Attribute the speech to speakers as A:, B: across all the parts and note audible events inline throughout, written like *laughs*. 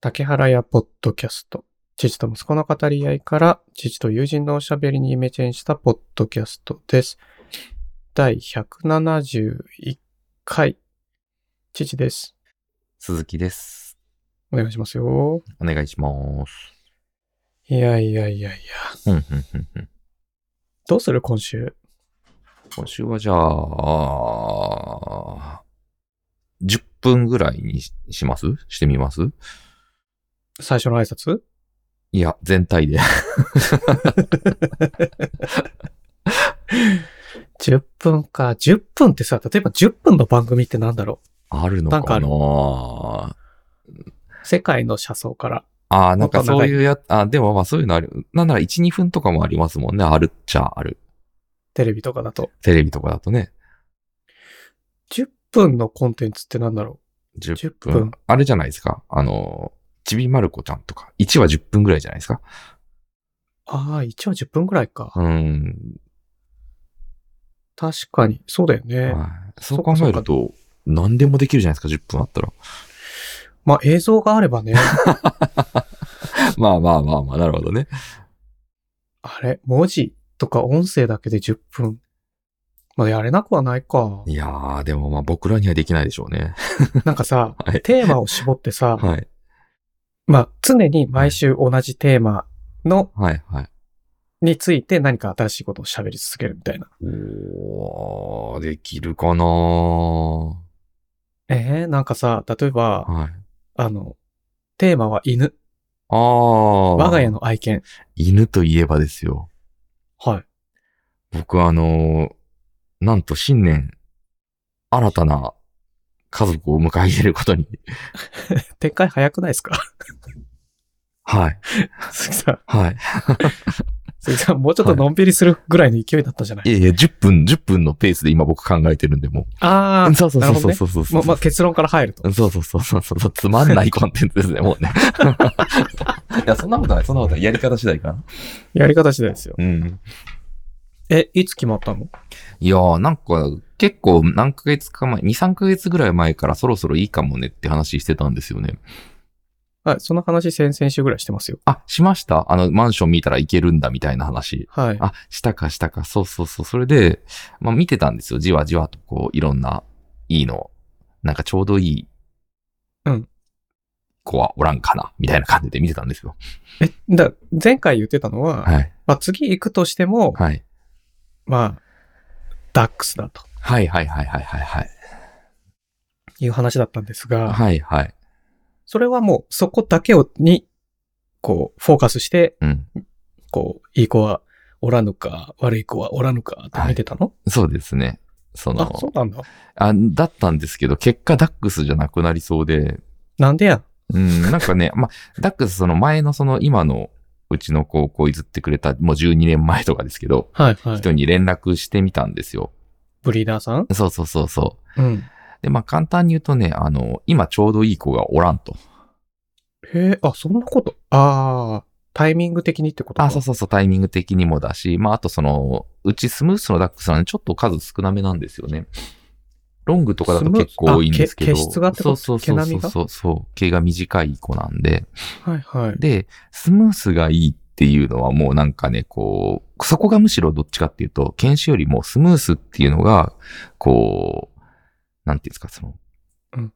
A: 竹原屋ポッドキャスト。父と息子の語り合いから、父と友人のおしゃべりにイメチェンしたポッドキャストです。第171回。父です。
B: 鈴木です。
A: お願いしますよ。
B: お願いします。
A: いやいやいやいや。
B: うんうんうんうん
A: どうする今週。
B: 今週はじゃあ、10分ぐらいにししますしてみます
A: 最初の挨拶
B: いや、全体で。 *laughs*
A: ?10 分か。10分ってさ、例えば10分の番組ってなんだろ
B: あるの
A: なんかあ
B: か
A: る
B: な
A: う世界の車窓から。
B: ああ、なんかそういうや、あでもまあそういうのある。なんなら1、2分とかもありますもんね。あるっちゃある。
A: テレビとかだと。
B: テレビとかだとね。
A: 10分のコンテンツってなんだろ
B: 10
A: 10
B: 分。
A: 分
B: あれじゃないですか。あの、ちびまる子ちゃんとか。1は10分ぐらいじゃないです
A: う
B: か。
A: ああ、1話10分ぐらいか。
B: うん。
A: 確かに。そうだよね。
B: はいそう考えると、何でもできるじゃないですか、10分あったら。
A: まあ映像があればね、 *laughs*
B: *laughs* まあまあまあまあ、なるほどね。
A: あれ、文字とか音声だけで10分。まあやれなくはないか。
B: いやー、でもまあ僕らにはできないでしょうね。
A: なんかさ、
B: はい
A: テーマを絞ってさ、
B: はい。
A: まあ常に毎週同じテーマの、
B: はいはい。
A: について何か新しいことを喋り続けるみたいな。
B: おー、できるかなー
A: ええなんかさ、例えば、
B: はい。
A: あの、テーマは犬。
B: あー。
A: 我が家の愛犬。
B: 犬といえばですよ。
A: はい。
B: 僕あのーなんと新年、新たな家族を迎え入れることに。
A: 展開早くないですか
B: はい。
A: *laughs* 鈴木さん、
B: はい。
A: 鈴木さん、もうちょっとのんびりするぐらいの勢いだったじゃない、
B: いやいや、10分、10分のペースで今僕考えてるんで、もう。
A: あ
B: *laughs* そうそう
A: な
B: そ
A: る
B: う
A: ほど
B: そう
A: ね
B: そうそうそ
A: あ、
B: う
A: ま、まあ、結論から入ると。
B: そうそうそうそうそう、つまんないコンテンツですね、もうね。 *laughs* いや、そんなことない、そんなことない。やり方次第かな。
A: やり方次第ですよ。
B: うん。
A: え、いつ決まったの
B: いやー、なんか、結構何ヶ月か前、2、3ヶ月ぐらい前からそろそろいいかもねって話してたんですよね。
A: はい、その話先々週ぐらいしてますよ。
B: あ、しましたあの、マンション見たらいけるんだみたいな話。
A: はい。
B: あ、したかしたか、そうそうそう。それで、まあ見てたんですよ。じわじわとこう、いろんな、いいの。なんかちょうどいい。
A: うん。
B: 子はおらんかなみたいな感じで見てたんですよ。
A: え、だ、前回言ってたのは、
B: はい。
A: まあ、次行くとしても、
B: はい。
A: まあ、ダックスだと
B: はいはいはいはいはいはい。
A: いう話だったんですが、
B: はいはい。
A: それはもうそこだけを、に、こう、フォーカスして、
B: うん。
A: こう、いい子はおらぬか、悪い子はおらぬかって見てたの、
B: そうですね。その
A: あ、そうなんだ。
B: あ、だったんですけど、結果ダックスじゃなくなりそうで、
A: なんでや
B: うん、なんかね、 *laughs* ま、ダックスその前のその今のうちの子をこう譲ってくれた、もう12年前とかですけど、
A: はいはい。
B: 人に連絡してみたんですよ。
A: ブリーダーさん
B: そうそうそうそ
A: うん。
B: う。で、まあ、簡単に言うとね、あの、今ちょうどいい子がおらんと。
A: へえ、あ、そんなこと。ああ、タイミング的にってことか。
B: あ、そうそうそう、タイミング的にもだし、まあ、あとその、うちスムースのダックスなんでちょっと数少なめなんですよね。ロングとかだと結構多いんですけど。
A: スムースあけ毛質がってこと
B: そうそうそう
A: 毛並み
B: そ
A: が
B: うそうそう。毛が短い子なんで。
A: はいはい。
B: で、スムースがいいっていうのはもうなんかね、こう、そこがむしろどっちかっていうと、犬種よりもスムースっていうのが、こう、なんていうんですか、その、
A: うん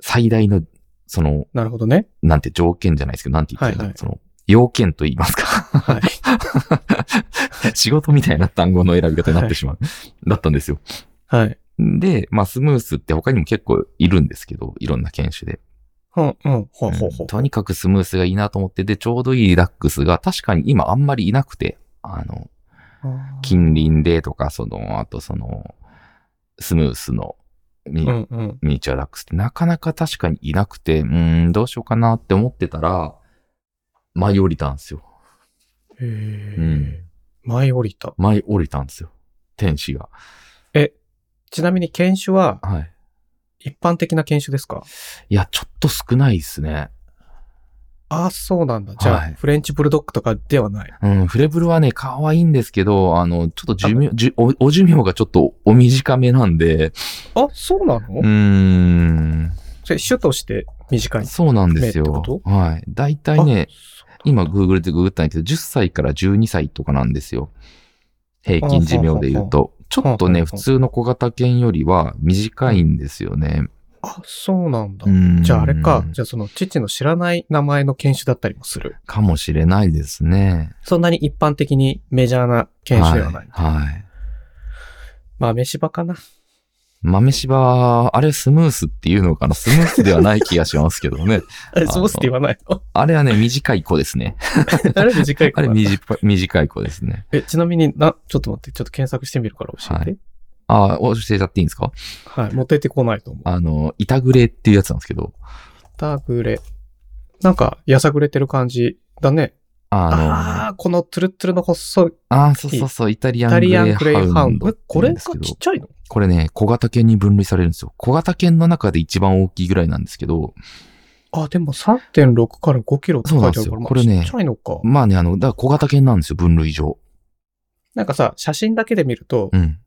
B: 最大の、その、
A: なるほどね。
B: なんて条件じゃないですけど、なんて言ってる
A: はいは
B: んだろう、
A: い
B: その、要件と言いますか。
A: はい。
B: 仕事みたいな単語の選び方になってしまう。だったんですよ。
A: はい。
B: で、まあ、スムースって他にも結構いるんですけど、いろんな犬種で。
A: *laughs* うん、うん、ほうほうほ
B: う。
A: うん
B: とにかくスムースがいいなと思って、で、ちょうどいいダックスが確かに今あんまりいなくて、あの、
A: あー
B: 近隣でとか、その、あとその、スムースのミ,、
A: うんうん。
B: ミニチュアダックスってなかなか確かにいなくて、うーん、どうしようかなって思ってたら、舞い降りたんですよ。
A: へ
B: う
A: え
B: ん。
A: 舞い降りた。
B: 舞い降りたんですよ。天使が。
A: ちなみに犬種は
B: はい。
A: 一般的な犬種ですか
B: いや、ちょっと少ないですね。
A: ああ、そうなんだ。じゃあ、
B: はい
A: フレンチブルドッグとかではない。
B: うん、フレブルはね、可愛いんですけど、あの、ちょっと寿命、じゅおお寿命がちょっとお短めなんで、
A: あ、そうなの、
B: うーん、
A: それ種として短い。
B: そうなんです
A: 目
B: よ
A: ってこ。
B: はい。大体ね、
A: あ、
B: 今 Google でググったんだけど、10歳から12歳とかなんですよ。平均寿命で言うと。ちょっとね、
A: はあはあ
B: 普通の小型犬よりは短いんですよね。
A: あ、そうなんだ。
B: うん
A: じゃああれか、じゃあその父の知らない名前の犬種だったりもする。
B: かもしれないですね。
A: そんなに一般的にメジャーな犬種ではない。
B: はい。はい
A: まあ、飯場かな。
B: 豆柴、あれスムースっていうのかなスムースではない気がしますけどね。
A: あれ、スボスって言わないの
B: あれはね、短い子です
A: *laughs*
B: ね。
A: あれ短い
B: あ
A: か
B: れ
A: ら。
B: 短い短い子ですね。
A: え、ちなみにな、ちょっと待って、ちょっと検索してみるから教えて。
B: ああ、教えちゃっていいんですか
A: はい、持ってってこないと思う。
B: あの、いたぐれっていうやつなんですけど。
A: たぐれ。なんか、やさぐれてる感じだね。
B: あの、
A: ああー、このツルツルの細い、
B: ああ、そうそうそう、イタリ
A: イ
B: ア
A: タ
B: ングレ
A: リアン
B: ー
A: グレイ
B: ハ
A: ハウ
B: ウン
A: ン
B: ド
A: ド。え
B: って
A: これ
B: 言うんで
A: が
B: すけど。
A: ちっちゃいの
B: これね、小型犬に分類されるんですよ。小型犬の中で一番大きいぐらいなんですけど、
A: あ、でも3.6から5キロって書いてあるから、まあ
B: そうなんですよこれね
A: ちっちゃいのか。
B: まあね、あの、だから小型犬なんですよ、分類上。
A: なんかさ、写真だけで見ると、
B: うん。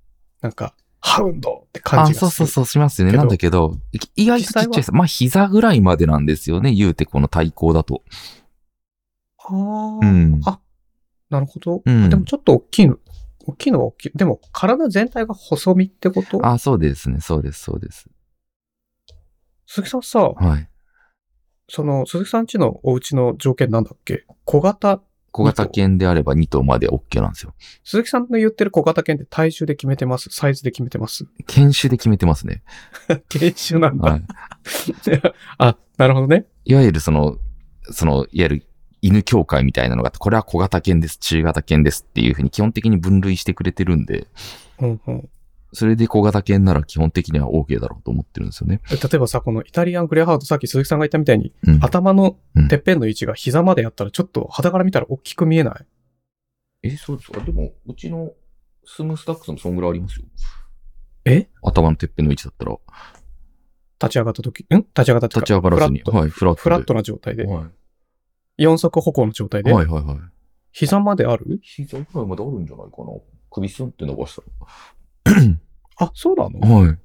A: なんか、ハウンドって感
B: あ、
A: じがす
B: そ
A: る。
B: うそうそう、しますよ
A: けど
B: ね。なんだけど、意外とちっちゃいです。まあ、膝ぐらいまでなんですよね、言うて、この対抗だと。
A: あー
B: うん。
A: あなるほど。
B: うん
A: でもちょっと大きいの、大きいのは大きい。でも、体全体が細身ってこと
B: あ、そうですね、そうです、そうです。
A: 鈴木さんさ、
B: はい。
A: その、鈴木さん家のお家の条件なんだっけ小型、
B: 小型犬であれば2頭まで OK なんですよ。
A: 鈴木さんの言ってる小型犬って体重で決めてますサイズで決めてます
B: 犬種で決めてますね。
A: 犬種なんだ。
B: はい。
A: あ、なるほどね。
B: いわゆるその、その、いわゆる犬協会みたいなのがあって、これは小型犬です、中型犬ですっていうふうに基本的に分類してくれてるんで、
A: うんうん。
B: それで小型犬なら基本的には OK だろうと思ってるんですよね。
A: 例えばさ、このイタリアングレーハード、さっき鈴木さんが言ったみたいに、
B: うん、
A: 頭のてっぺんの位置が膝までやったら、ちょっと肌から見たら大きく見えない
B: え、そうですか。でも、うちのスムースタックスもそんぐらいありますよ。
A: え
B: 頭のてっぺんの位置だったら、
A: 立ち上がった時、ん立ち上がった時
B: 立ち上がらずに、
A: フラット
B: はい、フラットで。
A: フラットな状態で、
B: は
A: 四足歩行の状態
B: い、
A: で、
B: はい、はいはい。
A: 膝まである
B: 膝ぐらいまであるんじゃないかな。首すんって伸ばした
A: あ、そうなの
B: ら。はい。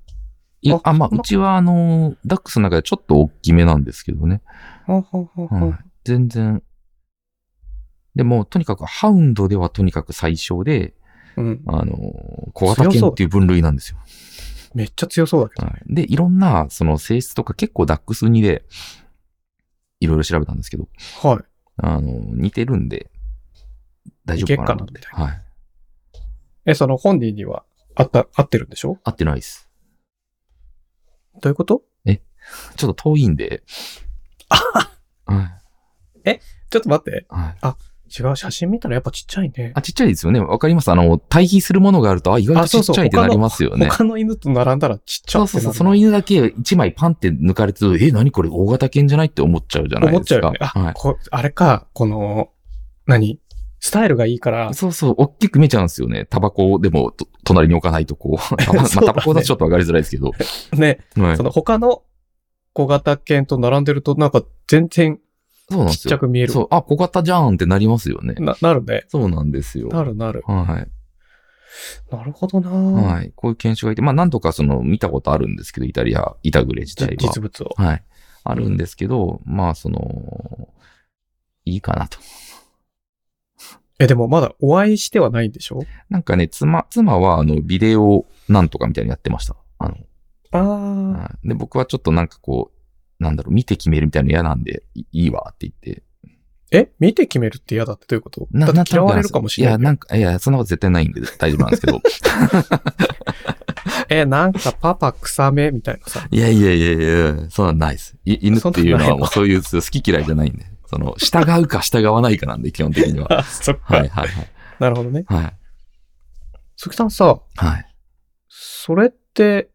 B: いや、
A: あ
B: あ、まあ、
A: そん
B: う
A: な
B: ちは、あの、ダックスの中でちょっと大きめなんですけどね。
A: はははは
B: はい。全然。でも、とにかく、ハウンドではとにかく最小で、
A: うん。
B: あの、小型犬っていう分類なんですよ。
A: めっちゃ強そうだけど。
B: はい、で、いろんな、その性質とか結構ダックスにで、いろいろ調べたんですけど、
A: はい。
B: あの、似てるんで、大丈夫かなと思って
A: いけっか
B: はい。
A: え、その本人にはあった、合ってるんでしょ
B: 合ってないです。
A: どういうこと
B: ちょっと遠いんで。はい。
A: ちょっと待って。
B: はい。
A: 違う、写真見たらやっぱちっちゃいね。
B: あ、ちっちゃいですよね。わかりますあの、対比するものがあると、あ、意外
A: あそ
B: と
A: う
B: ち
A: そう
B: っちゃいってなりますよね。
A: 他の犬と並んだらちっち
B: そ
A: ゃ
B: う
A: って
B: そう
A: な
B: そう。
A: る。
B: その犬だけ一枚パンって抜かれてると、え、何これ大型犬じゃないって思っちゃうじゃない
A: 思っ
B: で
A: ちゃ
B: す
A: う
B: か。
A: よね。あ、
B: はい。
A: こあれか、この、何スタイルがいいから、
B: そうそう、大きく見えちゃうんですよね。タバコでもと隣に置かないとこ
A: *laughs*
B: う。タバ,、ま
A: そう
B: あ、
A: だね
B: タバコだとちょっとわかりづらいですけど。
A: ね、
B: はい、
A: そ
B: そう
A: の他の小型犬と並んでるとなんか全然
B: なんで
A: ちっ
B: す
A: ちゃ
B: よ。
A: く見える。
B: そう、あ、小型じゃんってなりますよね。
A: ななるね。
B: そうなんですよ。
A: なるなる。
B: はい。
A: なるほどな、
B: はい。こういう犬種がいて、まあ、なんとかその、見たことあるんですけど、イタリア、イタグレ自
A: じ
B: 体は。
A: 実物を。
B: はい。あるんですけど、まあ、その、いいかなと。
A: え、でもまだお会いしてはないんでしょ
B: なんかね、妻、妻は、あの、ビデオなんとかみたいにやってました。あの、
A: ああ、
B: はいで、僕はちょっとなんかこう、なんだろう、見て決めるみたいなの嫌なんで、いいいわって言って。
A: え見て決めるって嫌だってどういうこと
B: な
A: だ
B: な
A: って嫌われるかもしれない
B: いや、なんか、いや、そんなこと絶対ないんで大丈夫なんです
A: *laughs*
B: けど。
A: え、なんかパパ臭めみたいなさ。
B: いやいやいやいや、そんなのないです。い犬っていうのはもうそういう好き嫌いじゃないんで。その、従うか従わないかなんで、基本的
A: *laughs*
B: に *laughs* は。
A: あ、そっか。
B: はいはいはい。
A: なるほどね。
B: はい。
A: 鈴木さんさ、
B: はい。
A: それって、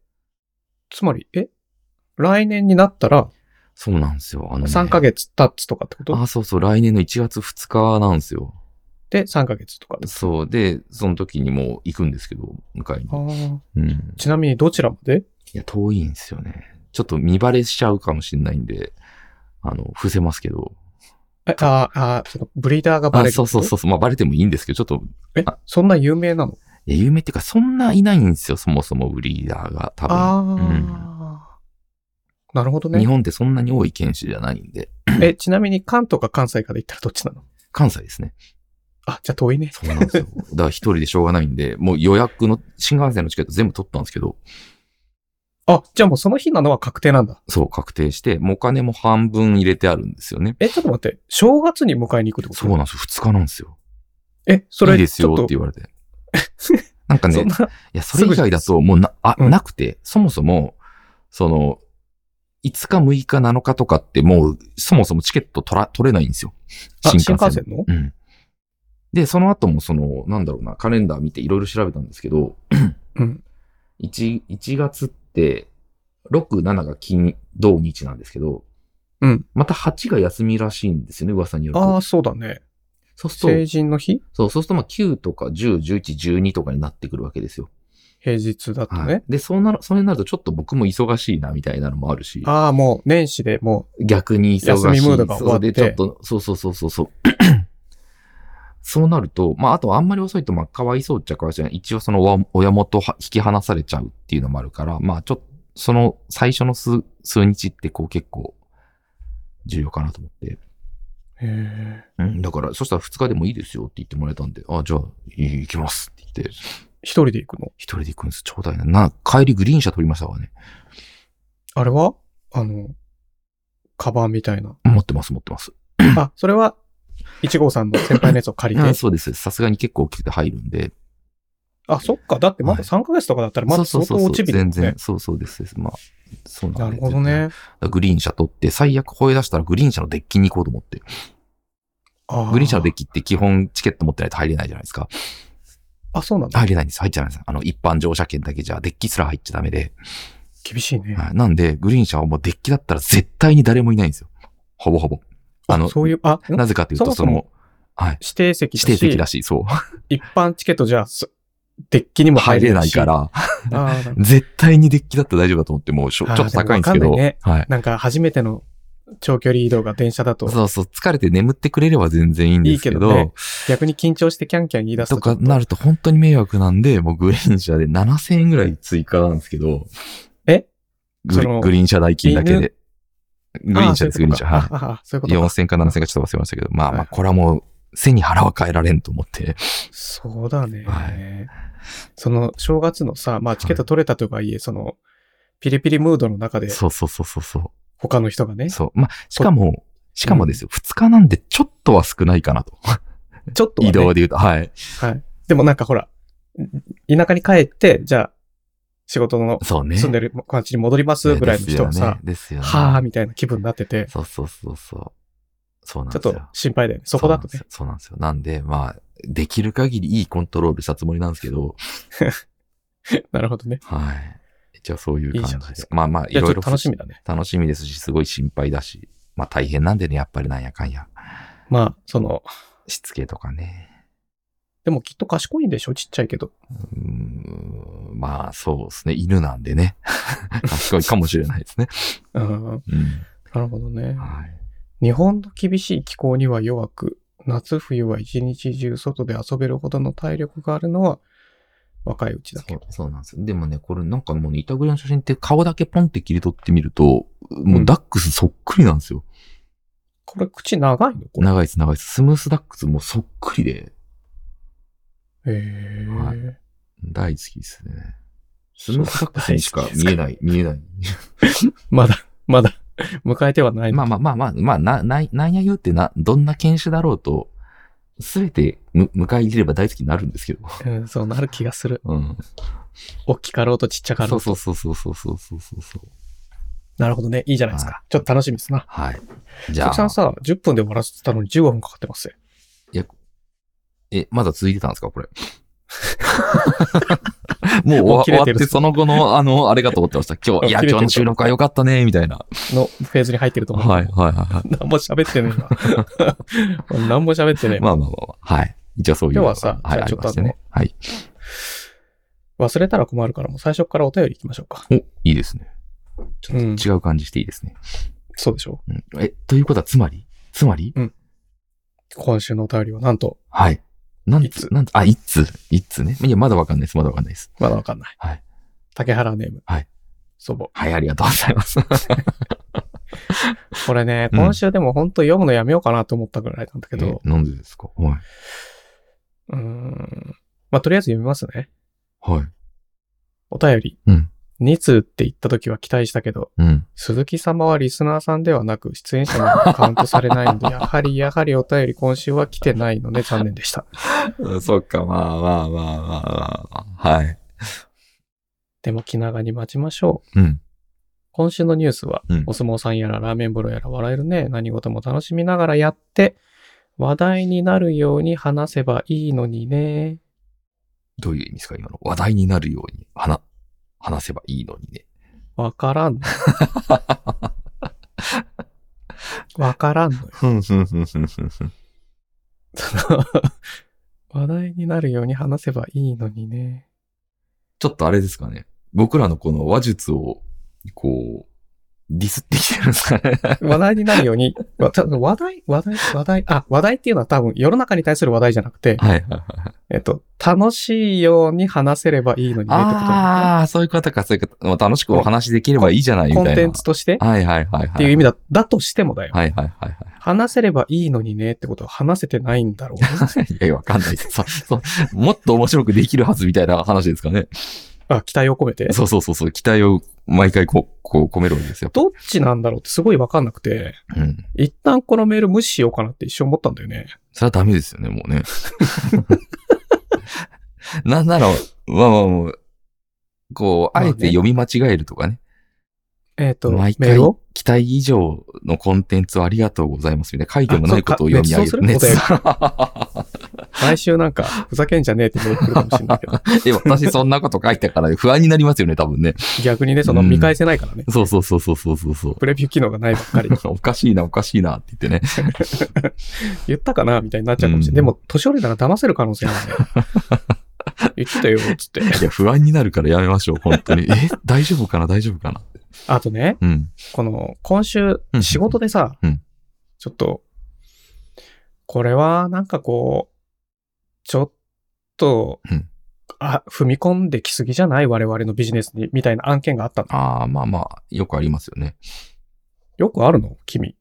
A: つまり、え来年になったら
B: そうなんですよ。あの、ね。
A: 3ヶ月経つとかってこと、
B: あ、そうそう。来年の1月2日なんですよ。
A: で、3ヶ月とかです。
B: そう。で、その時にもう行くんですけど、迎えに
A: あ。ー
B: うん。
A: ちなみにどちらまで
B: いや、遠いんですよね。ちょっと見バレしちゃうかもしれないんで、あの、伏せますけど。
A: えあーあー、そのブリーダーがバレ
B: あ
A: る。
B: そうそうそうそう。まあ、バレてもいいんですけど、ちょっと、
A: う。え、そんな有名なの
B: いや有名っていうか、そんないないんですよ、そもそもブリーダーが、多分。
A: ああ、
B: うん
A: なるほどね
B: 日。本ってそんなに多い県市じゃないんで、
A: え、ちなみに関東か関西かで言ったらどっちなの
B: 関西ですね。
A: あ、じゃあ遠いね。
B: そうなんで
A: *laughs*
B: すよ。だから一人でしょうがないんで、もう予約の、新幹線のチケット全部取ったんですけど、
A: あ、じゃあもうその日なのは確定なんだ。
B: そう、確定して、もうお金も半分入れてあるんですよね。
A: え、ちょっと待って、正月に迎えに行くってこと
B: そうなんですよ。二日なんですよ。
A: え、そ
B: い
A: れ、
B: いです
A: ちょ
B: よ
A: っ
B: って
A: と、
B: 言われて。 *laughs* なんかね
A: そん、ない
B: や、それ以外だと、もうな、あ、
A: うん
B: なくて、そもそも、その、5日、6日、7日とかってもう、そもそもチケット取ら、取れないんですよ。
A: あ
B: 新幹
A: 新
B: 線。
A: 幹線の
B: うん。で、その後もその、なんだろうな、カレンダー見ていろいろ調べたんですけど、
A: うん。
B: 1、1月って、6、7が金、土、日なんですけど、
A: うん。
B: また8が休みらしいんですよね、噂による
A: あ
B: と
A: あ、。そうだね。
B: そうす
A: 成
B: ると、
A: 人の日
B: そう、そうするとまあ9とか10、11、12とかになってくるわけですよ。
A: 平日だと
B: は
A: ね。
B: い。で、そうなる、それになるとちょっと僕も忙しいな、みたいなのもあるし、
A: ああ、もう年始でも
B: 逆に忙しい。
A: 休みムードが終わって
B: そうで、ちょっと、そうそうそうそう *clears throat* そう。そうなると、まあ、あとあんまり遅いと、まあ、かわいそうっちゃかわいそうじゃない一応その親親元は引き離されちゃうっていうのもあるから、まあ、ちょっと、その最初の数、数日ってこう結構重要かなと思って。
A: う、へえ
B: うん、だから、そしたら2日でもいいですよって言ってもらえたんで、あ、じゃあ、い行きますって言って、
A: 一人で行くの。
B: 一人で行くんです。ちょうだいな。な、帰りグリーン車取りましたわね。
A: あれはあの、カバンみたい
B: *coughs*
A: な。
B: 持ってます、持ってます。
A: あ、それは、1号さんの先輩のやつを借り
B: *coughs* あ
A: て。
B: そうです。さすがに結構大きくて入るんで。
A: あ、そっか。だってまだ3ヶ月とかだったらまだ相当落ちびる
B: 全
A: んね
B: 然。。そうそうです。ですまあ、そうなんで
A: なるほど。ね。
B: 全然グリーン車取って、最悪吠え出したらグリーン車のデッキに行こうと思って。
A: あ
B: グリーン車のデッ
A: き。
B: キって基本チケット持ってないと入れないじゃないですか。
A: あ、そうなんだ。
B: 入れないんです。入っちゃうんです。あの、一般乗車券だけじゃ、デッキすら入っちゃダメで。
A: 厳しいね。
B: はいなんで、グリーン車はもうデッキだったら絶対に誰もいないんですよ。ほぼほぼ。あの、
A: そういう、あ、ん
B: なぜかというと、
A: そもそ
B: その、
A: も
B: はい。
A: 指定席
B: 指
A: だ
B: 定席
A: し
B: だ、し、そう。
A: 一般チケットじゃ、すデッキにも
B: 入
A: 入
B: れ
A: れ
B: な
A: ないいし。
B: から、
A: あー。なんか
B: 絶対にデッキだったら大丈夫だと思って、もうしょち
A: あ
B: ょ
A: ー
B: っと高いんですけ
A: でもわかん
B: ど、
A: ないね
B: はい。
A: なんか初めての長距離移動が電車だと、
B: そうそう、疲れて眠ってくれれば全然いいんですけど、
A: いいけどね逆に緊張してキャンキャン言い出す
B: と
A: と
B: かなると本当に迷惑なんで、もうグリーン車で7000円ぐらい追加なんですけど、
A: え
B: グ
A: そ
B: リ
A: の
B: グリーン車代金だけで。グリーン車です、グリーン車。はい。
A: ああ、そういうことか。
B: 4000か7000かちょっと忘れましたけど、まあま
A: は
B: あ、
A: い
B: これはもう、背に腹は変えられんと思って。
A: そうだね。
B: は
A: その、正月のさ、まあ、チケット取れたとはいえ、その、ピリピリムードの中で、
B: そうそうそうそうそ
A: 他の人がね
B: う。、そう。まあ、しかも、しかもですよ、2日なんでちょっとは少ないかなと。
A: ちょっとはね
B: 移動で言うと、はい。
A: はい。でもなんかほら、田舎に帰って、じゃあ、仕事の、
B: そうね。
A: 住んでる町に戻りますぐらいの人はさ、
B: ですよね。ですよね
A: はあ、みたいな気分になってて、
B: そうそうそうそう。そうなん
A: ちょっ
B: ですよ
A: と。心配だよね。そこだとね。
B: そうなんですよ。そうなんですよなんで、まあ、できる限りいいコントロールしたつもりなんですけど、
A: *laughs* なるほどね。
B: はい。一応そういう感じ
A: いいじゃない
B: で
A: ですす。
B: まあまあ、い
A: いや、
B: ろ
A: ちょ
B: い
A: っ
B: ろ
A: と楽しみだね。
B: 楽しみですし、すごい心配だし、まあ大変なんでね、やっぱりなんやかんや。
A: まあ、その、
B: しつけとかね。
A: でもきっと賢いんでしょちっちゃいけど。
B: うーん、まあそうですね。犬なんで
A: *laughs*
B: ね。賢いかもしれないですね。
A: うん。
B: うん。
A: なるほどね。
B: はい。
A: 日本の厳しい気候には弱く、夏冬は一日中外で遊べるほどの体力があるのは若いうちだ
B: そ
A: け
B: う。そうなんですよ。でもね、これなんかもうね、板栗の写真って顔だけポンって切り取ってみると、もうダックスそっくりなんですよ。
A: これ口長いのこれ。
B: 長いです、長いです。スムースダックスもそっくりで、
A: へえ、
B: は大好きですね。スムースダックスにしか見え
A: い。
B: ない、見えない。
A: まだ、 *laughs* まだ、迎えてはないの。
B: まあまあまあまあ、まあ、な、な、なんや言うってな、どんな犬種だろうと、すべてむ迎え入れれば大好きになるんですけど。
A: うん、そうなる気がする。
B: うん。
A: 大きかろうとちっちゃかろ
B: そう
A: と。
B: うそうそうそうそうそうそうそう。
A: なるほどね。いいじゃないです
B: は
A: か。ちょっと楽しみですな。
B: はい。じ
A: 鈴
B: ゃ
A: 木さ
B: あ
A: ん、さ、10分で終わらせてたのに15分かかってますよ。
B: え、まだ続いてたんです
A: *laughs*
B: かこれ。も
A: もう
B: う終
A: 切れ
B: わ終
A: て
B: わっ
A: る
B: て、その後の、あの、あれかと思って
A: *laughs*
B: ました。今
A: もう
B: 日、いや、
A: 切れてる
B: 今日の収録は良かったね、みたいな。
A: のフェーズに入ってると思う。
B: はい、はい、はいはい。
A: 何も喋ってねえ
B: *laughs*
A: な。何も喋ってねえ。
B: まあまあまあまあ、はい。一応そういうのが。
A: 今日はさ
B: はい、
A: じゃ
B: あ
A: あち
B: り
A: ょっと
B: ましたね。はい。
A: 忘れたら困るから、もう最初からお便り行きましょうか。
B: お、いいですね。
A: うん。
B: 違う感じしていいですね。
A: そうでしょ
B: うん、え、ということは、つまりつまり
A: 今週のお便りはなんと、
B: はい。なん
A: いつ
B: なんあ、いついつね。いや、まだわかんないです。まだわかんないです。
A: まだわかんない。
B: はい。
A: 竹原ネーム。
B: はい。
A: 祖母。
B: はい、ありがとうございます。
A: これね、
B: うん
A: 今週でも本当読むのやめようかなと思ったぐらいなんだけど、
B: *laughs* えなんでですかはい。
A: うーん。まあ、とりあえず読みますね。
B: はい。
A: お便り。
B: うん
A: 2通って言った時は期待したけど、
B: うん。
A: 鈴木様はリスナーさんではなく、出演者にカウントされないの
B: *laughs*
A: で、やはり、やはりお便り今週は来てないので残念でした。
B: そっか、まあまあまあまあまあ。はい。
A: でも気長に待ちましょう。
B: うん。
A: 今週のニュースは、
B: うん
A: お相撲さんやらラーメン風呂やら笑えるね。何事も楽しみながらやって、話題になるように話せばいいのにね。
B: どういう意味ですか今の。話題になるように、話、話せばいいのにね。
A: わから
B: *laughs*
A: ん。わからんのよ。
B: ふんふんふんふんふんふん。
A: 話題になるように話せばいいのにね。
B: ちょっとあれですかね。僕らのこの話術を、こう、ディスってきてるんです *laughs* かね。
A: 話題になるように、わた話題、話題、話題、あ、話題っていうのは多分世の中に対する話題じゃなくて、
B: はいはいはい。
A: えっと、楽しいように話せればいいのにねってことなん
B: ああ、そういう方か、そういう方。まあ楽しくお話しできればいいじゃない
A: だ
B: み
A: よねコン
B: たい
A: テ
B: な。
A: ンツとしてっ
B: はいはいはいはい。って
A: いう意味だ、だとしてもだよ。
B: はいはいはいはい。
A: 話せればいいのにねってことは話せてないんだろうね。
B: いやいや、わかんない *laughs* です。そそうもっと面白くできるはずみたいな話ですかね。
A: あ、期待を込めて。
B: そうそうそうそう、期待を毎回こう、こう込めるわけですよ。
A: どっちなんだろうってすごいわかんなくて、
B: うん。
A: 一旦このメール無視しようかなって一瞬思ったんだよね。
B: それはダメですよね、もうね。 *laughs* なんなら、まあまあもう、こう、あえて読み間違えるとかね。
A: えっ、と、メ
B: 毎
A: ー
B: 回
A: ルを、
B: 期待以上のコンテンツをありがとうございますみたいな、書いてもないことを
A: あそっ
B: 読み
A: か
B: 上げるね。
A: 熱唱
B: で
A: 来週なんか、ふざけんじゃねえってメール来るかもしれない
B: *laughs*
A: けど、
B: も私そんなこと書いたから不安になりますよね、多分ね。
A: 逆にね、その見返せないからね。
B: そうそうそうそうそうそうそう。
A: プレビュー機能がないばっかり。
B: おかしいな、おかしいなって言ってね。
A: 言ったかなみたいになっちゃうかもしれない。
B: うん
A: でも、年寄りなら騙せる可能性ある
B: *laughs*
A: ね。言ってたよ、つって。
B: いや、不安になるからやめましょう、本当に。え、大丈夫かな、大丈夫かな。
A: あとね、
B: うん。
A: この、今週
B: う、ん
A: 仕事でさ、
B: うん
A: ちょっと、これは、なんかこう、ちょっと、
B: うん
A: あ、踏み込んできすぎじゃない我々のビジネスに、みたいな案件があったの。
B: ああ、まあまあ、よくありますよね。
A: よくあるの君。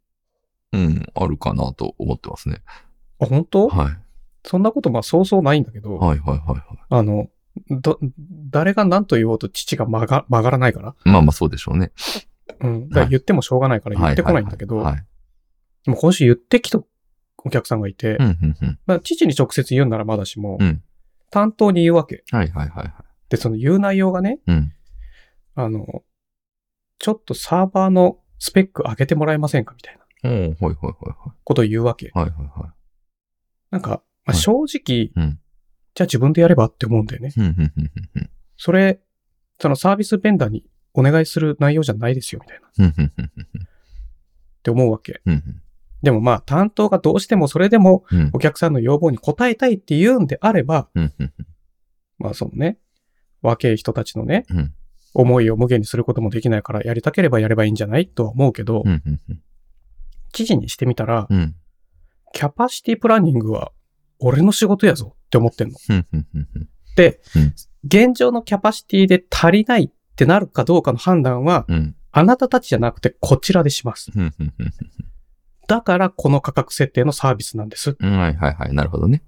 B: うん、あるかなと思ってますね。
A: あ、本当
B: はい。
A: そんなこと、まあ、そうそうないんだけど、
B: はいはいはいは
A: あの、ど、誰が何と言おうと父が曲が曲がらないから。
B: い。まあまあそうでしょうね。
A: うん。だから言ってもしょうがないから言ってこないんだけど、
B: はい。
A: でも今週言ってきたお客さんがいて、
B: うんうんうん。
A: まあ、父に直接言うならまだしも、
B: うん
A: 担当に言うわけ。
B: はいはいはいはい。
A: で、その言う内容がね、
B: うん。
A: あの、ちょっとサーバーのスペック上げてもらえませんかみたいな
B: おーはいはいは
A: ことを言うわけ。
B: いはい。はいはいは
A: なんか、まあ、
B: はい
A: 正直、
B: うん
A: じゃあ自分でやればって思うんだよね。
B: い。うんうんうんうん
A: それ、そのサービスベンダーにお願いする内容じゃないですよ、みたいな。っ
B: うんうんうんうん
A: て思うわけ。
B: うんうん
A: でもまあ、担当がどうしてもそれでも
B: うん
A: お客さんの要望に応えたいって言うんであれば、
B: うんうん
A: まあそのね、若い人たちのね、
B: うん
A: 思いを無限にすることもできないから、やりたければやればいいんじゃないとは思うけど、
B: うんうん
A: 記事にしてみたら、
B: うんうん
A: キャパシティプランニングは俺の仕事やぞって思ってんの。
B: うんうんうんうん
A: 現状のキャパシティで足りないってなるかどうかの判断は、
B: うん
A: あなたたちじゃなくてこちらでします。
B: うんうんうん
A: だからこの価格設定のサービスなんです。
B: うんはいはいはい。なるほどね。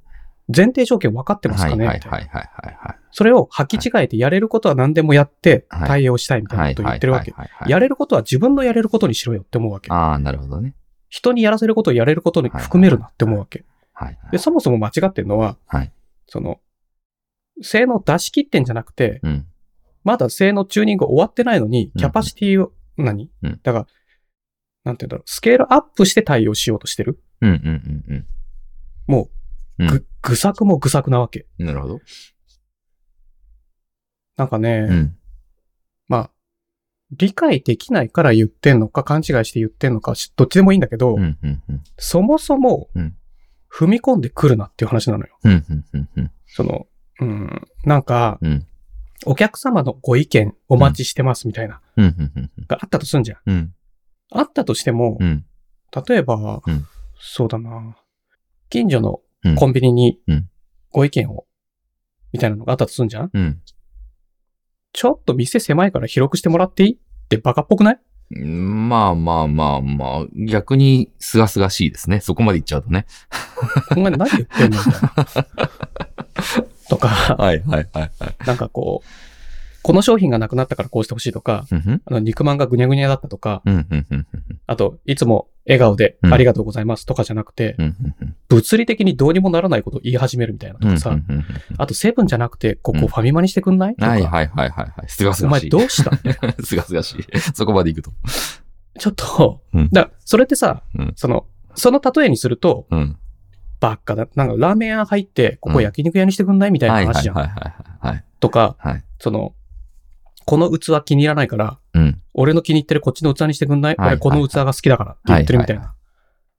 A: 前提条件分かってます
B: はい
A: か
B: は
A: ね
B: いはい
A: みたいな
B: はいはいはい。
A: それを履き違えてやれることは何でもやって
B: はい
A: 対応したいみたいな
B: は
A: こ
B: い
A: とを
B: は
A: 言
B: い
A: ってるわけ。
B: はいはいはい
A: やれることは自分のやれることにしろよって思うわけ。
B: ああ、なるほどね。
A: 人にやらせることをやれることに含めるなって思うわけ。
B: はいは
A: で、
B: い。
A: そもそも間違ってるのは、
B: はい
A: その、性能出し切ってんじゃなくて、
B: うん。
A: まだ性能チューニング終わってないのに
B: う、ん
A: キャパシティを、何
B: うん
A: だから、なんて言うんだろう、スケールアップして対応しようとしてる。
B: うんうんうんうん。
A: もう、
B: う
A: ぐ、ぐさくもぐさくなわけ。
B: なるほど。
A: なんかね、
B: うん。
A: まあ、理解できないから言ってんのか、勘違いして言ってんのか、しどっちでもいいんだけど、
B: うんうんうん。
A: そもそも
B: うん、
A: 踏み込んでくるなっていう話なのよ。
B: うんうんうんうん。
A: その、うん、なんか、
B: うん
A: お客様のご意見お待ちしてますみたいな、
B: うんうんうんうん
A: があったとすんじゃん。
B: うん。
A: あったとしても、
B: うん。
A: 例えば、
B: うん
A: そうだな、近所の
B: うん
A: コンビニに
B: うん
A: ご意見を、みたいなのがあったとすんじゃん
B: うん。
A: ちょっと店狭いから広くしてもらっていいってバカっぽくない
B: うんまあまあまあまあ、逆にすがすがしいですね。そこまで言っちゃうとね。
A: お前何言ってんのみたいな。とか、
B: はいはいはいはい。
A: なんかこう、この商品がなくなったからこうしてほしいとか、
B: うんふん
A: あの肉まんがぐにゃぐにゃだったとか、
B: うんうんうん
A: あと、いつも笑顔で
B: うん
A: ありがとうございますとかじゃなくて、
B: うんうんうん
A: 物理的にどうにもならないことを言い始めるみたいなと
B: うんうんう
A: か
B: ん
A: さ、
B: うんうん
A: あとセブンじゃなくて、こ
B: う
A: こ
B: ん
A: ファミマにしてくんないとか、
B: はいはいはいはいはい。すがす
A: お
B: が
A: 前
B: しい。
A: どうした
B: *laughs* すがすがしい。そこまで行くと。
A: ちょっと
B: うん、
A: だからそれってさ、
B: うん
A: その、その例えにすると、
B: うん。
A: ばっかだ。なんかラーメン屋入って、ここ
B: うん
A: 焼肉屋にしてくんないみたいな
B: はいは
A: 話
B: いはい
A: じゃん。
B: はいはい。
A: とか、
B: はい。
A: その、この器気に入らないから、
B: うん。
A: 俺の気に入ってるこっちの器にしてくんない、
B: はいはい
A: 俺この器が好きだからって言ってるみたいな。
B: は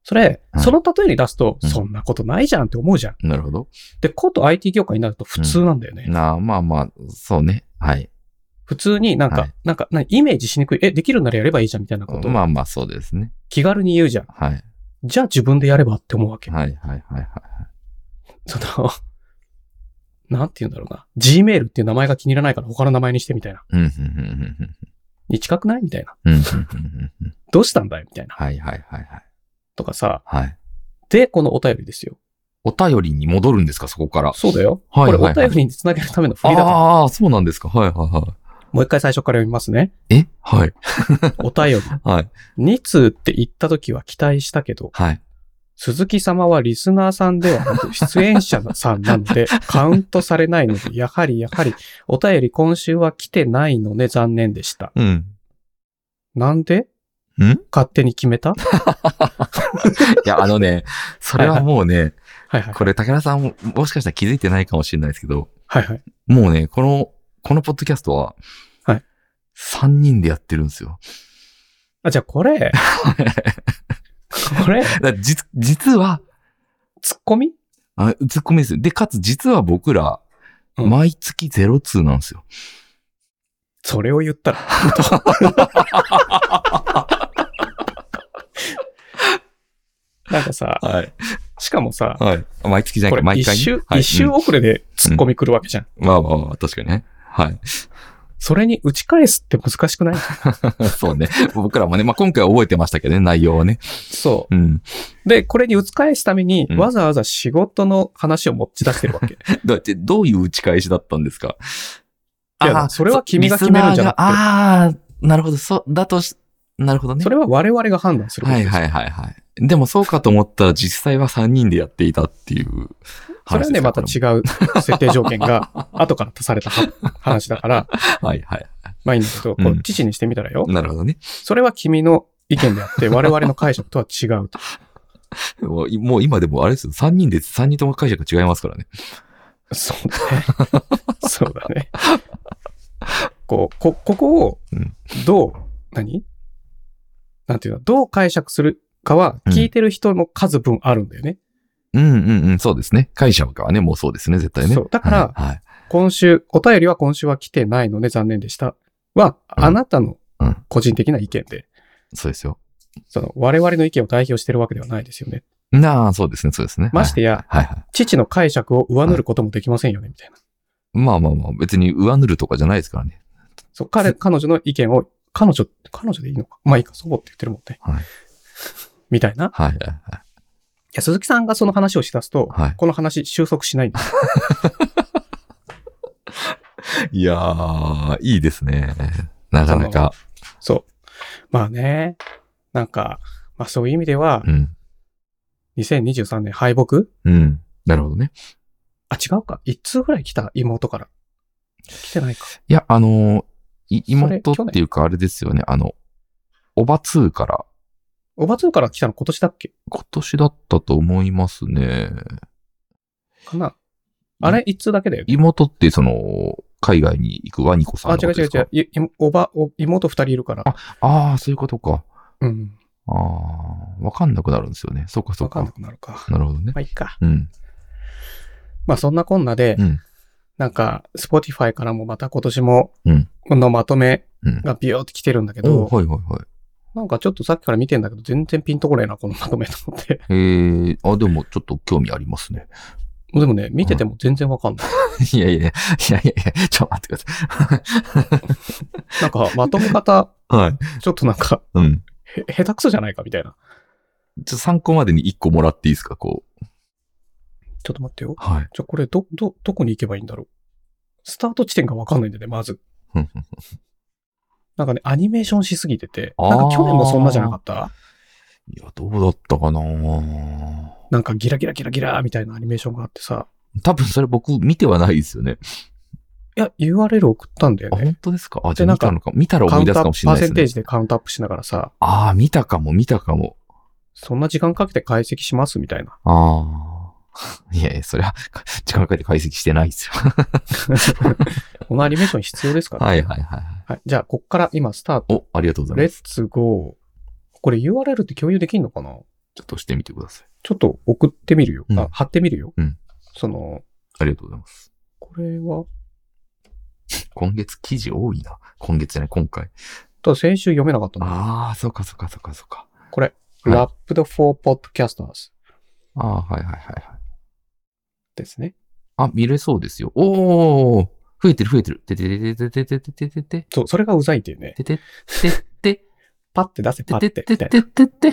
A: それ、
B: はい
A: その例えに出すと、
B: うん
A: そんなことないじゃんって思うじゃん。
B: なるほど。
A: で、こと IT 業界になると普通なんだよね。
B: なあ、まあまあ、そうね。はい。
A: 普通になんか、
B: はい
A: なんか、何イメージしにくい。え、できるならやればいいじゃんみたいなことを
B: まあまあ、そうですね。
A: 気軽に言うじゃん。
B: はい。
A: じゃあ自分でやればって思うわけ。
B: はいはいはいはい。
A: その、 *laughs* なんて言うんだろうな。Gmail っていう名前が気に入らないから他の名前にしてみたいな。
B: うん、うん、うん、
A: に近くないみたいな。
B: うん。うん、うん、うんうん。
A: どうしたんだよみたいな。
B: はいはいはいはい。
A: とかさ。
B: はい。
A: で、このお便りですよ。
B: お便りに戻るんですか、そこから。
A: そうだよ。
B: はいはいはい
A: これお便りにつなげるための振りだから。
B: ああ、そうなんですか。はいはいは
A: もう一回最初から読みます
B: *laughs*
A: ね。
B: い。えはい。
A: お便
B: はい。
A: り。2通って言った時は期待したけど、
B: はい。
A: 鈴木様はリスナーさんではなく出演者さんなの
B: *laughs*
A: で、カウントされないので、やはりやはり、お便り今週は来てないので残念でした。
B: うん。
A: なんで
B: ん
A: 勝手に決めた
B: い
A: *laughs*
B: や、あのね、それはもうね、
A: はいはい。
B: これ、武田さんも、もしかしたら気づいてないかもしれないですけど、
A: はいはい。
B: もうね、この、このポッドキャストは、
A: はい。
B: 3人でやってるんですよ。
A: あ、じゃあこれ、これ、
B: だから実、実は、
A: ツッコミ
B: あツッコミですよ。で、かつ実は僕ら、
A: うん
B: 毎月ゼロ通なんですよ。
A: それを言ったら。 *laughs* なんかさ、
B: はい。
A: しかもさ、
B: はい。毎月じゃな
A: これ
B: くて、毎
A: 一
B: 回ね、
A: 周、
B: はい
A: 一周遅れで突っ込み来るわけじゃん。
B: うんまあまあまあ、確かにね。はい。 *laughs*
A: それに打ち返すって難しくない
B: そうね。僕らもね、まあ今回は覚えてましたけどね、内容はね。
A: そ
B: うん。
A: う。で、これに打ち返すために、
B: うん
A: わざわざ仕事の話を持ち出してる
B: *laughs*
A: わけ。
B: だって、どういう打ち返しだったんですか
A: いや
B: ー
A: それは君が決めるんじゃなくて
B: リスナーがああ、なるほど。そう、だとし、なるほどね。
A: それは我々が判断すること
B: は
A: で
B: い
A: す。
B: はいはいはい。でもそうかと思ったら実際は3人でやっていたっていう
A: それは
B: 話
A: ね、
B: ですか
A: また違う設定条件が後から足されたは話だから、
B: う。はいはい。
A: まあいいんだけど、こ
B: う
A: うん父にしてみたらよ。
B: なるほどね。
A: それは君の意見であ
B: *laughs*
A: って、我々の解釈とは違うと。
B: もうもう今でもあれですよ。3人で3人とも解釈違いますからね。
A: そうだね。
B: *laughs*
A: そうだね。こう、こ、ここを
B: うん、
A: どう、何なんていうの、どう解釈するかは、
B: うん
A: 聞いてる人の数分あるんだよね。
B: うんうんうん、そうですね。解釈はね、もうそうですね、絶対ね。
A: そうだから
B: はい。はい
A: 今週、お便りは今週は来てないので残念でした。は、
B: うん
A: あなたの
B: うん
A: 個人的な意見で、
B: そうですよ。
A: その、我々の意見を代表してるわけではないですよね。
B: なあ、そうですね、そうですね。
A: ましてや、
B: はい、はいはい。
A: 父の解釈を上塗ることもできませんよね、みたいな。
B: まあまあまあ、別に上塗るとかじゃないですからね。
A: そう、彼、彼女の意見を、彼女、彼女でいいのかまあいいか、祖母って言ってるもんね。
B: はい
A: みたいな。い
B: はいはいはい。
A: や、鈴木さんがその話をしだすと、
B: はい
A: この話収束しないんです。
B: いやー、いいですね。なかなか。
A: そう。まあね、なんか、まあそういう意味では
B: う、ん。
A: 2023年敗北
B: うん。なるほどね。
A: あ、違うか。一通ぐらい来た妹から。来てないか。
B: いや、あのーい妹
A: それ去年
B: っていうか、あれですよね。あの、おば2から、
A: おばつから来たの今年だっけ
B: 今年だったと思いますね。
A: かなあれ一通だけだよね。
B: 妹って、その、海外に行くワニコさん
A: あ
B: の、こ
A: 違う
B: と
A: 違
B: で
A: う
B: すか
A: 違う。いいおば、お妹二人いるから。
B: ああ、そういうことか。
A: うん。
B: ああ、わかんなくなるんですよね。そうかそ
A: わ
B: う
A: か
B: か。
A: んなくなるか。
B: なるほどね
A: ま。あいいか。
B: うん。
A: まあそんなこんなで、
B: うん。
A: なんか、Spotify からもまた今年も
B: うん、
A: このまとめ
B: うん。
A: がビヨーって来てるんだけ
B: お
A: ど、
B: うはいはいはい。
A: なんかちょっとさっきから見てんだ
B: *laughs*
A: けど、全然ピンとこねえな、このまとめと思って。
B: えー、あ、でもちょっと興味ありますね。 *laughs*
A: でもね、見てても全然わかんない。
B: いやいやいや、いやいやいや、ちょっと待ってくださ
A: なんか、まとめ方、
B: い。はい。
A: ちょっとなんか、
B: うん。
A: へ、下手くそじゃないかみたいな。
B: ちょ参考までに1個もらっていいですか、こう。
A: ちょっと待ってよ。
B: はい。
A: じゃ、これ、ど、ど、どこに行けばいいんだろう。スタート地点がわかんないんだよね、まず。
B: うん
A: なんかね、アニメーションしすぎてて。
B: あー
A: なんか去年もそんなじゃなかった
B: いや、どうだったかな
A: なんかギラギラギラギラみたいなアニメーションがあってさ。
B: 多分それ僕見てはないですよね。
A: いや、URL 送ったんだ
B: あ、
A: よね。
B: 本当ですかあ、じ
A: で
B: ゃあ
A: なん
B: 見
A: か
B: たのか。見たら
A: カ
B: 思
A: ウン
B: い
A: ト
B: 出す
A: アッ
B: かも
A: プ、
B: し
A: パ
B: れ
A: ー
B: ない
A: セン
B: です
A: テー
B: ね。
A: ジでカウントアップしながらさ、
B: ああ、見たかも、見たかも。
A: そんな時間かけて解析しますみたいな。
B: ああ。 *laughs* いやいや、それは、か時間かけて解析してない
A: *laughs*
B: ですよ。
A: このアニメーション必要ですから。
B: はいはいはい。
A: はい。じゃあ、こっから今スタート。
B: お、ありがとうござい
A: レ
B: ま
A: ッ
B: す。
A: ツゴー。これ URL って共有できんのかな
B: ちょっと押してみてください。
A: ちょっと送ってみるよ。
B: うん
A: あ、貼ってみるよ。
B: うん
A: その、
B: ありがとうございます。
A: これは、
B: 今月記事多いな。今月じゃない、今回。
A: ただ先週読めなかったの。
B: ああ、そうかそうかそうかそうか。
A: これ、
B: はい
A: Wrapped for Podcasters
B: ああ、はいはいはいはい。
A: ですね。
B: あ、見れそうですよ。おー増えてる増えてる。てててててててててて
A: そう、それがうざいっていうね。
B: てててて
A: パッて出せ、パッ
B: て
A: て
B: て
A: みたいな。
B: ててて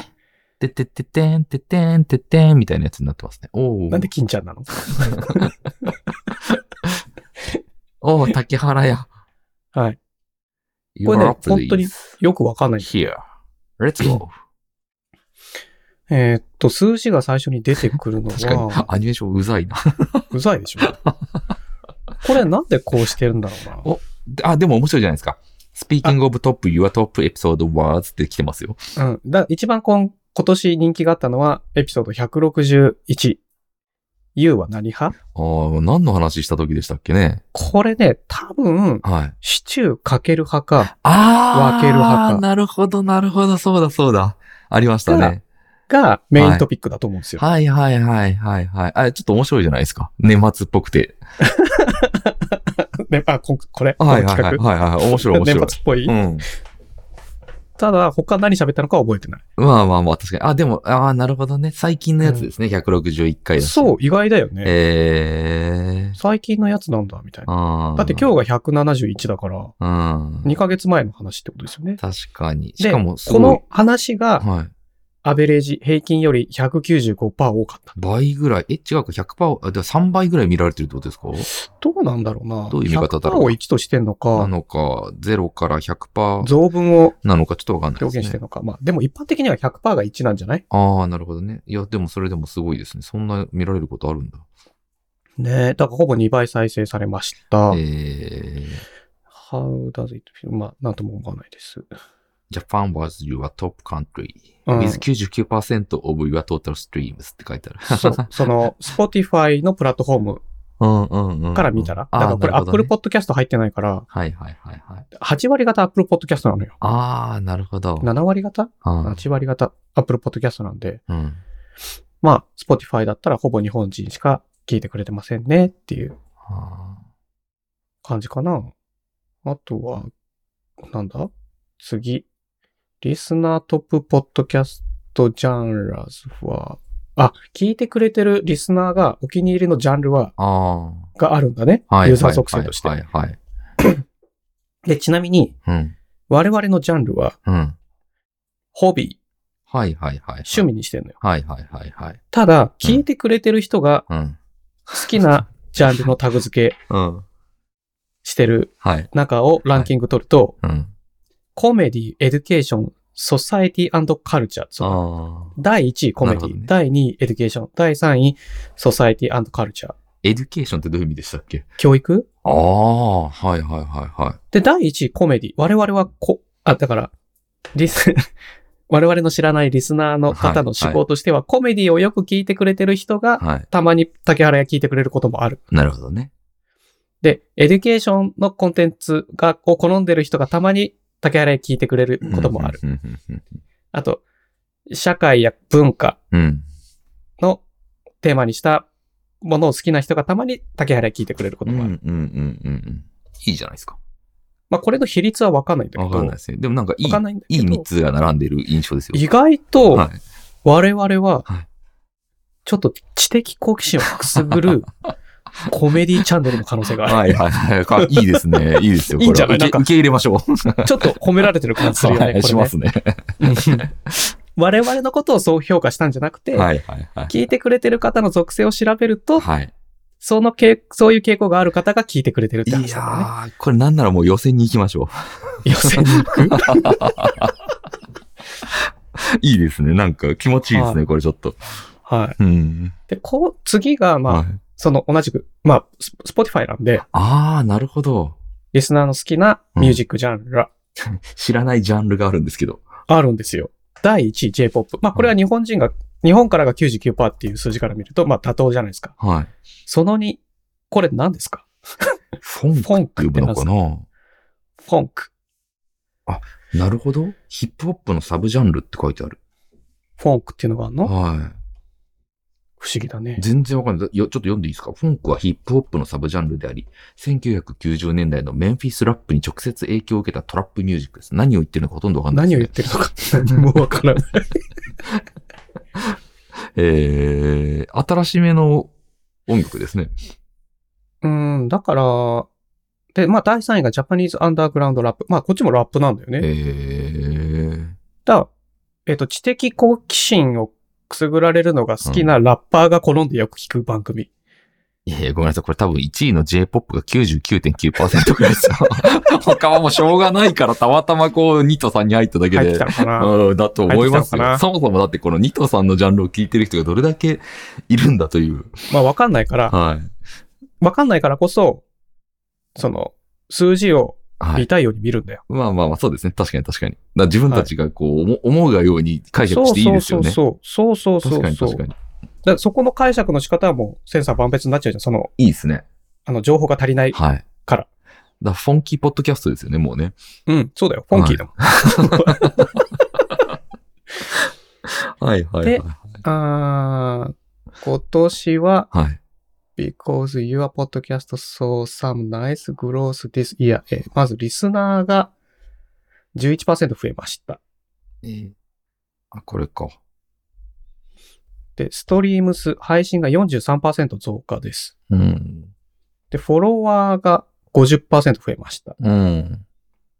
B: ててててんててんててんみたいなやつになってますね。おお。
A: なんで金ちゃんなの
B: おお、竹原や。
A: はい。
B: You
A: これ
B: are
A: ね
B: up、to
A: 本当に
B: this
A: よくわかんない。
B: Here. Let's go.
A: えーっと、数字が最初に出てくるの
B: 確かに
A: は、
B: アニメーションうざいな。
A: うざい
B: *laughs*
A: でしょ。これなんでこうしてるんだろうな。
B: おであ、でも面白いじゃないですか。Speaking of top, your top episode was って来てますよ。
A: うん。だ一番こん今年人気があったのは、エピソード161。U は何派
B: ああ、何の話した時でしたっけね。
A: これね、多分、
B: はい。
A: シチューかける派か、
B: ああ、
A: 分ける派か
B: なるほど、なるほど、そうだ、そうだ。ありましたね。
A: がメイントピックだと思うんですよ。
B: はいはいはいはいはい。あ、ちょっと面白いじゃないですか。年末っぽくて。
A: ねあこ、これ、
B: はい
A: この
B: はいはい
A: 企画。
B: はい、はい。面白い面白い
A: 年。末っぽい、
B: うん。
A: ただ、他何喋ったのかは覚えてない。
B: まあまあまあ、確かに。あ、でも、ああ、なるほどね。最近のやつですね。161回だし
A: そう、。意外だよね。
B: ええ
A: 最近のやつなんだ、みたいな。
B: ー。
A: だって今日が171だから、
B: 日。うん。
A: 2ヶ月前の話ってことですよね。
B: 確かに。
A: で
B: しかも、すご
A: こ
B: い。
A: の話が、
B: はい。
A: アベレージ、平均より195%多かった。
B: 倍ぐらい。え、違うか、100%、あ、では3倍ぐらい見られてるってことですか
A: どうなんだろうな。
B: どういう見方だろう
A: 100%を1としてんの
B: な
A: か、
B: のか、0から100%
A: 増分を
B: なのか、ちょっとわかんないですね。
A: 表現してるのか。まあ、でも一般的には100%が1なんじゃない
B: ああ、なるほどね。いや、でもそれでもすごいですね。そんな見られることあるんだ。
A: ねえ。だからほぼ2倍再生されました。
B: えー、
A: How does it feel? まあ、なんとも思わないです。
B: Japan was your top country
A: うん
B: with 99% of your total streams って書いてある。
A: そう、
B: *laughs*
A: その、Spotify のプラットフォーム
B: うんうんうん。
A: から見たら。
B: あ
A: だから
B: ー
A: これ
B: なるほど
A: Apple
B: ね
A: Podcast 入ってないから、
B: はいはいはいはい。
A: 8割方 Apple Podcast なのよ。
B: ああ、なるほど。
A: 7割方
B: うん。
A: ?8 割方 Apple Podcast なんで、
B: うん。
A: まあ、Spotify だったらほぼ日本人しか聞いてくれてませんねっていう
B: あ
A: 感じかな。あとは、なんだ次。リスナートップポッドキャストジャンルズは、あ、聞いてくれてるリスナーがお気に入りのジャンルは、
B: ーあ
A: があるんだね。
B: ー。はい。
A: ユーザー属性として
B: はいはいはい。
A: で、ちなみに、
B: うん。
A: 我々のジャンルは、
B: うん。
A: ホビー、
B: はいはいはい。
A: 趣味にしてるのよ。
B: はいはいはいはい。
A: ただ、聞いてくれてる人が
B: うん。
A: 好き
B: *laughs*
A: なジャンルのタグ付け
B: うん。
A: してる
B: はい。
A: 中をランキング取ると、
B: うん。
A: コメディ、エデュケーション、ソサエティカルチャー。そう
B: ああ。
A: 第1位コメデ
B: なる
A: ィ、
B: ほどね
A: 第2位エデュケーション、第3位ソサエティカルチャー。
B: エデュケーションってどういう意味でしたっけ
A: 教育
B: ああ、はいはいはいはい。
A: で、第1位コメディ。我々はこ、あ、だから、リス、 *laughs* 我々の知らないリスナーの方の思考としては、コメディをよく聞いてくれてる人が、
B: はい。
A: たまに竹原や聞いてくれることもある。
B: なるほどね。
A: で、エデュケーションのコンテンツが、を好んでる人がたまに竹原や聞いてくれることもある。
B: うんうんうん
A: あと、社会や文化
B: うん。うん。
A: のテーマにしたものを好きな人がたまに竹原や聞いてくれるこ
B: う
A: と
B: ん
A: もあ
B: う
A: る。
B: んうんうん。いいじゃないですか。
A: まあ、これの比率は分かんないんだけ
B: わ
A: ど。
B: かんないですね。でもなんかいい
A: わ、かんないんだけ
B: い
A: ど
B: い3つが並んでる印象ですよ。
A: 意外と、
B: はい。
A: 我々は
B: はい、
A: ちょっと知的好奇心をくすぐ
B: *laughs*
A: るコメディチャンネルの可能性がある。
B: はいはいはいか。いいですね。いいですよ。こ
A: い
B: れはい
A: んじゃない
B: 受
A: なん
B: け
A: か
B: 受け入れましょう。
A: ちょっと褒められてる感じするよね、こ
B: は
A: れ
B: い、
A: ね
B: しますね。
A: うん *laughs* 我々のことをそう評価したんじゃなくて、
B: はいはいはい。
A: 聞いてくれてる方の属性を調べると、
B: はい。
A: その傾そういう傾向がある方が聞いてくれてるっ
B: い
A: て
B: や
A: 話だよね。
B: ー、これなんならもう予選に行きましょう。
A: 予選に行く
B: *laughs* いいですね。なんか気持ちいいです
A: は
B: ね、これちょっと。
A: *laughs* はい。
B: うん。
A: で、こう、次が、まあ、
B: はい、
A: その同じく、まあ、ススポティファイなんで、
B: あー、なるほど。
A: リスナーの好きなミュージックジャンルが
B: 知らないジャンルがあるんですけど。
A: あるんですよ。第1位 J-POP。まあ、これは日本人が、日本からが99%っていう数字から見ると、まあ、妥当じゃないですか。
B: はい。
A: その2、これ何ですか
B: フォン
A: フォン
B: ク
A: クっ
B: って
A: て
B: 呼
A: な
B: ぶ
A: んで
B: のか
A: すか
B: な
A: フォンク。
B: なるほど。ヒップホップのサブジャンルって書いてある。
A: フォンクっていうのがあるの
B: は
A: 不思議だね
B: い。。全然わかんない。よちょっと読んでいいですかフォンクはヒップホップのサブジャンルであり、1990年代のメンフィスラップに直接影響を受けたトラップミュージックです。何を言ってるのかほとんどわかんない
A: 何を
B: です、
A: 言っ
B: ね。
A: てるのか何もわからない。
B: えー、新しめの音楽ですね。
A: うん、だから、で、まあ、第3位がジャパニーズアンダーグラウンドラップ。まあ、こっちもラップなんだよ
B: え
A: ね。
B: ー、
A: だからえっ、と、知的好奇心をくすぐられるのが好きなラッパーが好んでよく聞く番組。
B: いやいや、ごめんなさい。これ多分1位の J-POP が99.9%ぐら
A: *laughs*
B: いですよ。他はもうしょうがないから、たまたまこう、2と3に入っただけ
A: 入って
B: で
A: きた。のかな
B: うん、だと思います
A: 入ってきたのか
B: よ。
A: な
B: そもそもだってこのニトさんのジャンルを聞いてる人がどれだけいるんだという。
A: まあ、わかんないから、
B: はい。
A: わかんないからこそ、その、数字を
B: は
A: 見
B: い。
A: たいように見るんだよ。
B: まあまあまあ、そうですね。確かに確かに。だから自分たちがこう、思思うがように解釈していいですよね。
A: そうそうそうそう。そう
B: 確か
A: そう
B: に
A: そう
B: 確かに。
A: だからそこの解釈の仕方はもう、センサー万別になっちゃうじゃん。その、
B: いいですね。
A: あの、情報が足りない。
B: はい。だ
A: から
B: らフォンキーポッドキャストですよね、もうね。
A: うん、そうだよ。フォンキーだもん。
B: はいはいい
A: で
B: は
A: あー今年は、
B: い。はい。
A: because your podcast saw some nice growth this year. えーまず、リスナーが11%増えました。
B: あ、これか。
A: で、ストリーム数、配信が43%増加です。
B: うん。
A: で、フォロワーが50%増えました。
B: うん。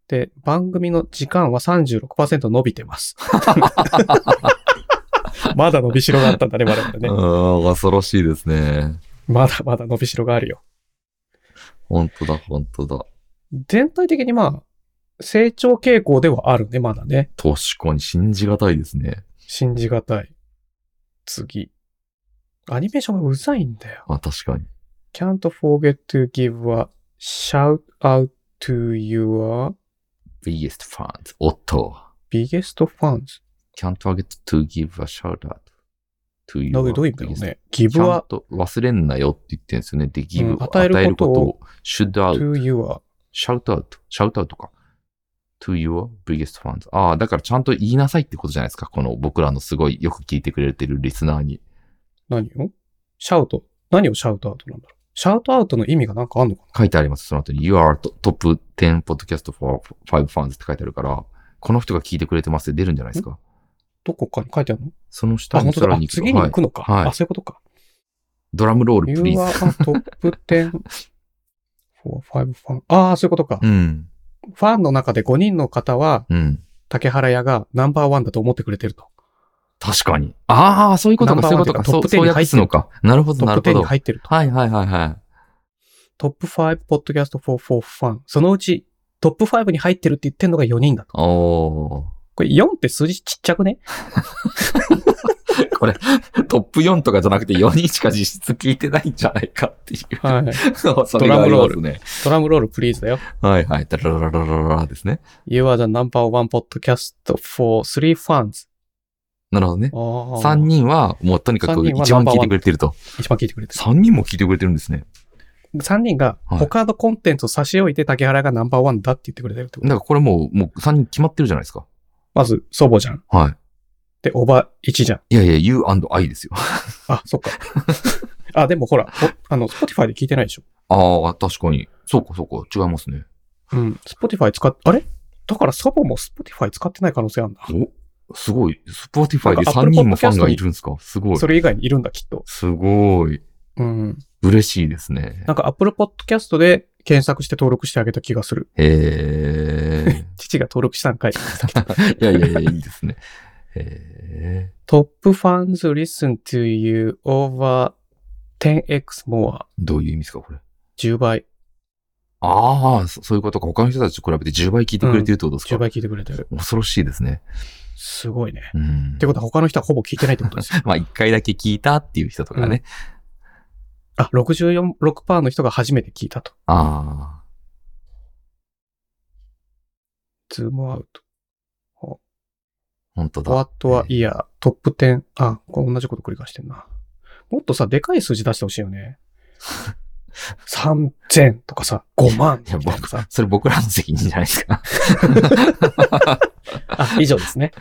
A: で、番組の時間は36%伸びてます。まだ伸びしろがあったんだね、我々
B: あ
A: ね。
B: あ、恐ろしいですね。
A: まだまだ伸びしろがあるよ。
B: 本当だ、本当だ。
A: 全体的にまあ、成長傾向ではあるね、まだね。
B: 確かに信じがたいですね。
A: 信じがたい。次。アニメーションがうざいんだよ。
B: あ、確かに。
A: can't forget to give a shout out to your
B: biggest fans. おっと。
A: biggest fans.
B: can't forget to give a shout out to you.
A: なんかどういう意味だろうね。give
B: ちゃん
A: a
B: と忘れんなよって言ってるんですよね。で、give、
A: うん与えることを
B: 与えることを should
A: to
B: out,
A: your
B: shout out, shout out か。to your biggest fans. ああ、だからちゃんと言いなさいってことじゃないですか。この僕らのすごいよく聞いてくれてるリスナーに。
A: 何をシャウト。何をシャウトアウトなんだろう。シャウトアウトの意味がなんかあんのか
B: 書いてあります。その後に You are top 10 podcast for 5 fans って書いてあるから、この人が聞いてくれてますって出るんじゃないですか。
A: どこかに書いてあるの
B: その下
A: あ、
B: に
A: 本当
B: さ
A: だ。
B: ら
A: あ
B: に行く
A: 次に行くのか。
B: はい
A: あ、そういうことか。
B: ドラムロール
A: You
B: プリ
A: are
B: ー
A: a
B: ズ。
A: top 10 for five fans. ああ、そういうことか。
B: うん。
A: ファンの中で5人の方は、
B: うん。
A: 竹原屋がナンバーワンだと思ってくれてると。
B: 確かに。ああ、そういうこと
A: ナンバ
B: か、そ
A: ー
B: うい
A: ワン
B: うことと
A: か
B: か。
A: トップ
B: そう
A: 10
B: そう訳すのか。なるほ
A: ト
B: ど、な
A: ッ
B: る
A: プ10
B: ほ
A: に
B: ど。
A: 入ってると。
B: はいはいはいはい。
A: トップ5ポッドキャスト4 4ファン。そのうち、トップ5に入ってるって言ってんのが4人だと。
B: おお
A: これ4って数字ちっちゃくね
B: ー。これ、トップ4とかじゃなくて4人しか実質聞いてないんじゃないかっていう。
A: はい。
B: そう、そ
A: ド
B: れ
A: ラ
B: があ
A: ム
B: り
A: ロー
B: ま
A: ル
B: すね。
A: *laughs* ドラムロールプリーズだよ。
B: はいはい。ダラララララララですね。
A: You are the number one podcast for three fans.
B: なるほどね。
A: あ
B: 3人は、もうとにかく
A: 三人は
B: 一番聞いてくれてると。
A: 一番聞いてくれてる。
B: 3人も聞いてくれてるんですね。
A: 3人が
B: はい
A: 他のコンテンツを差し置いて竹原がナンバーワンだって言ってくれてるってこ
B: だ
A: と。
B: からこれもう、もう3人決まってるじゃないですか。
A: まず、祖母じゃん。
B: は
A: で、おば1じゃん。
B: い。いやいや、you and I ですよ。
A: あ、そっか。あ、でもほら、おあの、Spotify で聞いてないでしょ。
B: ああ、確かに。そうかそうか。違いますね。
A: うん。Spotify 使っ、あれだから祖母も Spotify 使ってない可能性あるんだ。
B: おすごい。Spotify
A: なん
B: で
A: か
B: 3
A: Apple
B: 人もファン
A: Podcast
B: が
A: に
B: いるんですかすごい
A: そ。れ以外にいるんだ、きっと。
B: すごい。
A: うん。
B: 嬉しいですね
A: な。んか Apple Podcast で検索して登録してあげた気がする。
B: へ
A: 父が登録したん *laughs* かい。
B: え。いやいやいや、いいですね。 *laughs* へえ。
A: Top fans listen to you over 10x more.
B: どういう意味ですか、これ。
A: 10倍。
B: ああ、そそういうことか。他の人たちと比べて10倍聞いてくれてるってことですか、
A: 10倍聞いてくれてる。
B: 恐ろしいですね。
A: すごいね。
B: うん。
A: ってことは他の人はほぼ聞いてないってこと
B: *laughs*
A: ですよ。
B: まあ、1回だけ聞いたっていう人とかね。
A: あ、64、6%の人が初めて聞いたと。
B: ああ。
A: ズームアウト。
B: 本当だ。
A: What a year, top 10。あ、これ同じこと繰り返してんな。もっとさ、でかい数字出してほしいよ
B: *laughs*
A: ね。3000とかさ、5万
B: いや
A: みたいなさ。
B: それ僕らの責任じゃないです *laughs* か。
A: あ、以上ですね。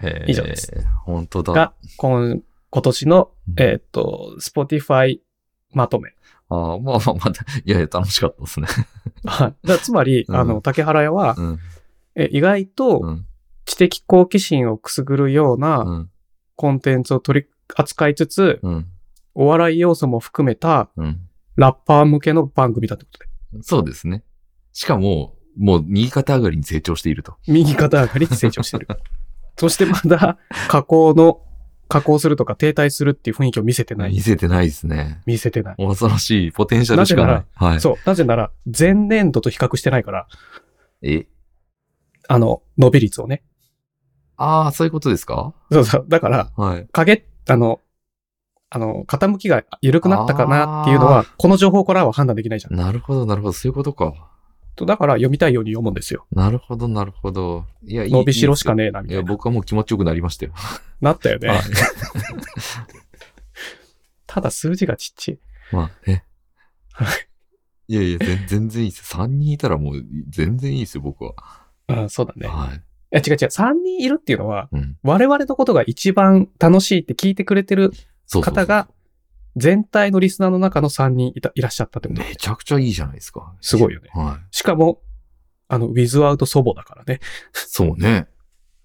B: へー
A: 以上です。
B: 本当だ。
A: が、今、今年の、えっ、と、Spotify まとめ。
B: ああ、まあまあまあ、いやいや、楽しかったですね。
A: はい。だつまり、
B: うん
A: あの、竹原屋は、
B: うん。
A: え意外
B: う
A: と
B: ん。
A: 知的好奇心をくすぐるよう
B: う。
A: なんコンテンツを取り扱いつつ、
B: うん。
A: お笑い要素も含めた
B: うん。
A: ラッパー向けの番組だってことで。
B: そうですね。しかも、もう右肩上がりに成長していると。
A: 右肩上がりに成長して
B: *laughs*
A: る。そしてまだ加工の、加工するとか停滞するっていう雰囲気を見せてな
B: 見
A: い。
B: せてないですね。
A: 見せてない。
B: 恐ろしい。ポテンシャルしかない。
A: なぜ
B: はい。
A: そう。なぜなら、前年度と比較してないから、
B: え
A: あの、伸び率をね。
B: ああ、そういうことですか
A: そうそう。だから、
B: はい。
A: 影、あの、あの、傾きが緩くなったかなっていうのは、この情報からは判断できないじゃん。
B: なるほど、なるほど。そういうことか。
A: とだから、読みたいように読むんですよ。
B: なるほど、なるほど。いや、いい
A: 伸びしろしかねえな、
B: い
A: み
B: いで
A: た
B: すよいや、
A: いな。
B: 僕はもう気持ちよくなりましたよ。
A: なったよね。
B: はい
A: ただ、数字がちっちゃい。
B: まあ、え。
A: はい
B: やいや、全全然いいです。3人いたらもう全然いいですよ、僕は。
A: うん、そうだね。
B: はい。
A: いや、違う違う。3人いるっていうのは、
B: うん。
A: 我々のことが一番楽しいって聞いてくれてる
B: そうそうそう
A: 方が、全体のリスナーの中の3人いたいらっしゃったってこと。
B: めちゃくちゃいいじゃないですか。
A: すごいよね。
B: はい。
A: しかも、あの、ウィズアウト祖母だからね。
B: そうね。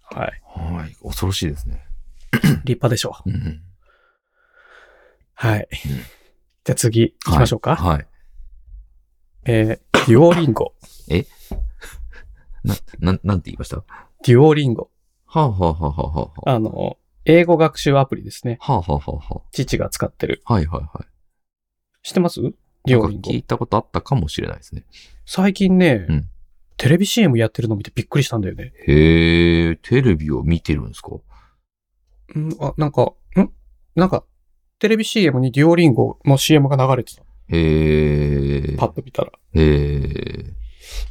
A: はい。
B: はい。恐ろしいですね。
A: 立派でしょう。
B: うん。
A: はい。じゃあ次、行きましょうか。
B: はい。
A: えー、デュオリンゴ。
B: な、な、なんて言いましたは
A: デュオリンゴ。
B: あ、はあはあはあはあ、は
A: あの、英語学習アプリですね。
B: あはあはあは
A: 父が使ってる。
B: あ。はいはいはい。
A: 知ってますデュオ
B: な
A: リン
B: んか
A: ゴ
B: 聞。いたことあったかもしれないですね。
A: 最近ね、
B: うん
A: テレビ CM やってるの見てびっくりしたんだよね。
B: へえ、テレビを見てるんですか
A: うん、あ、なんか、んなんか、テレビ CM にデュオリンゴの CM が流れてた。
B: へえ。
A: パッと見たら。
B: へえ。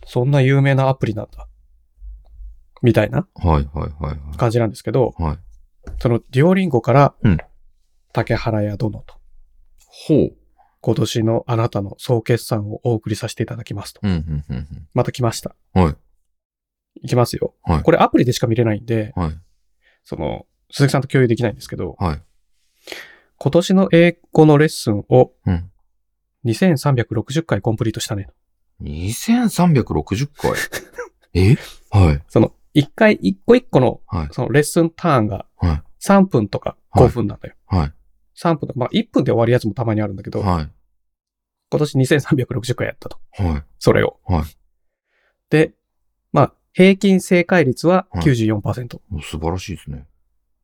A: そんな有名なアプリなんだ。みたいな
B: はいはいはいは
A: 感じなんですけど、
B: い。はい。
A: そのデュオリンゴから、
B: うん
A: 竹原屋殿と、
B: ほう。
A: 今年のあなたの総決算をお送りさせていただきますと。
B: うん、うん、うん
A: また来ました。
B: うん。はい。
A: いきますよ。
B: はい
A: これアプリでしか見れないんで、
B: はい。
A: その、鈴木さんと共有できないんですけど、
B: はい。
A: 今年の英語のレッスンを
B: うん。
A: 2360回コンプリートしたね。
B: 2360回。 *laughs* えはい。
A: その、一回、一個一個の、
B: はい。
A: そのレッスンターンが
B: はい。
A: 3分とか
B: はい
A: 5分なんだよ。
B: はい。
A: 3分とか、まあ1分で終わるやつもたまにあるんだけど、
B: はい。
A: 今年2360回やったと。
B: はい。
A: それを。
B: はい
A: で、まあ、平均正解率は
B: はい
A: 94%。
B: もう素晴らしいですね。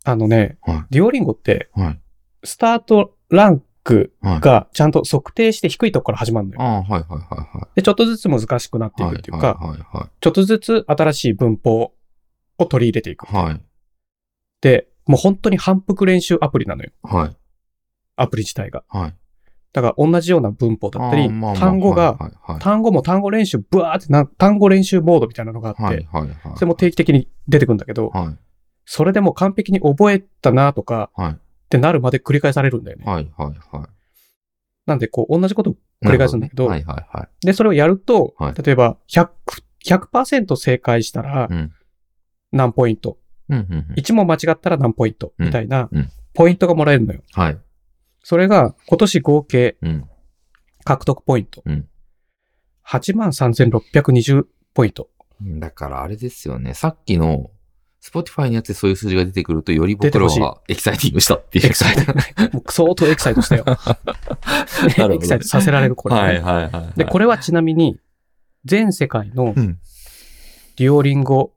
A: あのね、
B: は
A: デュオリンゴって、
B: い。はい。
A: スタートランク
B: はい。
A: がちゃんと測定して低いとこから始まるのよ。
B: ああー、はいはいはいはい。
A: で、ちょっとずつ難しくなってい
B: は
A: く
B: い
A: っていうか、
B: はいは
A: ちょっとずつ新しい文法を取り入れていく。
B: いはい。はい。
A: で、もう本当に反復練習アプリなのよ。
B: はい。
A: アプリ自体が。
B: はい。
A: だから同じような文法だったり、
B: あーまあまあ
A: 単語が、
B: はいはい
A: 単語も単語練習、ブワーってな、単語練習モードみたいなのがあって、
B: はい。はいはいはい。
A: それも定期的に出てくるんだけど、
B: はい。
A: それでもう完璧に覚えたなとか、
B: はい。
A: ってなるまで繰り返されるんだよね。
B: はいはいは
A: なんで、こう、同じことを
B: い。
A: 繰り返すんだけど、
B: はいはいはい。
A: で、それをやると、
B: はい
A: 例えば100、100%正解したら
B: うん。
A: 何ポイント、
B: うんうんうん。
A: 1問間違ったら何ポイント、
B: うん
A: みたいな
B: うん、
A: ポイントがもらえるのよ。
B: はい。
A: それが、今年合計
B: うん。
A: 獲得ポイント
B: うん、
A: 8万3620ポイント。
B: うんだからあれですよね。さっきの、Spotify のやつでそういう数字が出てくると、より僕ら
A: 出て
B: はエキサイティングしたっていう。
A: エキサ
B: *laughs*
A: イティン *laughs* グ。もう相当エキサイトしたよ。
B: ほど
A: エキサイトさせられる、これ、
B: はいはいはいはい。
A: で、こ
B: れ、
A: れはちなみに、全世界の
B: うん。
A: デュオリンゴ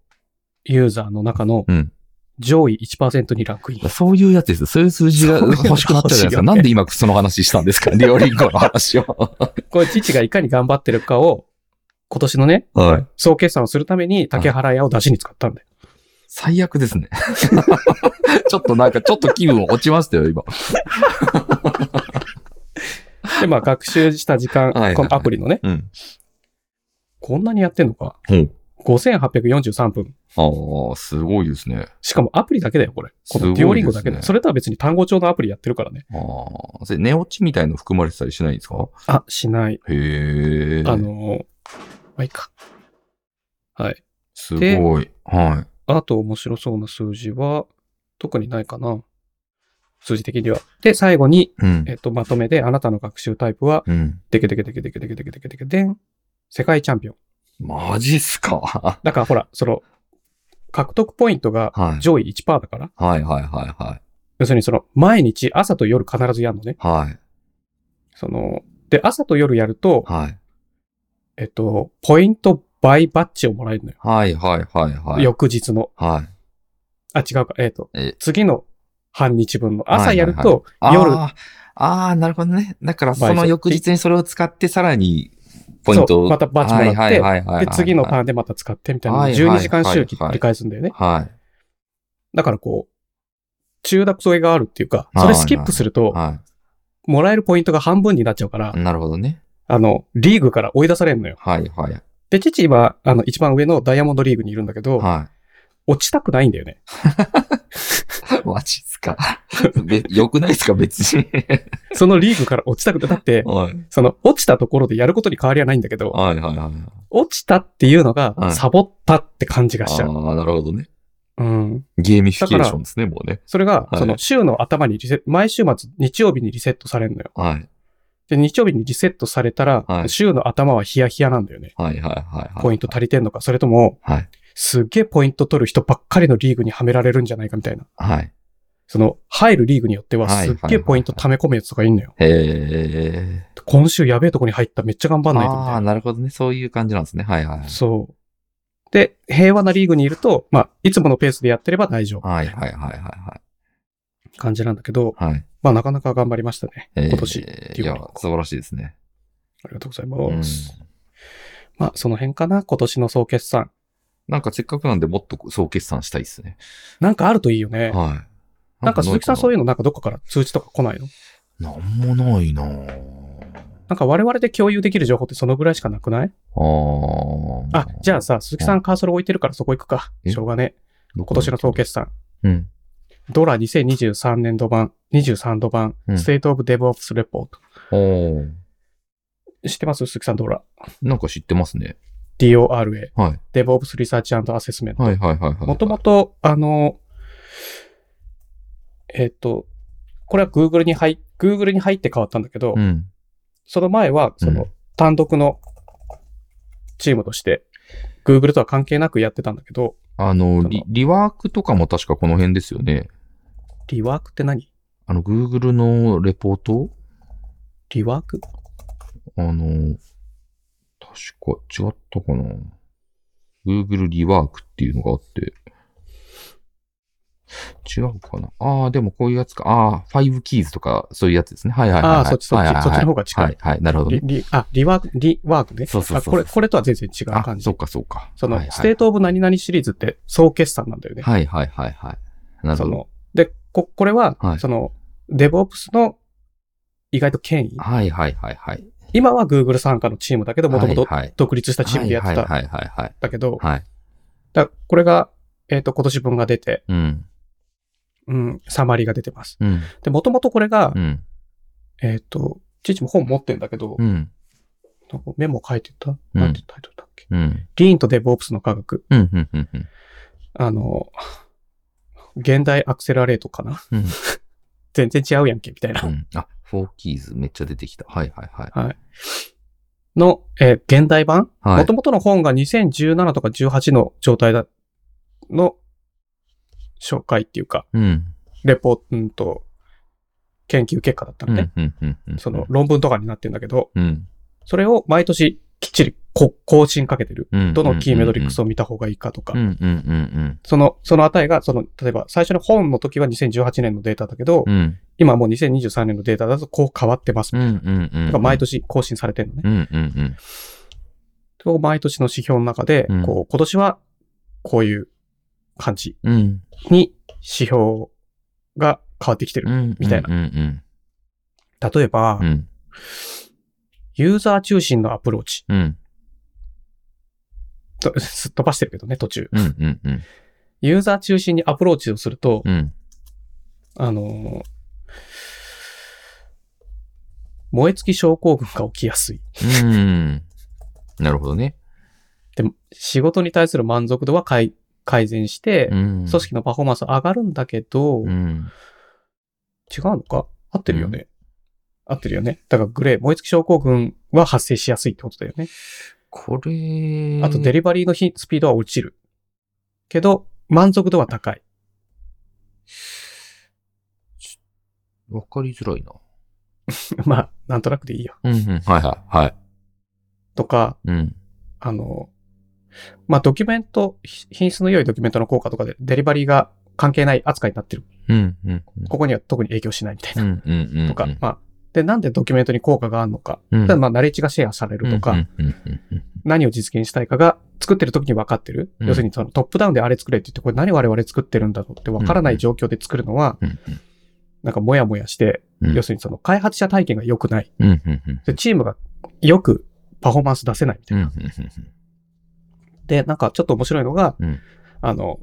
A: ユーザーの中の
B: うん。
A: 上位1%にランク
B: *laughs*
A: イン。
B: そういうやつです。そういう数字が
A: そういうの
B: 欲しくなっちゃうじゃない
A: 欲
B: です
A: しい
B: か。
A: よね
B: なんで今その話したんです
A: *laughs*
B: かリオリンゴの話を。
A: これ、父がいかに頑張ってるかを、今年のね、
B: はい。
A: 総決算をするために竹原屋を出しに使ったんだよ。
B: 最悪ですね。 *laughs* ちょっとなんか、ちょっと気分落ちましたよ、今。
A: で、まあ、学習した時間、
B: はいはいはい
A: このアプリのね、
B: うん。
A: こんなにやってんのか。
B: ほう。
A: 5843分。
B: ああ、すごいですね。
A: しかもアプリだけだよ、これ。こ
B: すごい
A: の
B: ですね
A: デュオリンゴだけだよ。それとは別に単語帳のアプリやってるからね。
B: ああ、それ、寝落ちみたいの含まれてたりしないんですか
A: あ、しない。
B: へえ。
A: あ、の、まあ、いいか。はい。
B: すごい。は
A: あと面白そうな数字は、特にないかな。数字的には。で、最後に、
B: い。うん
A: え。っと、まとめで、あなたの学習タイプは、
B: うん。
A: でけでけでけでけでけでけでけでけでん。世界チャンピオン。
B: マジっすか
A: だからほら、その、獲得ポイントが
B: *laughs* はい。
A: 上位1%だから。
B: はいはいはいはい。
A: 要するにその、毎日朝と夜必ずやるのね。
B: はい。
A: その、で、朝と夜やると、
B: はい。
A: えっと、ポイント倍バッジをもらえるのよ。
B: はいはいはいはい。
A: 翌日の。
B: はい。
A: あ、違うか。えっ、と
B: え、
A: 次の半日分の。朝
B: はい
A: や
B: はいは
A: る
B: い
A: と、夜
B: あーあー、なるほどね。だから
A: 倍
B: その
A: 増
B: 翌日にそれを使ってさらにポイント
A: そう
B: を。
A: またバッジもらって
B: はいはいはいはい
A: で、次のタ
B: は
A: ーンでまた使ってみたいな、
B: はいはい
A: 12時間周期繰り返すんだよね。
B: い。
A: だからこう、中毒添えがあるっていうか、
B: はい
A: それスキップすると、
B: は
A: もらえるポイントが半分になっちゃうから
B: い。、なるほどね。
A: あの、リーグから追い出されるのよ。
B: はいはい。
A: で、父は、あの、一番上のダイヤモンドリーグにいるんだけど、
B: は
A: 落ちたくないんだよね。
B: い。 *laughs* マジっすか。 *laughs* べよくないっすか、別に。
A: そのリーグから落ちたくない。だって、
B: *laughs* はい。
A: その、落ちたところでやることに変わりはないんだけど、
B: はいはいはい。
A: 落ちたっていうのが
B: う、ん
A: サボったって感じがしちゃう。
B: ああ、なるほどね。
A: うん。
B: ゲーミフィケーションですね、もうね。
A: それが
B: は、い
A: その、週の頭にリセット、毎週末、日曜日にリセットされるのよ。
B: はい。
A: で、日曜日にリセットされたら、
B: はい
A: 週の頭はヒヤヒヤなんだよね。
B: はいはいはいはい。
A: ポイント足りてんのか、それとも、
B: はい。
A: すっげえポイント取る人ばっかりのリーグにはめられるんじゃないかみたいな。
B: はい。
A: その、入るリーグによっては、
B: はい
A: すっげえポイント溜め込むやつとかいんのよ。
B: へえ。
A: 今週やべえとこに入った、めっちゃ頑張んないとみたい
B: あ
A: な。
B: あ、なるほどね。そういう感じなんですね。はいはいはい。
A: そう。で、平和なリーグにいると、まあ、いつものペースでやってれば大丈夫。
B: はいはいはいは
A: 感じなんだけど、
B: いはい。はい。
A: まあ、なかなか頑張りましたね。
B: えー
A: 今年ってい
B: い
A: う
B: や
A: ことか、
B: 素晴らしいですね。
A: ありがとうござい
B: うん
A: ます。まあ、その辺かな、今年の総決算。
B: なんかせっかくなんでもっと総決算したいですね。
A: なんかあるといいよね。
B: はい。
A: なんか鈴木さんそうい
B: いう。
A: うのなんかどっかから通知とか来ないの
B: なんもないな
A: なんか我々で共有できる情報ってそのぐらいしかなくない
B: ぁあ
A: あ、じ
B: ゃあ、
A: ゃあさ、鈴木さんカーソル置いてるからそこ行くか。
B: え
A: しょうがね。
B: 今
A: 今年の総決算。
B: うん。
A: ドラ2023年度版、23度版、
B: うん
A: ステートオブデブオプスレポート。
B: おー
A: 知ってます鈴木さんドラ。
B: なんか知ってますね。
A: DORA。
B: はい。
A: デブオプスリサーチアセスメント。
B: はいはいはいはい。
A: もともと、あの、えっ、と、これは Google に入っ、Google に入って変わったんだけど、
B: うん。
A: その前は、そうの
B: ん、
A: 単独のチームとして、Google とは関係なくやってたんだけど、
B: あの、リリワークとかも確かこの辺ですよね。
A: リワークって何
B: あの、Google のレポート
A: リワーク
B: あの、確か違ったかな。Google リワークっていうのがあって。違うかな。ああ、でもこういうやつか。ああ、5 keys とか、そういうやつですね。はいはいはい、はい。
A: あーそっちそっち
B: はいはいはい
A: そっちの方が近い
B: はいはい。なるほど
A: リ
B: ね。
A: リあ、リワーク、リワークね。
B: そうそうそうそう
A: あこれ、これとは全然違う
B: あ
A: 感、じ。
B: そうかそうか。
A: その、
B: はいはい
A: ステートオブ何々シリーズって総決算なんだよね。
B: はいはいはいはい。なる
A: そ
B: ほど。
A: の、で、こ、これは、
B: はい
A: その、デブオプスの意外と権威。
B: はいはいはいはい。
A: 今は Google 傘下のチームだけど、もともと
B: はいはい
A: 独立したチームでやってた
B: はい
A: ん
B: はいはいはい。
A: だけど、
B: はい。
A: だからこれが、えっ、と、今年分が出て、
B: うん。
A: うん、サマリーが出てます。
B: うん。
A: で、もともとこれが、
B: うん。
A: えっ、と、父も本持ってんだけど、
B: うん。
A: なんかメモ書いてた、
B: うん
A: なんてタイトルだっけ、
B: うん。
A: リーンとデブオプスの科学。
B: うん。うん。うん。うん
A: あの、現代アクセラレートかな、
B: うん
A: *laughs* 全然違うやんけ、みたいな。
B: うん。あ、4 keys めっちゃ出てきた。はいはいはい。
A: はい。の、えー現代版
B: は
A: も
B: い
A: と。もとの本が2017とか18の状態だ、の紹介っていうか、
B: うん。
A: レポート、うんと、研究結果だった
B: う
A: の
B: ん。
A: ね、
B: うんうんうん。
A: その論文とかになってんだけど、
B: うん、
A: それを毎年きっちりこ更新かけてる。
B: うん。
A: どのキーメトリックス
B: を。
A: を見た方がいいかとか
B: うん、うんうん
A: その、その値が、その、例えば最初の本の時は2018年のデータだけど、
B: うん。うん。
A: 今はもう2023年のデータだとこう変わってます。
B: うんうんうん。
A: だから毎。年更新されてるのね。
B: うんうんうん。
A: を毎年の指標の中で、
B: うん
A: こう、今年はこういう感じ
B: うん。
A: に指標が変わってきてる。
B: うん。
A: みたいな
B: うんうん
A: 例えば、
B: うん。うん。
A: ユーザー中心のアプローチ。
B: うん。
A: とすっ飛ばしてるけどね、途中。
B: うんうんうん。
A: ユーザー中心にアプローチをすると、
B: うん。
A: あのー燃え尽き症候群が起きやすい。
B: うん。なるほどね。
A: で、仕事に対する満足度は改改善して、
B: うん。
A: 組織のパフォーマンス上がるんだけど、
B: う。
A: 違うんのか合ってるよね、合ってるよねだからグレー、燃え尽き症候群は発生しやすいってことだよね。
B: これ。
A: あとデリバリーのひスピードは落ちる。けど、満足度は高い。 *laughs*
B: わかりづらいな。
A: まあ、なんとなくでいいよ。
B: うんうん。はいはい。はい。
A: とか、
B: うん。
A: あの、まあ、ドキュメント、ひ品質の良いドキュメントの効果とかでデリバリーが関係ない扱いになってる。
B: うんうんうん。
A: ここには特に影響しないみたいな。
B: うんうんうんうん。
A: とか、まあ、で、なんでドキュメントに効果があるのか。
B: うん
A: ただまあ、ナレッジがシェアされるとか、
B: うんうんうんうん
A: 何を実現したいかが作ってる時に分かってる。
B: うん
A: 要するにそのトップダウンであれ作れって言って、これ何我々作ってるんだろうって分からない状況で作るのは、
B: うん
A: なんかモヤモヤして、
B: うん
A: 要するにその開発者体験が良くない。
B: うんうんうんうん
A: で、チームがよくパフォーマンス出せないみたいな。で、なんかちょっと面白いのが、
B: うん
A: あの、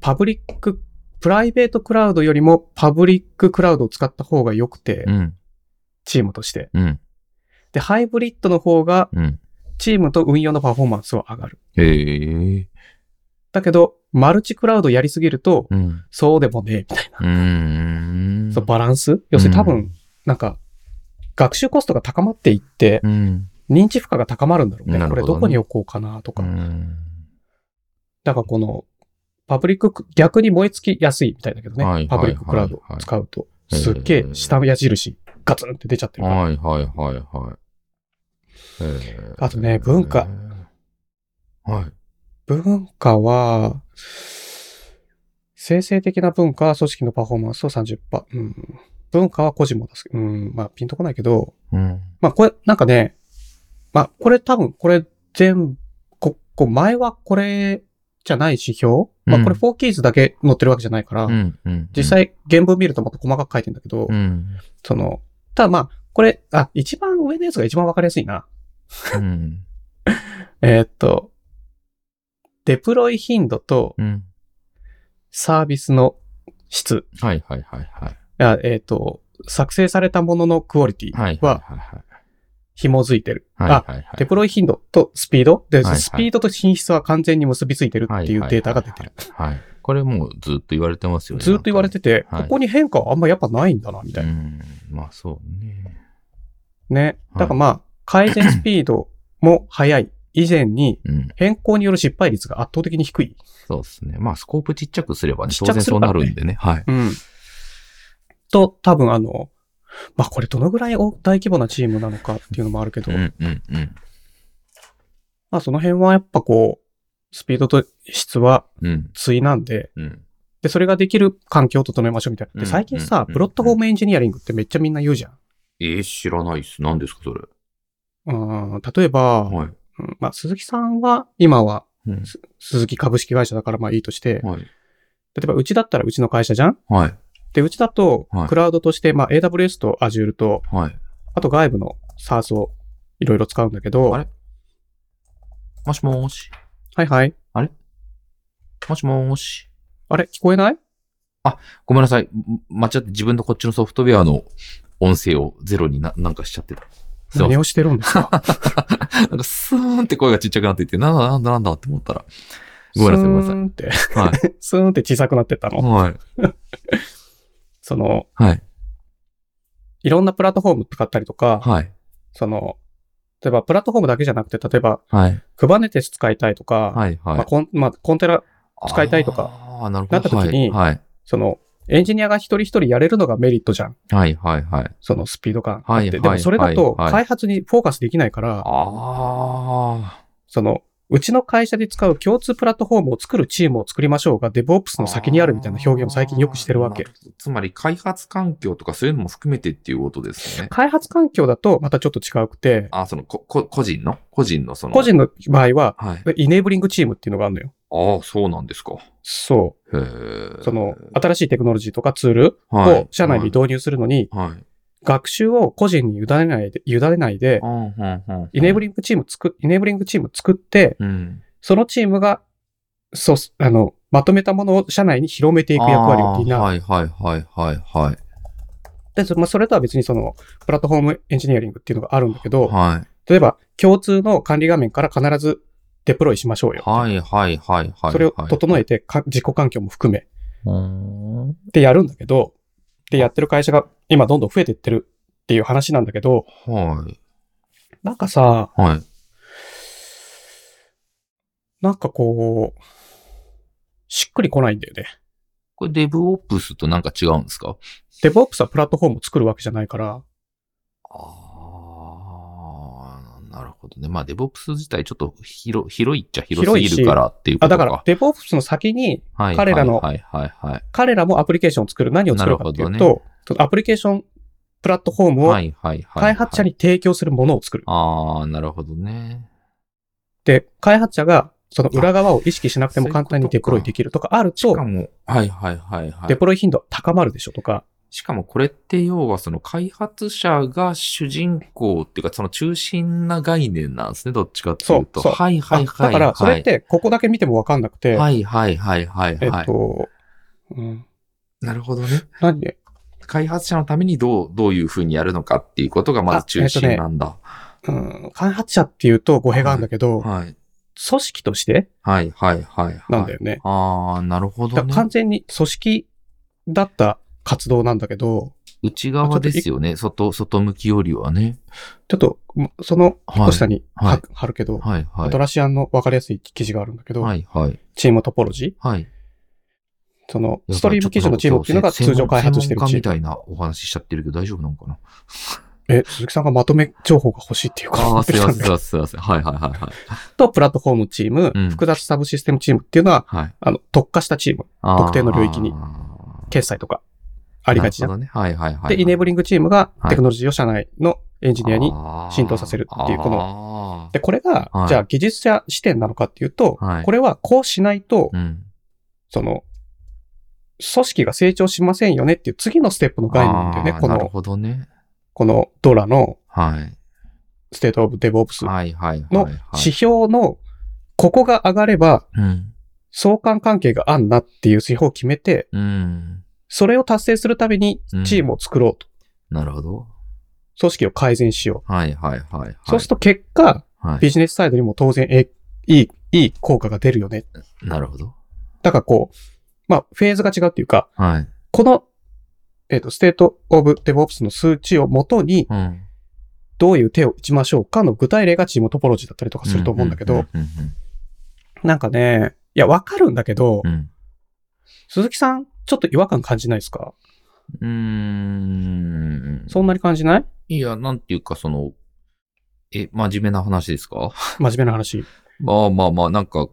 A: パブリック、プライベートクラウドよりもパブリッククラウドを使った方が良くて、
B: うん
A: チームとして。
B: うん
A: で、ハイブリッドの方が
B: うん。
A: チームと運用のパフォーマンスは上がる。
B: へえ。
A: だけど、マルチクラウドやりすぎると、
B: うん。
A: そうでもねえ、みたいな。
B: うーん。
A: そう、バランス要するに多分、なんか、学習コストが高まっていって、
B: うん。
A: 認知負荷が高まるんだろうね。
B: なる
A: こ
B: ほ
A: れ
B: どね
A: どこに置こうかなと
B: う
A: か。
B: ん。
A: だからこの、パブリック、逆に燃え尽きやすいみたいだけどね。
B: はいはいはい
A: パブリッククラウドを使うと、
B: はい
A: すっげえ下矢印、ガツンって出ちゃってるから。
B: はいはいはいはい。へー
A: あとね文化。
B: はい。
A: 文化は、生成的な文化は組織のパフォーマンスを30%。うん、文化は個人も出す。うん、まあピンとこないけど、
B: うん。
A: まあこれ、なんかね、まあこれ多分、これ全部、こ、こう前はこれじゃない指標、まあこれ
B: うん
A: 4キーズだけ載ってるわけじゃないから、
B: うんうん。
A: 実際原文見るともっと細かく書いてんだけど、
B: うん。
A: その、ただまあ、これ、あ、一番上のやつが一番わかりやすいな。
B: うん。
A: えーっと、デプロイ頻度と
B: うん。
A: サービスの質、
B: はいはいはいはい。
A: あえーっと、作成されたもののクオリテ
B: はい
A: ィ
B: は
A: はい
B: はい。
A: 紐づいてる。
B: はい
A: あ、
B: はいはい。
A: デプロイ頻度とスピードで、
B: はいはい
A: スピードと品質は完全に結びついてるっていうデータが出てる。
B: はい。はい。これもうずっと言われてますよね。
A: ずっと言われてて、
B: はい
A: ここに変化はあんまやっぱないんだな、みた
B: ないん
A: な。
B: かね。うん。まあそうね。
A: ね。
B: はい
A: だからまあ、改善スピードも速い以前に、
B: うん。
A: 変更による失敗率が圧倒的に低い。
B: そうですね。まあ、スコープちっちゃくすればね、
A: ちっち
B: 当
A: ゃく
B: 然
A: す
B: そ
A: る
B: う
A: から
B: な
A: ね
B: るんでね。はい。
A: うん。と、多分あの、まあこれどのぐらい大大規模なチームなのかっていうのもあるけど、
B: うんうんうん。
A: まあその辺はやっぱこう、スピードと質は
B: うん
A: 対なんで、
B: うん。
A: で、それができる環境を整えましょうみたいな。で、
B: うん
A: 最近さ、
B: うん
A: プロットフォームエンジニアリングってめっちゃみんな言うじゃん。
B: えー、知らないっす。何ですか、それ。
A: うん、例えば、
B: はい。
A: うんまあ鈴木さんは、今は
B: うん
A: 鈴木株式会社だからまあいいとして、
B: はい。
A: 例えばうちだったらうちの会社じゃん
B: はい。
A: で、うちだと
B: は、い
A: クラウドとして、まあ AWS と Azure と、
B: はい。
A: あと外部の SaaS をいろいろ使うんだけど、
B: あれもしもーし。
A: はいはい。
B: もしもーし。
A: あれ聞こえない
B: ごめんなさい。ん間違って自分のこっちのソフトウェアの音声をゼロにな、なんかしちゃってた。すいませ
A: 何
B: ん。
A: をしてるんですか
B: なんかスーンって声がちっちゃくなっていて、なんだなんだなんだって思ったら。 *laughs* ごめんなさいごめんなさい
A: スーン
B: は
A: って、 *laughs* スーンって小さくなってったの。
B: はい。
A: その、
B: はい。
A: いろんなプラットフォーム使ったりとか、
B: はい。
A: その、例えば、プラットフォームだけじゃなくて、例えば、
B: はい。
A: Kubernetes 使いたいとか、
B: はい、はい。
A: まあコンまあ、コンテナ、使いたいとか
B: ああ、なるほど。
A: なった時に
B: はい、
A: その、エンジニアが一人一人やれるのがメリットじゃん。
B: はい、はい、はい。はい
A: そのスピード感あって。
B: はいはい
A: でもそれだと、
B: はいはい
A: 開発にフォーカスできないから、
B: あ
A: その、うちの会社で使う共通プラットフォームを作るチームを作りましょうが、DevOps
B: あ。
A: の先にあるみたいな表現を最近よくしてるわけ
B: な。ほど。つまり、開発環境とかそういうのも含めてっていうことですね。
A: 開発環境だとまたちょっと違くて、
B: あ、その、こ、こ、個人の個人のその。
A: 個人の場合は、
B: はい。
A: イネーブリングチームっていうのがあるのよ。
B: ああ、そうなんですか。
A: そ
B: へえ
A: う。。その、新しいテクノロジーとかツール
B: はい、
A: を社内に導入するのに、
B: はい。はい。
A: 学習を個人に委ねないで、委ねないで
B: う、ん、うん、うん。
A: イネーブ
B: リ
A: リングチーム作、イネーブリングチーム作って、
B: うん。
A: そのチームが、そう、あの、まとめたものを社内に広めていく役割を担う。
B: あーはい、はい、はい、はい、はい。
A: で、そまあ、それとは別にその、プラットフォームエンジニアリングっていうのがあるんだけど、
B: はい。
A: 例えば、共通の管理画面から必ずデプロイしましょうよ。
B: はい、はい、はい、はい。
A: それを整
B: え、
A: えて、か自己環境も含め、
B: うーん
A: でやるんだけど、で、やってる会社が今どんどん増えてってるっていう話なんだけど、
B: はい。
A: なんかさ、
B: はい。
A: なんかこう、しっくりこないんだよね。
B: これ、デブオプスとなんか違うんですか
A: デブオプスはプラットフォームを作るわけじゃないから、
B: ああ、なるほどね。まあ、デブオプス自体ちょっと広広いっちゃ広すぎるからっていうこ
A: あ、
B: と
A: だ
B: か。
A: から、デブオプスの先に、
B: はい、
A: 彼らの
B: はい、はい、はい。
A: 彼らもアプリケーションを作る。何を作るかっていう
B: なるほ
A: と、そのアプリケーションプラットフォームを
B: はい、はい、はい。
A: 開発者に提供するものを作る。
B: ああ、なるほどね。
A: で、開発者がその裏側を意識しなくても簡単にデプロイできるとかある
B: し
A: と
B: か、も、はい、はい、はい、は
A: デ
B: い。
A: プロイ頻度高まるでしょとか、
B: しかもこれって要はその開発者が主人公っていうかその中心な概念なんですね、どっちかっていうと。
A: そうそう
B: はいは
A: あ
B: いはい、は
A: だ
B: い。
A: から、それってここだけ見てもわかんなくて、
B: はいはいはいはい
A: え
B: は
A: っ
B: い。
A: と、うん、
B: なるほどね。
A: 何で、
B: 開発者のためにどう、どういうふうにやるのかっていうことがまず中心なんだ。
A: うん、開発者っていうと語弊があるんだけど、
B: はい。
A: 組織として
B: はいはいはいはい。
A: なんだよね。
B: ああ、なるほ
A: だ
B: ど
A: から
B: ね。
A: 完全に組織だった活動なんだけど、
B: 内側ですよね。外、外向きよりはね。
A: ちょっと、その、
B: はい
A: 引っ越しさに
B: はい
A: は貼るけど、
B: はいはい。
A: ドラシアンの分かりやすい記事があるんだけど、
B: はいはい。
A: チームトポロジー、
B: はい。
A: その、ストリーム基準のチームっていうのが通常開発してるチ
B: 専門家み
A: ーム。
B: たいなお話ししちゃってるけど大丈夫なのか
A: *laughs*
B: な
A: え、鈴木さんがまとめ情報が欲しいっていう
B: あ
A: か *laughs*
B: あ、、すいません、すい
A: ん。
B: ません、すいません。はいはいはいはい。
A: と、プラットフォームチーム、
B: うん
A: 複雑サブシステムチームっていうのは、
B: はい。
A: あの、特化したチーム、
B: あー
A: 特定の領域に。決済とか、ありがちじゃん。
B: なるほどね。はいはいはい。
A: で、イネーブ
B: リ
A: リングチームが
B: はい
A: テクノロジーを社内のエンジニアに。浸透させるっていうこ
B: の
A: で、これが、
B: はい
A: じゃあ技術者視点なのかっていうと、
B: はい
A: これはこうしないと、
B: うん。
A: その、組織が成長しませんよねっていう次のステップの概念なんだよね
B: あ。ー
A: こ
B: なる
A: の、
B: ほどね。
A: このドラの
B: はい。
A: ステートオブデブオプス
B: はいはいはい。
A: の
B: はい
A: 指標のここが上がれば
B: うん。
A: 相関関係があんなっていう指標を決めて、
B: うん。
A: それを達成するために
B: うん
A: チームを作ろうと。
B: なるほど。
A: 組織を改善しよ
B: はいはいはいはい。
A: う。そうすると結果、
B: は
A: ビジネスサイドにも当然えいい、いい効果が出るよね。
B: い。なるほど。
A: だからこう、まあ、フェーズが違うっていうか、
B: はい。
A: この、えっ、と、ステートオブデブオプスの数値をもとに、
B: うん。
A: どういう手を打ちましょうかの具体例がチームトポロジーだったりとかすると思うんだけど、
B: うん。
A: なんかね、いや、わかるんだけど、
B: うんうん。
A: 鈴木さん、ちょっと違和感感じないですか
B: うん。うん
A: そんなに感じない
B: いや、なんていうか、その、え、真面目な話ですか *laughs*
A: 真面目な話。
B: まあまあまあ、なんか、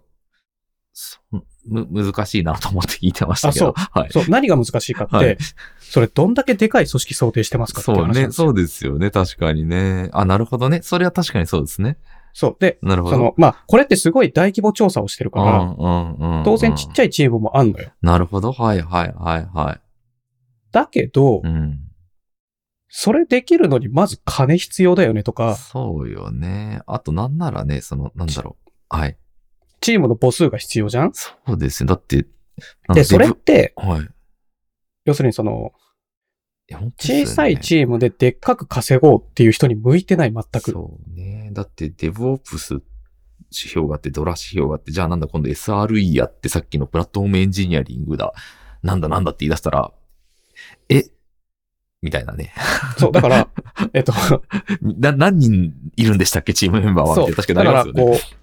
B: そむ、難しいなと思って聞いてましたけど。はい。
A: そう、何が難しいかって、
B: はい
A: それどんだけでかい組織想定してますかっていう
B: そう
A: 話なん
B: ね。
A: ですよ。
B: そうですよね。確かにね。あ、なるほどね。それは確かにそうですね。
A: そう。で、
B: なるほど。
A: その、まあ、これってすごい大規模調査をしてるから、
B: うんうんうん、
A: 当然ちっち
B: ゃい。
A: ゃいチームもあんのよ。
B: なるほど。はいはいはいは
A: だけど
B: い。う、ん。
A: それできるのにまず金必要だよねとか、
B: そうよね。あとなんならね、その、なんだろう。はい。
A: チームの母数が必要じゃん
B: そうですね。だって、なんか
A: で、それっ
B: デ
A: て、
B: ブはい。い
A: 要するにその、
B: や本当ですよね
A: 小さいチームででっかく稼ごうっていう人に向いてない、全く。
B: そうね。だって、デブオプス指標があって、ドラ指標があって、じゃあなんだ、今度 SRE やって、さっきのプラットフォームエンジニアリングだ。なんだなんだって言い出したら、えみたいなね。 *laughs*
A: そう、だから、えっと、
B: な、何人いるんでしたっけチームメンバーは。
A: そ
B: っ
A: う。
B: て確かにな
A: だ
B: り
A: か
B: ま
A: ら、
B: すよね。
A: こう、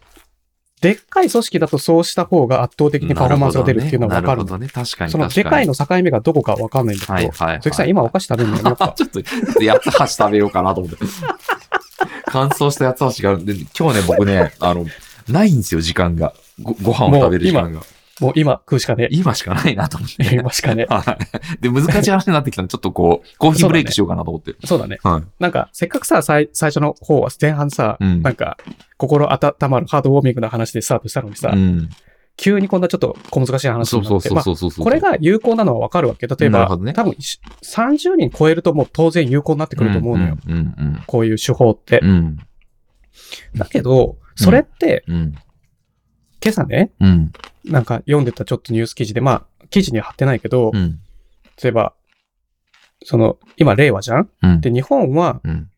A: でっかい組織だとそうした方が圧倒的にパフォーマンスが出るっていうのはわか
B: なる
A: る
B: ほ。どね。確かに。
A: その、
B: 確
A: で
B: か
A: かい
B: に
A: の境目がどこかわかんないんだけど、
B: はいはい、はい。
A: 鈴木さん、今お菓子食べるのやめよう
B: あ
A: か。
B: *laughs* ちょっと、ちょっと、やつ橋食べようかなと思って。乾燥したやつ橋があるんで、今日ね、僕ね、あの、ないんですよ、時間が。ご、ご飯を食べる時間が。
A: もう今食うしかね
B: 今しかないなと思って。
A: え。今しかね
B: はい。で、難しい話になってきたんで、ちょっとこう、コーヒーブレイクしようかなと思って。
A: え。そうだね。
B: はい。
A: なんか、せっかくさ、最最初の方は、前半さ、
B: うん
A: なんか、心温まるハードウォーミングな話でスタートしたのにさ、
B: うん。
A: 急にこんなちょっと小難しい話
B: そ
A: に
B: う
A: な
B: そう
A: って、
B: そう
A: まあ
B: そうそうそう。
A: これが有効なのはわかるわけ。例え
B: なる
A: ば
B: ほ、どね
A: 多分一緒30人超えるともう当然有効になってくると思うのよ。
B: うんうん
A: こういう手法って
B: う。ん。
A: だけど、それって、
B: うん。うん。
A: 今朝ね、
B: うん。
A: なんか読んでたちょっとニュース記事で、まあ、記事には貼ってないけど、
B: うん。
A: 例えば、その、今、令和じゃん
B: うん。
A: で、日本は
B: うん。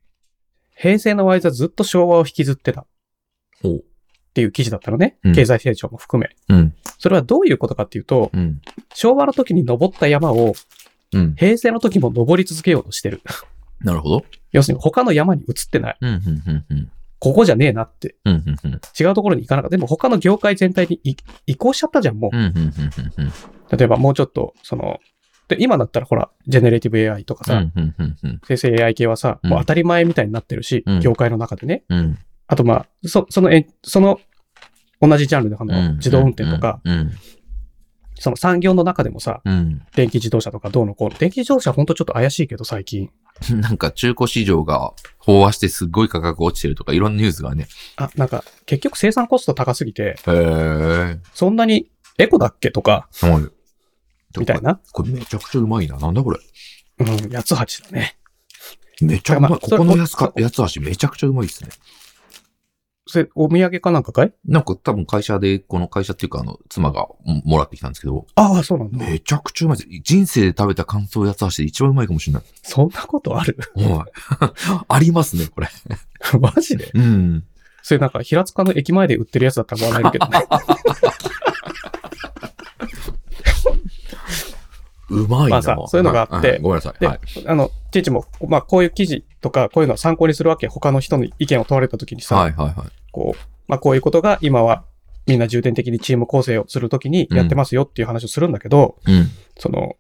A: 平成の間ずっと昭和を引きずってたっ
B: ほう。
A: ていう記事だったのね
B: うん。
A: 経済成長も含め。
B: うん。
A: それはどういうことかっていうと、
B: うん。
A: 昭和の時に登った山を
B: うん。
A: 平成の時も登り続けようとしてる。
B: なるほど。
A: 要するに他の山に移ってない。
B: うん。うん。うん。
A: ここじゃねえなって。
B: うん。うん。うん。
A: 違うところに行かなかった。でも他の業界全体にい移行しちゃったじゃん、もう
B: うん。うん。うん。うん。
A: 例えばもうちょっと、その、で、今だったらほら、ジェネレティブ AI とかさ、
B: うん。うん。うん。
A: 生成 AI 系はさ、
B: うん
A: もう当たり前みたいになってるし、
B: うん
A: 業界の中でね。
B: うん。
A: あとまあ、そその、えその、同じジャンルのあの自動運転とか、。
B: うん。
A: その産業の中でもさ、
B: うん。
A: 電気自動車とかどうのこうの。電気自動車ほんとちょっと怪しいけど最近。
B: なん *laughs* か中古市場が飽和してすっごい価格落ちてるとかいろんなニュースがね。
A: あ、なんか、結局生産コスト高すぎて、
B: へえ。
A: そんなにエコだっけとか、
B: はい。
A: みたい。な。
B: これめちゃくちゃうまいな。なんだこれ。
A: うん、八つ八だね。
B: めちゃうまい。ここのやつか、やつ足めちゃくちゃうまいですね。
A: それ、お土産かなんかかい
B: なんか多分会社で、この会社っていうかあの、妻がももらってきたんですけど、
A: ああ、そうなんだ。
B: めちゃくちゃうまいです。人生で食べた感想やつ足で一番うまいかもしれない。
A: そんなことある *laughs*
B: *laughs* はい。ありますね、これ。
A: マジで
B: うん。
A: それなんか、平塚の駅前で売ってるやつだったら笑える
B: *laughs*
A: けどね。
B: うまいな。
A: まあさそういうのがあって
B: はいごめんなさい。
A: で
B: はい。
A: あの、チーチも、まあ、こういう記事とか、こういうのは参考にするわけ。他の人の意見を問われたときにさ、
B: はい、はい、はい。
A: こう、まあ、こういうことが今は、みんな重点的にチーム構成をするときにやってますよっていう話をするんだけど、
B: うん。
A: その、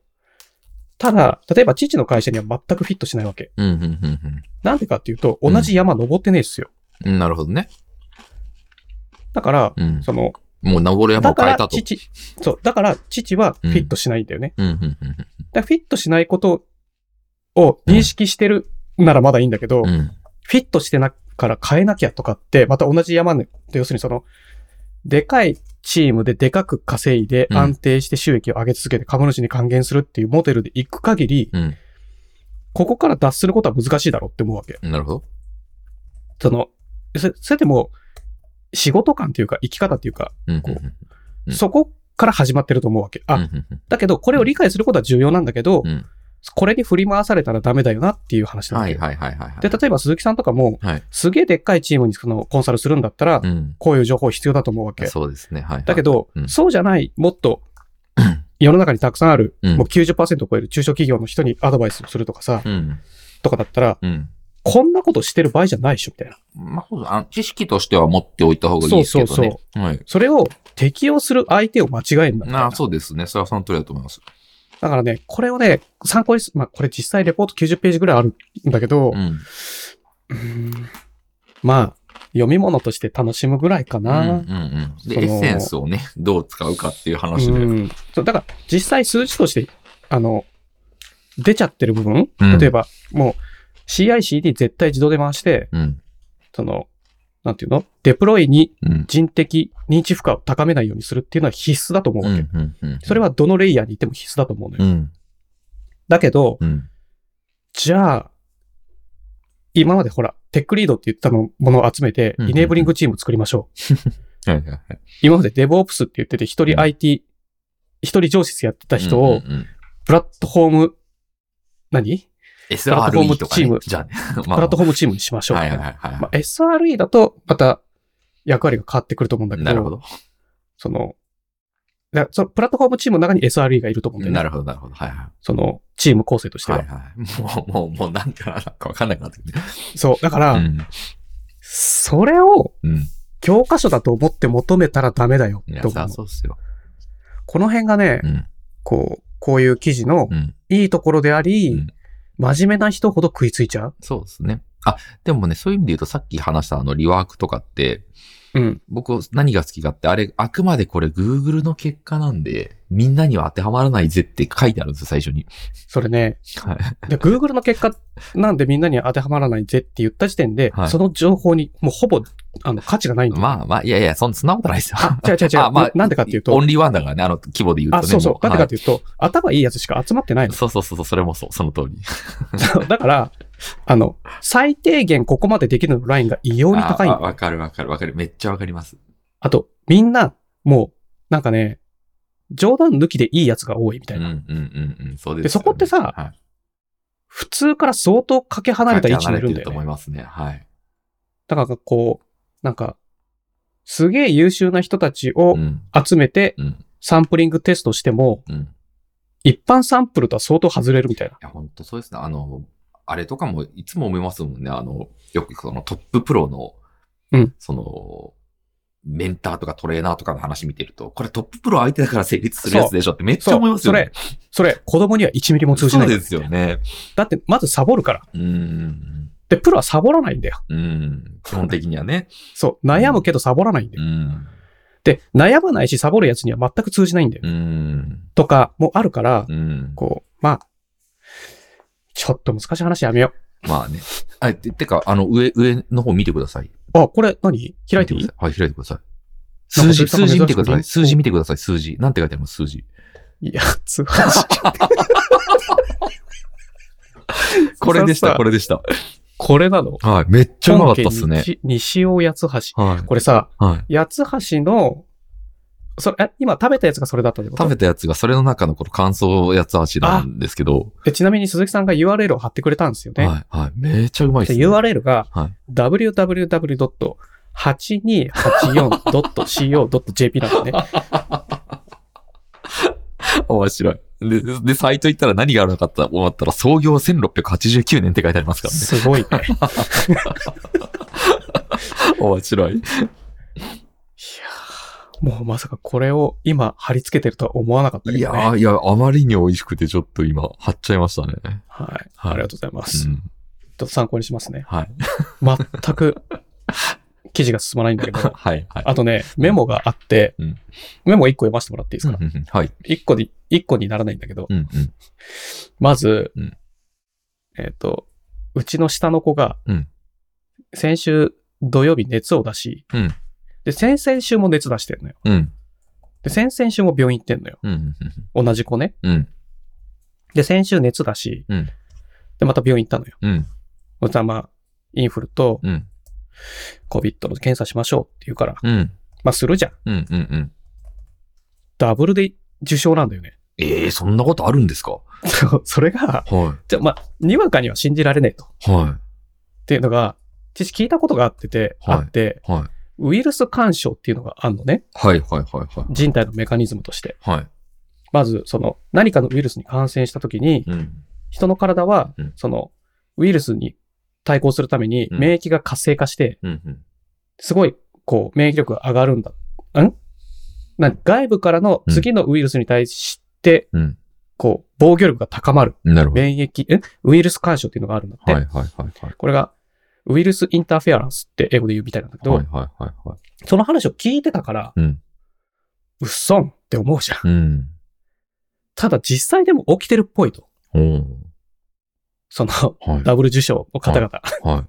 A: ただ、例えば、チーチの会社には全くフィットしないわけ。
B: うん、うん、うん
A: なんでかっていうと、同じ山登ってねえっすよ。
B: うんうん。なるほどね。
A: だから、
B: うん。
A: その、
B: もう登る山
A: だ
B: を
A: か
B: 変え
A: ら
B: たと。
A: 父、そう、だから父はフィットしないんだよね。
B: うん、うん、うん
A: だからフィットしないことを認識してるならまだいいんだけど、
B: うん。うん。
A: フィットしてなから変えなきゃとかって、また同じ山で、要するにその、でかいチームででかく稼いで
B: うん
A: 安定して収益を上げ続けて株主に還元するっていうモデルで行く限り、
B: うん。
A: ここから脱することは難しいだろうって思うわけ。
B: なるほど。
A: その、そそれでもう、仕事感というか生き方というか、
B: うん。
A: こう
B: うん
A: そこから始まってると思うわけ。
B: あ
A: あ、だけど、これを理解することは重要なんだけど、
B: うん
A: これに振り回されたらダメだよなっていう話なん
B: は
A: だ
B: い、
A: よ。
B: はい、はい、はい。
A: で、例えば鈴木さんとかも、
B: はい
A: すげえでっかいチームにそのコンサルするんだったら、
B: うん。
A: こういう情報必要だと思うわけ。
B: そうですね。はい。
A: だけ、ど、
B: うん
A: そうじゃない、もっ
B: *clears throat*
A: と
B: うん、
A: 世の中にたくさんある、
B: うん
A: もう90%を超える中小企業の人にアドバイスするとかさ、
B: うん。
A: とかだったら、
B: うん。
A: こんなことしてる場合じゃないでしょ、みたいな。
B: まあそうだ、あの知識としては持っておいた方がいいですけどね。
A: そうそう
B: はい。
A: それを適用する相手を間違えるんだみたい
B: あ
A: な
B: あ、そうですね。それはその通りだと思います。
A: だからね、これをね、参考にす、まあ、これ実際レポート90ページぐらいあるんだけど、
B: うん。
A: うーんまあ、読み物として楽しむぐらいか
B: うんうん
A: な。
B: うん。
A: そ
B: で、
A: の
B: エッセンスをね、どう使うかっていう
A: う
B: 話で。うん。
A: そうだから、実際数字として、あの、出ちゃってる部分、
B: うん
A: 例えば、もう、CICD 絶対自動で回して、
B: うん。
A: その、なんていうのデプロイに
B: うん。
A: 人的認知負荷を高めないようにするっていうのは必須だと思う
B: う
A: わけ。
B: ん。うん。
A: それはどのレイヤーにいても必須だと思うのよ。
B: うん。
A: だけど、
B: うん。
A: じゃあ、今までほら、テックリードって言ってたのものを集めて、
B: うん
A: イネーブリングチーム作りましょう。
B: はいはいはい。
A: 今まで DevOps って言ってて、一
B: うん
A: 人 IT、一、人上司やってた人
B: う
A: を
B: ん、うんうん、
A: プラットフォーム、何プ
B: SRE とか、ね。
A: チーム
B: じゃあね。 *laughs* まあ
A: ラットフォームチームにしましょう。
B: はいはいはいはい。
A: まあ、SRE だと、また役割が変わってくると思うんだけど、
B: なるほど。
A: その、だそのプラットフォームチームの中に SRE がいると思うんだよね。
B: なるほど、なるほど。はいはい。
A: その、チーム構成としては。
B: はいはい。もう、もう、もうなんか、なんかわかんなくなってきて。
A: そう。だから、
B: うん。
A: それを
B: うん。
A: 教科書だと思って求めたらダメだよ
B: い、や
A: と、思
B: さ
A: う。
B: そうっすよ。
A: この辺がね、
B: うん。
A: こう、こういう記事の
B: うん。
A: いいところであり、
B: うん
A: 真面目な人ほど食いついちゃう。
B: そうですね。あ、でもね、そういう意味で言うと、さっき話したあの、リワークとかって、
A: うん。
B: 僕、何が好きかって、あれ、あくまでこれ Google の結果なんで、みんなには当てはまらないぜって書いてあるんですよ、最初に。
A: それね、
B: はい。
A: で、Google の結果なんでみんなに当てはまらないぜって言った時点で、
B: はい
A: その情報にもうほぼ、あの、価値がないんだよ。
B: まあまあ、いやいや、そんそんなことないですよ。
A: あ、違う違う違う。
B: *laughs* あまあ
A: ななんでかっていう
B: オ
A: と、
B: ンリーワンだからね、あの規模で言うとね。
A: あ、そうそう
B: も。
A: なんでかっ
B: は
A: ていうと、頭いいやつしか集まってない
B: い *laughs*
A: の。
B: そうそうそうそう、それもそう、その通り。
A: そうだから、あの、最低限ここまでできるのラインが異様に高いん
B: あ
A: だ
B: あわかるわかるわかる。めっちゃわかります。
A: あと、みんな、もう、なんかね、冗談抜きでいいやつが多いみ
B: う
A: たい
B: んうん
A: な。
B: うんうん、そうですよね、
A: でそこってさ
B: はい、
A: 普通から相当かけ離れた位置にいるん
B: か
A: だ
B: け離れてると
A: よ
B: 思い
A: ね。
B: ますね。はい。
A: だからこう、なんか、すげえ優秀な人たちを
B: うん
A: 集めて
B: うん
A: サンプリングテストしても、
B: うん。い
A: 一般サンプルとは相当外れるみたいな。
B: や、本当そうですね。あの、あれとかもいつも思いますもんね。あの、よくそのトッププロの、
A: うん
B: その、メンターとかトレーナーとかの話見てると、これトッププロ相手だから成立するやつでしょってめっちゃ思いますよね。
A: それ、子供には1ミリも通じな
B: そう
A: い。
B: ですよね。
A: だって、まずサボるから。
B: うん。
A: で、プロはサボらないんだよ。
B: うん。基本的にはね。
A: そう。悩むけどサボらないんだ
B: う
A: よ。
B: ん。
A: で、悩まないしサボるやつには全く通じないんだよ。
B: うん。
A: とかもあるから、
B: うん。
A: こう、まあ、ちょっと難しい話やめよ
B: まあね。あ、ててか、あの、上、上の方見てください。
A: う。あ、これ何開いてい
B: 見
A: い
B: くださはい、開いてください。
A: なん
B: 数
A: か
B: 字、
A: 出たか
B: 数字見てくださ
A: 珍
B: い。
A: しく
B: 数字見てください、数字。なんて書いてあります、数字。
A: いや、つまし
B: これでし
A: さ
B: た、
A: さ
B: これ
A: *laughs*
B: でした。
A: これなの
B: はい、めっちゃうまかったっすね
A: 本。家西西尾八つ橋。
B: はい。
A: これさ、
B: はい。
A: 八つ橋の、それ、え今食べたやつがそれだったってこと
B: 食べたやつが、それの中のこの感想やつ味なんですけど、
A: でちなみに鈴木さんが URL を貼ってくれたんですよね。
B: はい、はい。めっちゃうまいっす
A: で
B: ね。
A: URL が
B: はい
A: www.8284.co.jp なんだね。
B: 面白い。で、で、サイト行ったら何があるのかって思ったら、創業1689年って書いてありますからね。
A: すごいね。 *laughs*
B: 面白い。
A: もうまさかこれを今貼り付けてるとは思わなかったけ
B: い
A: ど、
B: や
A: ね。
B: ー、いや、あまりに美味しくて、ちょっと今、貼っちゃいましたね。
A: はい。
B: は
A: あ
B: い
A: りがとうございます。ち
B: う
A: ょ
B: ん。
A: っと参考にしますね。
B: はい。
A: 全く *laughs* 記事が進まないんだけど。
B: はい、はい。
A: あとね、メモがあって、
B: うん
A: メモ1個読ませてもらっていいですか、
B: うんうんうんはい。
A: 一 ?1 個で、一個にならないんだけど、
B: うんうん。
A: まず、
B: うん
A: えっ、と、うちの下の子が、
B: うん
A: 先週土曜日熱を出し、
B: うん
A: で、先々週も熱出してるのよ。
B: うん。
A: で、先々週も病院行ってんのよ。
B: うんうん
A: 同じ子ね。
B: うん。うん。
A: で、先週熱出し、
B: うん
A: で、また病院行ったのよ。
B: うん。
A: そしたらまあ、インフルと
B: うん。
A: COVID の検査しましょうって言うから、
B: うん。
A: まあするじゃん。
B: うん。うん。うん。
A: ダブルで受賞なんだよね。 *laughs*
B: ええそんなことあるんですか
A: そうそれが、
B: は
A: じゃあまあ、にわかには信じられねえと。っ
B: い。は
A: ていうのが、父聞いたことがあってて、
B: はい
A: あって、
B: い。はい。
A: ウイルス干渉っていうのがあるのね。
B: はい。はい。はい。はい。
A: 人体のメカニズムとして。
B: はい。
A: まず、その、何かのウイルスに感染したときに、
B: うん。
A: 人の体は
B: うん、
A: その、ウイルスに対抗するために、
B: うん
A: 免疫が活性化して、
B: うん。うん。
A: すごい、こう、免疫力が上がるんだ。んなん外部からの次のウイルスに対して、
B: うん。
A: こう、防御力が高まる。
B: なるほど。
A: 免疫、んウイルス干渉っていうのがあるんだって。
B: はい。はい。はい。はい。
A: これが、ウイルスインターフェアランスって英語で言うみたいなんだけど、
B: はい。はい。はい。はい。
A: その話を聞いてたから、
B: うん。
A: うっそんって思うじゃん。
B: うん。
A: ただ実際でも起きてるっぽいと。
B: おー
A: その、
B: はい。
A: ダブル受賞の方々。
B: はい。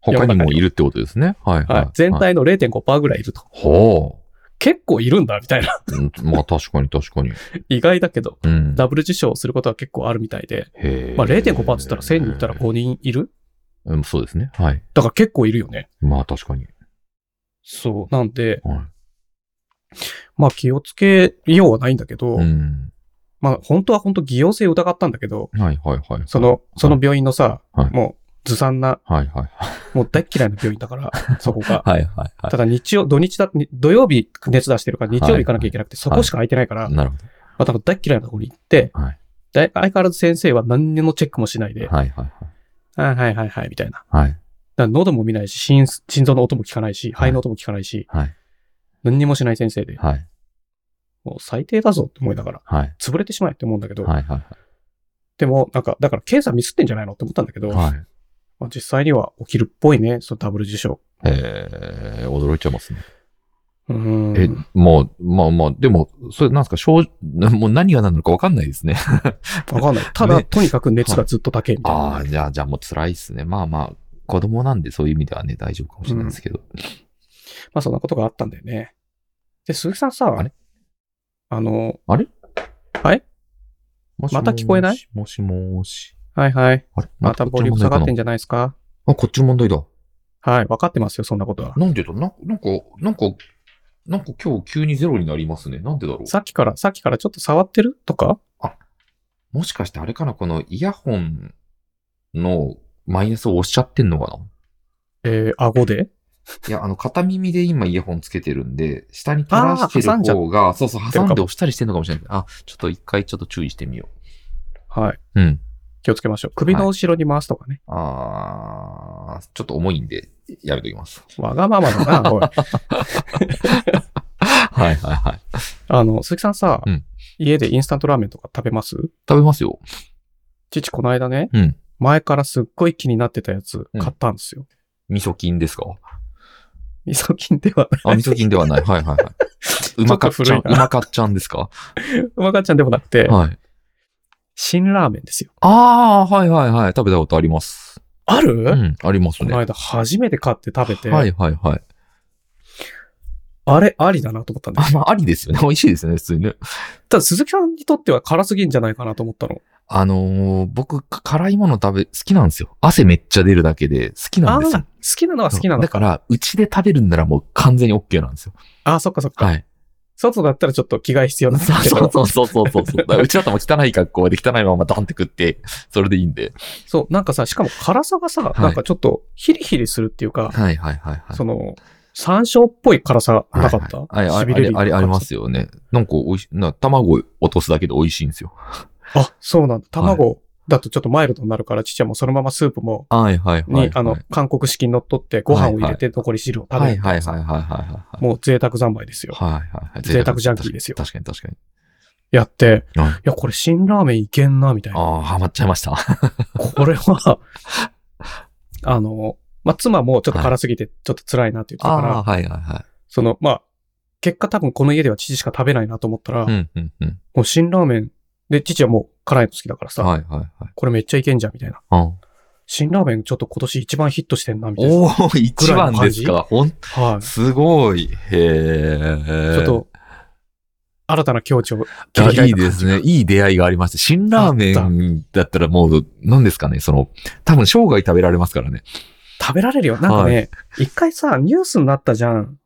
B: 他にもいるってことですね。はい。
A: はい全。体の0.5%ぐらいいると。
B: は
A: 結構いるんだ、みたい
B: *laughs*
A: な。
B: あ。うんまあ確かに確かに。
A: 意外だけど、
B: うん。
A: ダブル受賞することは結構あるみたいで。
B: へえ
A: まあ0.5%って言ったら1000人いったら5人いる
B: うん、そうですね。はい。
A: だから結構いるよね。
B: まあ確かに。
A: そう。なんで、
B: は
A: まあ気をつけようはないんだけど、
B: い。うん。
A: まあ本当は本当偽陽性疑ったんだけど、
B: はいはいはい。
A: その、その、病院のさ、
B: はい
A: もうずさんな、
B: はいはい。
A: もう大っ嫌いな病院だから、そこが。
B: *laughs* はいはい
A: た
B: は
A: だ日曜、土日だ、に土曜日熱出してるから日曜日行かなきゃいけなくて、そこしか空いてないから
B: い。、なるほ
A: まあ、多分大っ嫌いなところに行って、
B: はい
A: で相変わらず先生は何にもチェックもしないで、
B: はいはい
A: はいはいはいはい、みたいな。だか
B: はい。はい。
A: ら喉も見ないし心、心臓の音も聞かないし、肺の音も聞かないし、
B: はい。
A: 何にもしない先生で、
B: はい。
A: もう最低だぞって思いながら、
B: はい。
A: 潰れてしまえって思うんだけど、
B: はい。はい。
A: でも、なんか、だから検査ミスってんじゃないのって思ったんだけど、
B: はい。
A: まあ、実際には起きるっぽいね、そのダブル受賞。
B: えー、驚いちゃいますね。
A: うーん。
B: え、まあ、まあまあ、でも、それなんですか、症もう何が何なのか分かんないですね。
A: わかんない。ただ、
B: ね
A: とにかく熱がずっと高いみたい
B: あ
A: な
B: あ、。じゃあ、じゃあもう辛いですね。まあまあ、子供なんでそういう意味ではね、大丈夫かもしれないですけど。
A: まあそんなことがあったんだよね。で、鈴木さんさ、
B: あれ
A: あの、
B: もし
A: また聞こえない
B: もしもし。
A: はいはい。
B: あれ
A: またボリューム下がってんじゃないですか
B: あ、こっちの問題だ。
A: はい、わかってますよ、そんなことは。
B: なんでだななんか、なんか、なんか今日急にゼロになりますね。なんでだろう
A: さっきから、さっきからちょっと触ってるとか
B: もしかしてあれかなこのイヤホンのマイナスを押しちゃってんのかな
A: えー、顎で
B: いや、あの、片耳で今イヤホンつけてるんで、下に垂らして
A: あー挟ん
B: る
A: じゃ
B: 方が、そうそう、
A: てる
B: 挟
A: かも
B: んで押したりしてんのかもしれない。あ、ちょっと一回ちょっと注意してみよ
A: はい。
B: う。うん。
A: 気をつけましょう。首の後ろに回すとかね。
B: あー、ちょっと重いんで、やめときます。
A: わがままだ
B: *laughs*
A: な、おい。
B: はいはいはい。
A: あの、鈴木さんさ、
B: うん
A: 家でインスタントラーメンとか食べます
B: 食べますよ。
A: 父、この間ね、
B: うん
A: 前からすっごい気になってたやつ
B: うん
A: 買ったんですよ。
B: 味噌菌ですか
A: 味噌菌では
B: あ、味噌菌では *laughs* ない。はいはいはい。うまかっち
A: ち
B: ゃ
A: ょ
B: ん
A: っ、と古いうな
B: まかっちゃんですか
A: うまかっちゃんでもなくて、
B: はい。
A: 辛ラーメンですよ。
B: ああ、はいはいはい。食べたことあります。
A: ある、
B: うん、あります
A: この
B: ね。
A: 間初めて買って食べて、
B: はいはいはい。
A: あれありだなと思ったんだ
B: あ
A: よ。
B: まあ、ありですよね。美味しいですよね、普通にね。
A: ただ鈴木さんにとっては辛すぎんじゃないかなと思ったの。
B: あのー僕、か辛いもの食べ、好きなんですよ。汗めっちゃ出るだけで、好きなんです
A: あ
B: よ
A: あ。、好きなのは好きなの
B: だから、うちで食べるんならもう完全に OK なんですよ。
A: ああ、そっかそっか。
B: はい。
A: 外だったらちょっと着替え必要なん
B: そ
A: だ
B: う
A: けど。
B: そうそうそうそうそう。
A: *laughs*
B: だからうちだともう汚い格好で汚いままダンって食って、それでいいんで。
A: そう、なんかさ、しかも辛さがさ、
B: い
A: なんかちょっとヒリヒリするっていうか、
B: はいはいはいはい。
A: その、山椒っぽい辛さなかった、
B: はいはい、あ
A: しび
B: れ、
A: れる
B: あれ
A: よう、な
B: あれありま
A: 感じ。
B: すよね。なんか美味しい、な卵落とすだけで美味しいんですよ。
A: あ、そうなんだ。卵だとちょっとマイルドになるから、ちっちゃいもうそのままスープも、
B: はいはい
A: に、
B: はい。
A: あの、韓国式にのっとって、ご飯を入れて残り汁を食
B: は
A: べ
B: い
A: る。
B: はいはいはいはいはい。
A: もう贅沢三昧ですよ。
B: はいはいはい。
A: 贅沢ジャンキーですよ
B: 確かに確かに。
A: やって、い
B: はい
A: や、これ辛ラーメンいけんな、みたい
B: あ
A: な。
B: あ、ハマっちゃいました。
A: これは、あの、まあ、妻もちょっと辛すぎて、ちょっと辛いなって言っ
B: あ
A: てたから、
B: あ、はいはいは
A: その、まあ、結果多分この家では父しか食べないなと思ったら、
B: い。うんうんうん。
A: もう辛ラーメン、で、父はもう辛いの好きだからさ、
B: はいはいはい。
A: これめっちゃいけんじゃん、みたいな。
B: うん
A: 辛ラーメンちょっと今年一番ヒットしてんな、みたいな。
B: おお、一番です
A: ぐら
B: か。ほん、
A: はい。ち
B: すごい。へえ。
A: ょっと、新たな境地を切り
B: あ。
A: 開
B: いい
A: た
B: ですね。いい出会いがありました。辛ラーメンだったらもう、何ですかね。その、多分生涯食べられますからね。
A: 食べられるよ。なんかね、一、回さ、ニュースになったじゃん。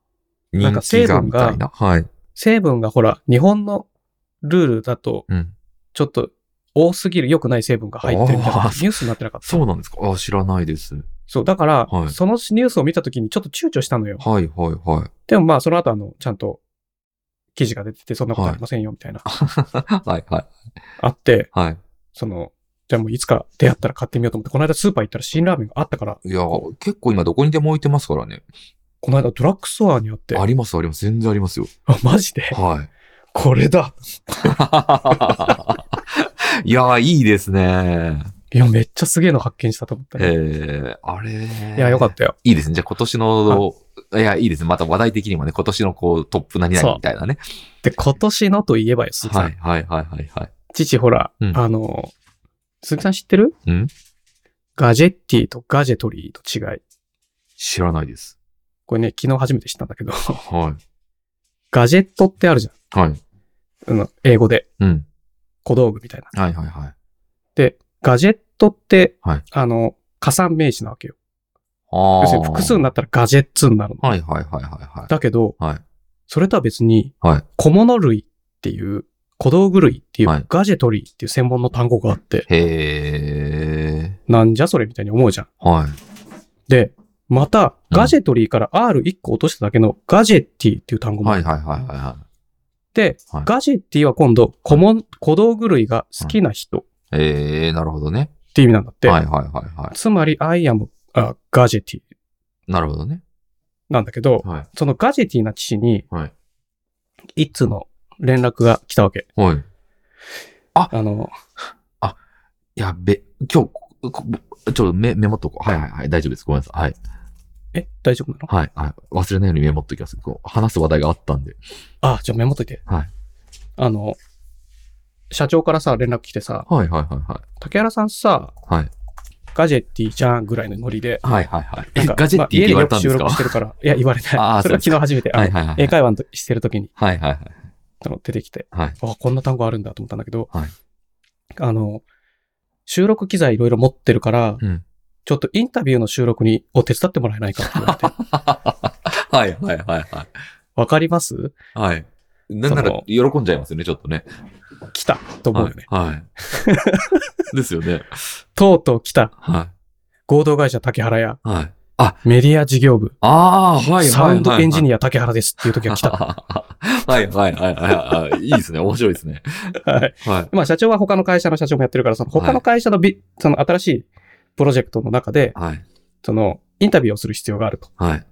A: なん
B: 人
A: か
B: 気
A: 成
B: が
A: 分
B: み
A: が
B: たいな。はい。
A: 成分がほら、日本のルールだと、
B: うん。
A: ちょっと多すぎる良くない成分が入ってるみたいな
B: あ
A: ニ
B: ー
A: ュースになってなかった。
B: そうなんですかあ知らないです。
A: そう、だから、
B: はい
A: そのニュースを見た時にちょっと躊躇したのよ。
B: はいはい *laughs* はい。
A: でもまあ、その後あの、ちゃんと記事が出てて、そんなことありませんよ、みたいな。
B: はいはい
A: あって、
B: は
A: その、じゃあもういつか出会ったら買ってみようと思って、この間スーパー行ったら辛ラーメンがあったから、
B: い。いや、結構今どこにでも置いてますからね。
A: この間ドラッグストアにあって、
B: ありますあります。全然ありますよ。
A: あマジで
B: は
A: これだ
B: い。い *laughs* や、いいですね。
A: いや、めっちゃすげえの発見したと思った
B: え
A: ね。
B: ー、あれ。
A: いや、よかったよ。
B: いいですね。じゃあ今年の、いや、いいですね。また話題的にもね、今年のこうトップ何々みたいなね。
A: で、今年のといえばよ、鈴木さん。
B: はいはいはいはいはい。
A: 父、ほら、
B: うん
A: あの、鈴木さん知ってる
B: うん
A: ガジェッティとガジェトリーと違い。
B: 知らないです。
A: これね、昨日初めて知ったんだけど、 *laughs*
B: は
A: ガジェットってあるじ
B: い。はい。
A: ゃん。あの英語で、
B: うん。
A: 小道具みたいな。
B: はいはいはい。
A: ガジェットって、
B: はい
A: あの、加算名詞なわけよ。
B: あ
A: 要するに複数になったらガジェッツになるの。
B: はいはいはいはい
A: だけど、
B: はい。はい。
A: それとは別に、
B: はい
A: 小物類っていう、小道具類っていう、
B: はい
A: ガジェトリーっていう専門の単語があって、
B: へー。
A: なんじゃそれみたいに思うじゃん。
B: はい。
A: で、また、
B: うん
A: ガジェトリーから R1 個落としただけのガジェッティっていう単語もあ
B: は
A: る
B: いはいはいはいは
A: で、
B: はい
A: ガジェッティは今度、小物小道具類が好きな人っ
B: えー、なるほどね。
A: ていう意味なんだって。
B: はいはいはいは
A: つまり、I am あガジェティ
B: い。なるほどね。
A: なんだけど、
B: はい。
A: そのガジェティな父に、
B: はい。
A: 一通の連絡が来たわけ。
B: はい。
A: あの、
B: やっべ、今日、ここちょっとメメモっとこう。はいはいはい。大丈夫です。ごめんなさい。はい。
A: え、大丈夫なの
B: はいはい。忘れないようにメモっときます。こう話す話題があったんで。
A: あ、じゃあメモっといて。
B: はい。
A: あの、社長からさ、連絡来てさ、
B: はいはいはいはい。
A: 竹原さんさ、
B: はい。
A: ガジェッティじゃんぐらいのノリで、
B: はいはいはい。
A: な
B: え、
A: んか
B: *laughs* ガジェッティって言われたんですか、
A: まあ家でよく収録してるから。いや、言われない。
B: *laughs* あー
A: それは昨日初めて、あの
B: はいはいはい。
A: 英会話の時してる時に
B: はいはいはい。
A: あの出てきて、
B: はい。
A: あ、こんな単語あるんだと思ったんだけど、
B: はい
A: あの、収録機材いろいろ持ってるから、
B: うん。
A: ちょっとインタビューの収録にを手伝ってもらえないかって言われ
B: *laughs*
A: て、
B: はいはいはいはい。
A: わかります
B: はい。なんなら喜んじゃいますよね、ちょっとね。
A: 来たと思う
B: は
A: よ
B: い
A: ね。。
B: はい。 *laughs* ですよね。
A: とうとう来た。
B: は
A: 合同会社竹原や
B: い。はい。あ、
A: メディア事業部、
B: ああー、はいはいはいはい。
A: サウンドエンジ
B: ア
A: ニア竹原ですっていう時が来た。
B: *laughs* はいはいはいはいはい。いいですね。面白いですね。
A: *laughs* はい。
B: はい。
A: まあ社長は他の会社の社長もやってるから、その他の会社のビ、その新しいプロジェクトの中で、
B: はい。
A: そのインタビューをする必要があると。
B: はい。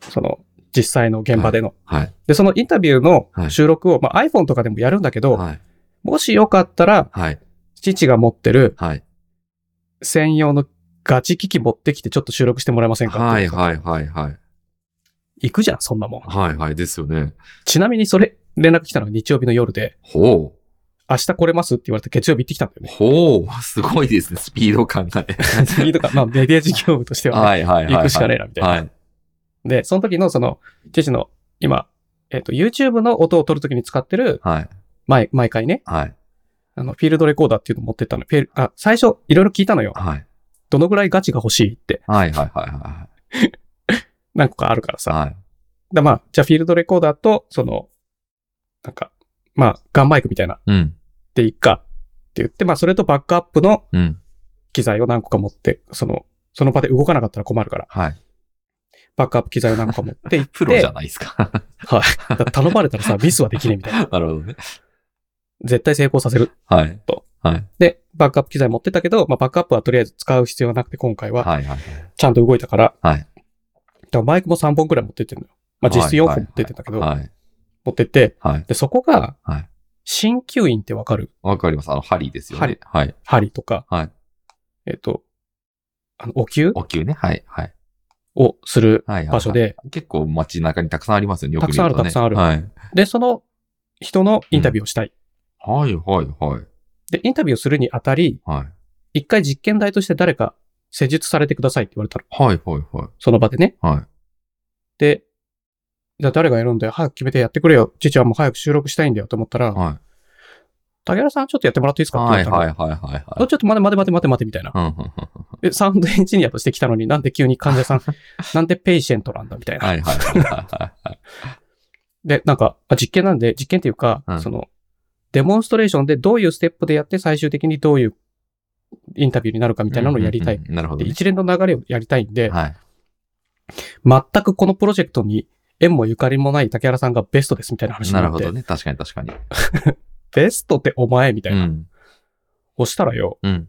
A: その実際の現場での。
B: はい。
A: で、そのインタビューの
B: はい
A: 収録を、まあ、iPhone とかでもやるんだけど、
B: はい。
A: もしよかったら、
B: はい。
A: 父が持ってる
B: はい。
A: 専用のガチ機器持ってきてちょっと収録してもらえませんかって
B: はいはいはいはい。
A: 行くじゃん、そんなもん。
B: はいはい。ですよね。
A: ちなみにそれ、連絡来たのが日曜日の夜で、
B: ほ
A: 明日来れますって言われて月曜日行ってきたんだよ
B: う。
A: ね。
B: ほう。すごいですね。スピード感
A: *laughs*
B: がね。
A: 次とか、まあ、メディア事業部としては、
B: はいはいはい。
A: 行くしかねえな、みたいな。
B: はい。
A: で、その時のその、父の、今、えっ、と、YouTube の音を取るときに使ってる、
B: はい。
A: 毎、毎回ね、
B: はい。
A: あの、フィールドレコーダーっていうの持ってったの。フィールあ、最初、いろいろ聞いたのよ。
B: はい。
A: どのぐらいガチが欲しいって、
B: はいはいはいは
A: 何個かあるから
B: い。
A: さ。
B: はい。
A: だまあ、じゃあフィールドレコーダーと、その、なんか、まあ、ガンマイクみたいな、
B: うん。
A: でいいかって言って、まあ、それとバックアップの
B: うん。
A: 機材を何個か持って、その、その場で動かなかったら困るから、
B: はい。
A: バックアップ機材を何個か持って行って、
B: *laughs* プロじゃないですか。
A: だから頼まれたらさ、ミスはできねえみたいな。
B: *laughs* なるほどね。
A: 絶対成功させる。
B: はい。
A: と
B: はい。
A: で、バックアップ機材持ってたけど、まあ、バックアップはとりあえず使う必要はなくて、今回は、
B: はいはい。
A: ちゃんと動いたから、
B: はい。
A: だからマイクも3本くらい持ってってんのよ。まあ、実質4本持ってってんだけど、
B: はい。
A: 持ってって、
B: はい。
A: で、そこが
B: はい、
A: 鍼灸院ってわかる
B: わかります。あの、ハリーですよね。はい。
A: 針とか、
B: はい。
A: えっ、と、あの、お灸
B: お灸ね。はい。はい。
A: をする
B: はいはい。
A: 場所。で、
B: 結構街中にたくさんありますよね。よく見るとね。
A: たくさんあるたくさん
B: はい。
A: で、その人のインタビューをしたい。
B: はいはいはい。
A: で、インタビューをするにあたり、
B: はい。
A: 一回実験台として誰か施術されてくださいって言われたの。
B: はいはいはい。
A: その場でね。
B: はい。
A: で、じゃあ誰がやるんだよ。早く決めてやってくれよ。父はもう早く収録したいんだよと思ったら、
B: はい。
A: 竹原さんちょっとやってもらっていいですかって言わ
B: は
A: れ
B: い
A: たの。
B: はいはいはい
A: あ
B: はい。
A: ちょっと待て待て待て待て待てみたいな。
B: うんうんうんうん
A: え、サウンドエンジニアとして来たのになんで急に患者さ
B: *laughs*
A: ん、なんでペイシェントなんだみたいな。
B: はいはいはいはいはい。
A: で、なんか、あ実験なんで、実験っていうか、
B: うん
A: その、デモンストレーションでどういうステップでやって最終的にどういうインタビューになるかみたいなのをやりたい。
B: うんうんうん。なるほ
A: で
B: どね。
A: 一連の流れをやりたいんで、
B: はい。
A: 全くこのプロジェクトに縁もゆかりもない竹原さんがベストですみたいな話に
B: なる
A: なっ
B: ほ
A: て、
B: どね。確かに確かに。
A: ベストってお前みたいうな。
B: ん。
A: 押したらよ、
B: うん。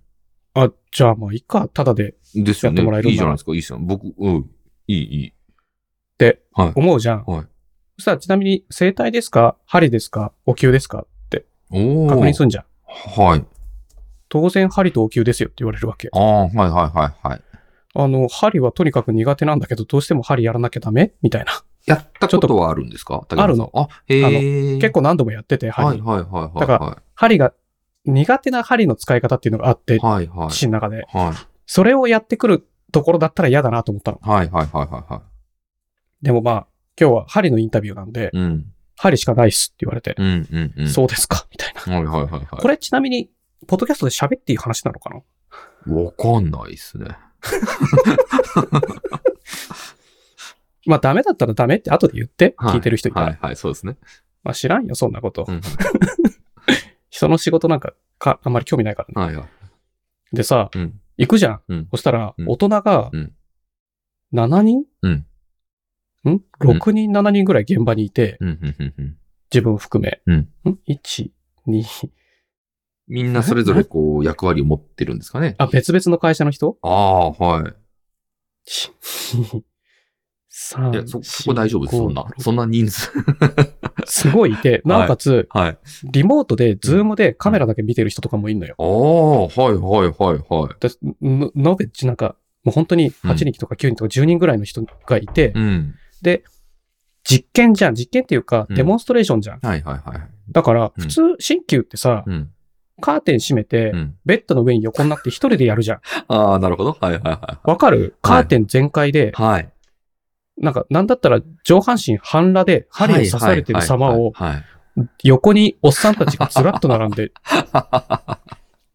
A: あ、じゃあまあいいか、ただで
B: ですよ
A: やっ
B: ね
A: てもらえ。るんだ
B: いいじゃないですか。いいですよ。僕、うん。いい、いい。
A: で
B: はい。
A: 思うじゃん。
B: はい
A: そしたらちなみに、整体ですか針ですかお灸ですかって
B: おお。
A: 確認すんじゃん。
B: はい。
A: 当然針とお灸ですよって言われるわけ。
B: ああ、はいはいはいはい。
A: あの、針はとにかく苦手なんだけど、どうしても針やらなきゃダメみたいな。
B: やったことはあるんですか
A: あるの。
B: あ、へ
A: あの
B: え。
A: 結構何度もやってて、針。
B: はいはいはいはい。
A: だか針が、苦手な針の使い方っていうのがあって、
B: ら、はいはい。
A: 父の中で。
B: はい
A: それをやってくるところだったら嫌だなと思ったの。
B: はいはいはいはいは
A: でもまあ、今日は針のインタビューなんで、
B: い。うん。
A: 針しかないっすって言われて、
B: うんうんうん。
A: そうですかみたいな。
B: う。はいはいはいはい。
A: これちなみに、ポッドキャストで喋っていい話なのかな
B: わかんないっすね。
A: まあダメだったらダメって後で言って、
B: は
A: 聞いてる人いたら。
B: はいはい、そうですね。
A: まあ知らんよ、そんなこと。
B: うん
A: *laughs* 人の仕事なんかか、あんまり興味ないからね。
B: はいはい。
A: でさ、
B: うん。
A: 行くじゃん。
B: うん
A: そしたら
B: う、ん
A: 大人が
B: うん、
A: 7人、
B: うん
A: ん ?6 人、7人ぐらい現場にいて、
B: うんうんうんうん。
A: 自分含め。
B: うん
A: ん。1、2、
B: みんなそれぞれこう役割を持ってるんですかね。
A: あ、別々の会社の人
B: ああ、はい。
A: ?1、2、3、
B: いや、そ、そこ大丈夫です。
A: 4
B: そんな。そんな人数。 *laughs*
A: すごいいて、なおかつ、
B: はい。
A: リモートで、ズームでカメラだけ見てる人とかもいるのよ。
B: ああ、はいはいはいはい。
A: 私、ののべっちなんか、もう本当に8人とか9人とか10人ぐらいの人がいて、
B: うん。
A: 実験じゃん。実験っていうか、
B: うん
A: デモンストレーションじゃん。
B: はいはいはい。
A: だから、
B: うん
A: 普通、新旧ってさ、
B: うん。
A: カーテン閉めて、
B: うん。
A: ベッドの上に横になって一人でやるじゃん。
B: ああ、なるほど。はいはいは
A: わかるカーテン全開で
B: い。、はい。
A: なんか、なんだったら上半身半裸で針を刺されてる様を
B: はいはいはいはい。
A: 横におっさんたちがずらっと並ん
B: *laughs*
A: で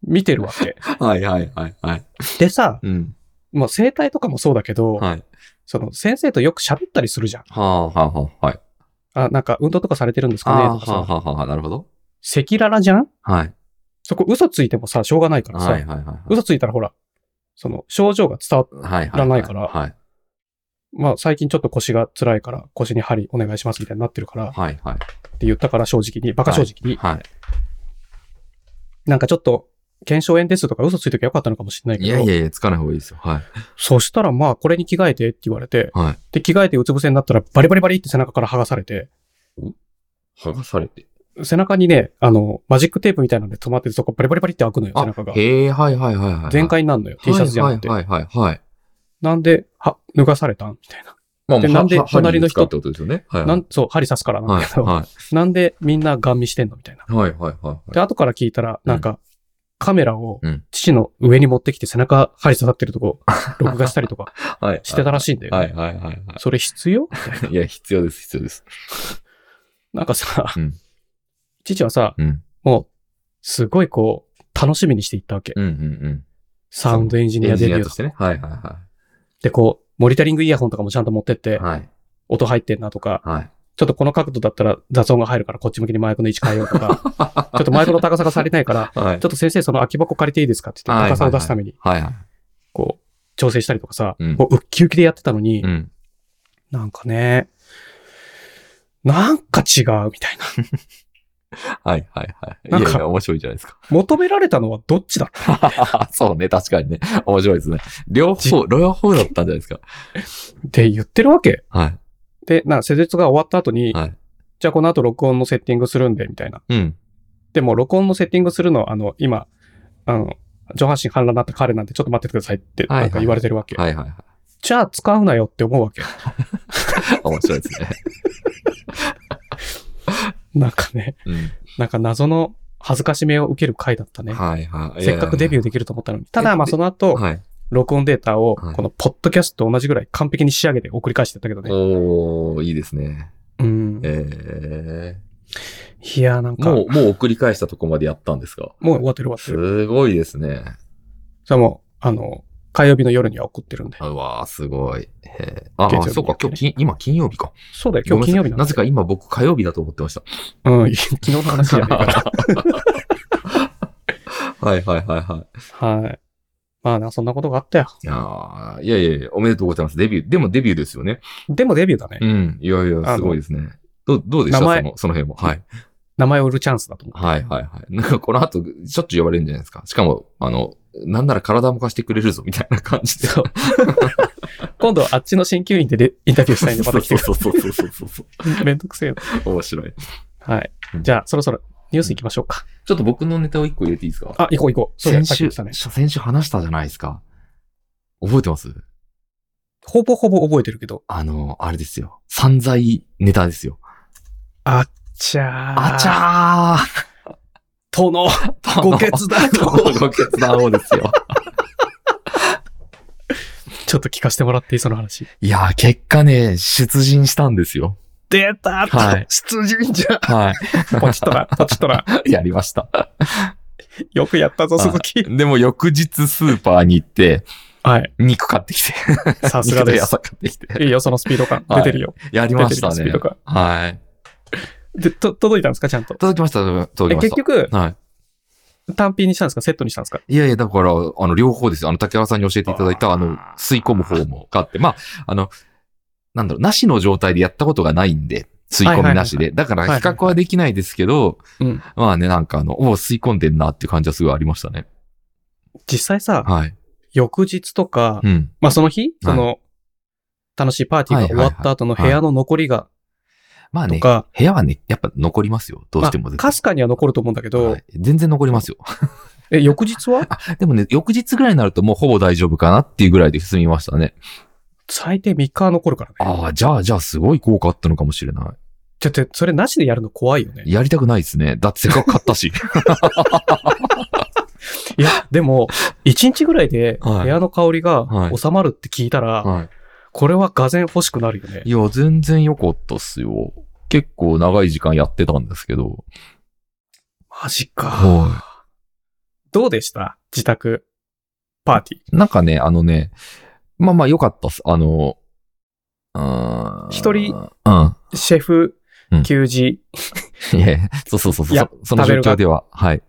A: 見てるわけ。
B: はいはいはいはい。
A: でさ、
B: うん。
A: まあ生態とかもそうだけど、
B: はい。
A: その先生とよく喋ったりするじゃん。
B: はあはあはあはい。
A: あ、なんか運動とかされてるんです
B: あ
A: か
B: あ
A: ねとか
B: はあ
A: さ、
B: はあはあ、なるほど。
A: 赤裸々じゃん
B: はい。
A: そこ嘘ついてもさ、しょうがないからさ、
B: はいはいはいはい。
A: 嘘ついたらほら、その症状が伝わっ
B: はいはい
A: らないから
B: はい
A: まあ最近ちょっと腰が辛いから腰に針お願いしますみたいになってるから
B: はいはい。
A: って言ったから正直に、バカ正直に、
B: はい。
A: なんかちょっと腱鞘炎ですとか嘘ついときゃよかったのかもしれないけ
B: い
A: ど、
B: やいやいや、つかない方がいいですよ。はい。
A: そしたらまあこれに着替えてって言われて、
B: はい。
A: で着替えてうつ伏せになったらバリバリバリって背中から剥がされて、
B: 剥がされて。
A: 背中にね、あの、マジックテープみたいなので止まっててそこバリバリバリって開くのよ、背中が。
B: へえ、はいはいはいはい。
A: 全開になるのよ、T シャツじゃなくて。
B: はいはいはいはいはい。
A: なんで、は、脱がされたんみたいな。
B: まあ
A: で
B: もう
A: なんで
B: はは
A: 隣の人
B: 針に使ってことですよね。はい。
A: なんそう、針刺すからなん
B: はい
A: だけど、
B: は
A: なんでみんなガン見してんのみたいな。
B: いはいはいは
A: で、後から聞いたら、なんか、カメラを
B: うん
A: 父の上に持ってきて背中針刺さってるとこ、録画したりとか
B: い。はい。
A: してたらしいんだよね。
B: はいはいはいは
A: それ必
B: *laughs*
A: 要
B: い。いや、必要です、必要です。
A: なんかさ、
B: うん
A: 父はさ、
B: うん。
A: もう、すごいこう、楽しみにしていったわけ。
B: うんうん
A: サウンドエンジ
B: うん。
A: ニ
B: エ
A: ア
B: ン
A: デ
B: ジ
A: ビュー
B: ニアと
A: と
B: し
A: か。
B: てね。はいはい
A: で、こう、モニタリングイヤホンとかもちゃんと持ってって、
B: はい。はい。
A: 音入ってんなとか、
B: はい。
A: ちょっとこの角度だったら雑音が入るからこっち向きにマイクの位置変えようと
B: *laughs*
A: か、ちょっとマイクの高さが足りないから、
B: はい。
A: ちょっと先生その空き箱借りていいですかって言っ
B: は
A: て
B: い
A: 高さを出すために、
B: はいは
A: こう、調整したりとかさ、
B: うん
A: こうウッキウキでやってたのに、
B: い。うん。
A: なんかね、なんか違うみたいな。
B: はいはいはい。
A: なん
B: い
A: か
B: やいや、面白いじゃないですか。 *laughs*
A: 求められたのはどっちだ
B: そうね、確かにね。面白いですね。両方、両方だったんじゃないですか。
A: って言ってるわけ。
B: はい。
A: で、な、施術が終わった後に、
B: はい。
A: じゃあこの後録音のセッティングするんで、みたいな。
B: うん。
A: でも録音のセッティングするのは、あの、今、あの、上半身反乱になった彼なんでちょっと待っててくださいって、
B: はいはい
A: なんか言われてるわけ。
B: はいはいはい。
A: じゃあ使うなよ *laughs* って思うわけ。
B: 面白いですね。
A: なんかね、
B: う
A: なんか謎の恥ずかしめを受ける回だった
B: ん。
A: ね。
B: はいはい。
A: せっかくデビューできると思ったのに。ただ、まあその後、
B: はい。
A: 録音データを、
B: はい
A: このポッドキャストと同じぐらい完璧に仕上げて送り返してたけどね。
B: おー、いいですね。
A: うん。
B: え
A: いや、なん
B: ー、
A: か、
B: も
A: も
B: う、もう送り返したとこまでやったんですか
A: う終わってる終わってる。
B: すごいですね。
A: それはもう、あの、火曜日の夜には送ってるんで。
B: うわー、すごい。へーあ
A: 月曜日
B: ー、そうか、今日金、今金曜日か。
A: そうだよ、今日金曜日なんだよ
B: なぜか今僕火曜日だと思ってま *laughs* した。
A: うん、昨日の話じゃな
B: *laughs*
A: いから。
B: はいはいはいはい。
A: はい。まあな、そんなことがあったよ。
B: いやーいやいやいや、おめでとうございます。デビュー。でもデビューですよね。
A: でもデビューだね。
B: うん。いやいや、すごいですね。どう、どうでした
A: 名前
B: その、その辺も。はい。
A: 名前を売るチャンスだと思う。
B: はいはいはい。なんかこの後、しょっちゅう呼ばれるんじゃないですか。しかも、あの、なんなら体も貸してくれるぞ、みたいな感じで。 *laughs*
A: そう。今度あっちの鍼灸院ででインタビューしたいんで、ま
B: そ
A: た
B: う
A: 来て
B: そう
A: く
B: そうそうそうそうそう。 *laughs*
A: れ。めんどくせえな。
B: 面白い。
A: はい。
B: うん
A: じゃあ、そろそろニュース行きましょうか。
B: ちょっと僕のネタを一個入れていいですか
A: あ、行こう行こう。そうだ、
B: 先
A: さっき言
B: 週、
A: ってたね。
B: 先週話したじゃないですか。覚えてます
A: ほぼほぼ覚えてるけど。
B: あの、あれですよ。散財ネタですよ。
A: あっちゃー。
B: あちゃー
A: とのご決断を。
B: ご決断をですよ。
A: ちょっと聞かせてもらっていいその話。
B: *laughs* いやー、結果ね、出陣したんですよ。
A: 出た
B: はい
A: 出陣じゃ
B: は
A: ポチッと
B: *laughs*
A: な、ポチッとな。
B: い。やりました。
A: よくやったぞ、
B: はい
A: 鈴木。
B: でも翌日スーパーに行って、
A: はい。
B: 肉買ってきて。
A: さすがで
B: 肉と野
A: す。
B: 菜買ってきて。
A: いいよ、そのスピード感。
B: は
A: 出て
B: い
A: るよ。
B: やり
A: 出
B: ま
A: て
B: し
A: る
B: た
A: よ、スピード
B: ね。
A: 感。
B: はい。
A: で、と、届いたんですか、ちゃんと。
B: 届きました、
A: え
B: 届きま
A: 結
B: した。
A: 局、
B: はい。
A: 単品にしたんですかセットにしたんですか
B: いやいや、だから、あの、両方ですよ。あの、竹原さんに教えていただいた、あの、吸い込む方も買って、まあ、あの、なんだろう、なしの状態でやったことがないんで、吸い込みなしで。だから
A: はいはい
B: 比較はできないですけど、
A: うん。
B: まあね、なんかあの、おう吸い込んでんなっていう感じはすごいありましたね。
A: 実際さ、
B: はい。
A: 翌日とか、
B: うん。
A: まあその日、その、楽しいパーティーが終わった後の部屋の残りが、
B: まあ
A: と
B: ね、
A: か、
B: 部屋はね、やっぱ残りますよ。どう
A: ま
B: しても
A: あ
B: 絶対。
A: かすかには残ると思うんだけど
B: は、い全然残りますよ。 *laughs*
A: え、翌日は
B: あ、でもね、翌日ぐらいになるともうほぼ大丈夫かなっていうぐらいで済みましたね。
A: 最低3日は残るからね。
B: ああ、じゃあ、じゃあすごい効果あったのかもしれな
A: ちょっと、それなしでやるの怖いよね。
B: い。やりたくないですね。だってせっかく買った
A: *laughs*
B: し。
A: いや、でも、1日ぐらいで
B: はい
A: 部屋の香り
B: は
A: が
B: い
A: 収まるって聞いたら、
B: は
A: これは俄然欲しくなるよね
B: い。。いや、全然良かったっすよ。結構長い時間やってたんですけど。
A: マジか。
B: は
A: どうでした自宅、パーティー。
B: い。なんかね、あのね、まあまあ良かったっす。あの、うーん。
A: 一人
B: うん。
A: シェフ
B: うん、
A: 給仕
B: いやいやそうそうそう
A: い
B: そ
A: や
B: う。その
A: 食
B: 状
A: べる側
B: 況では、はい。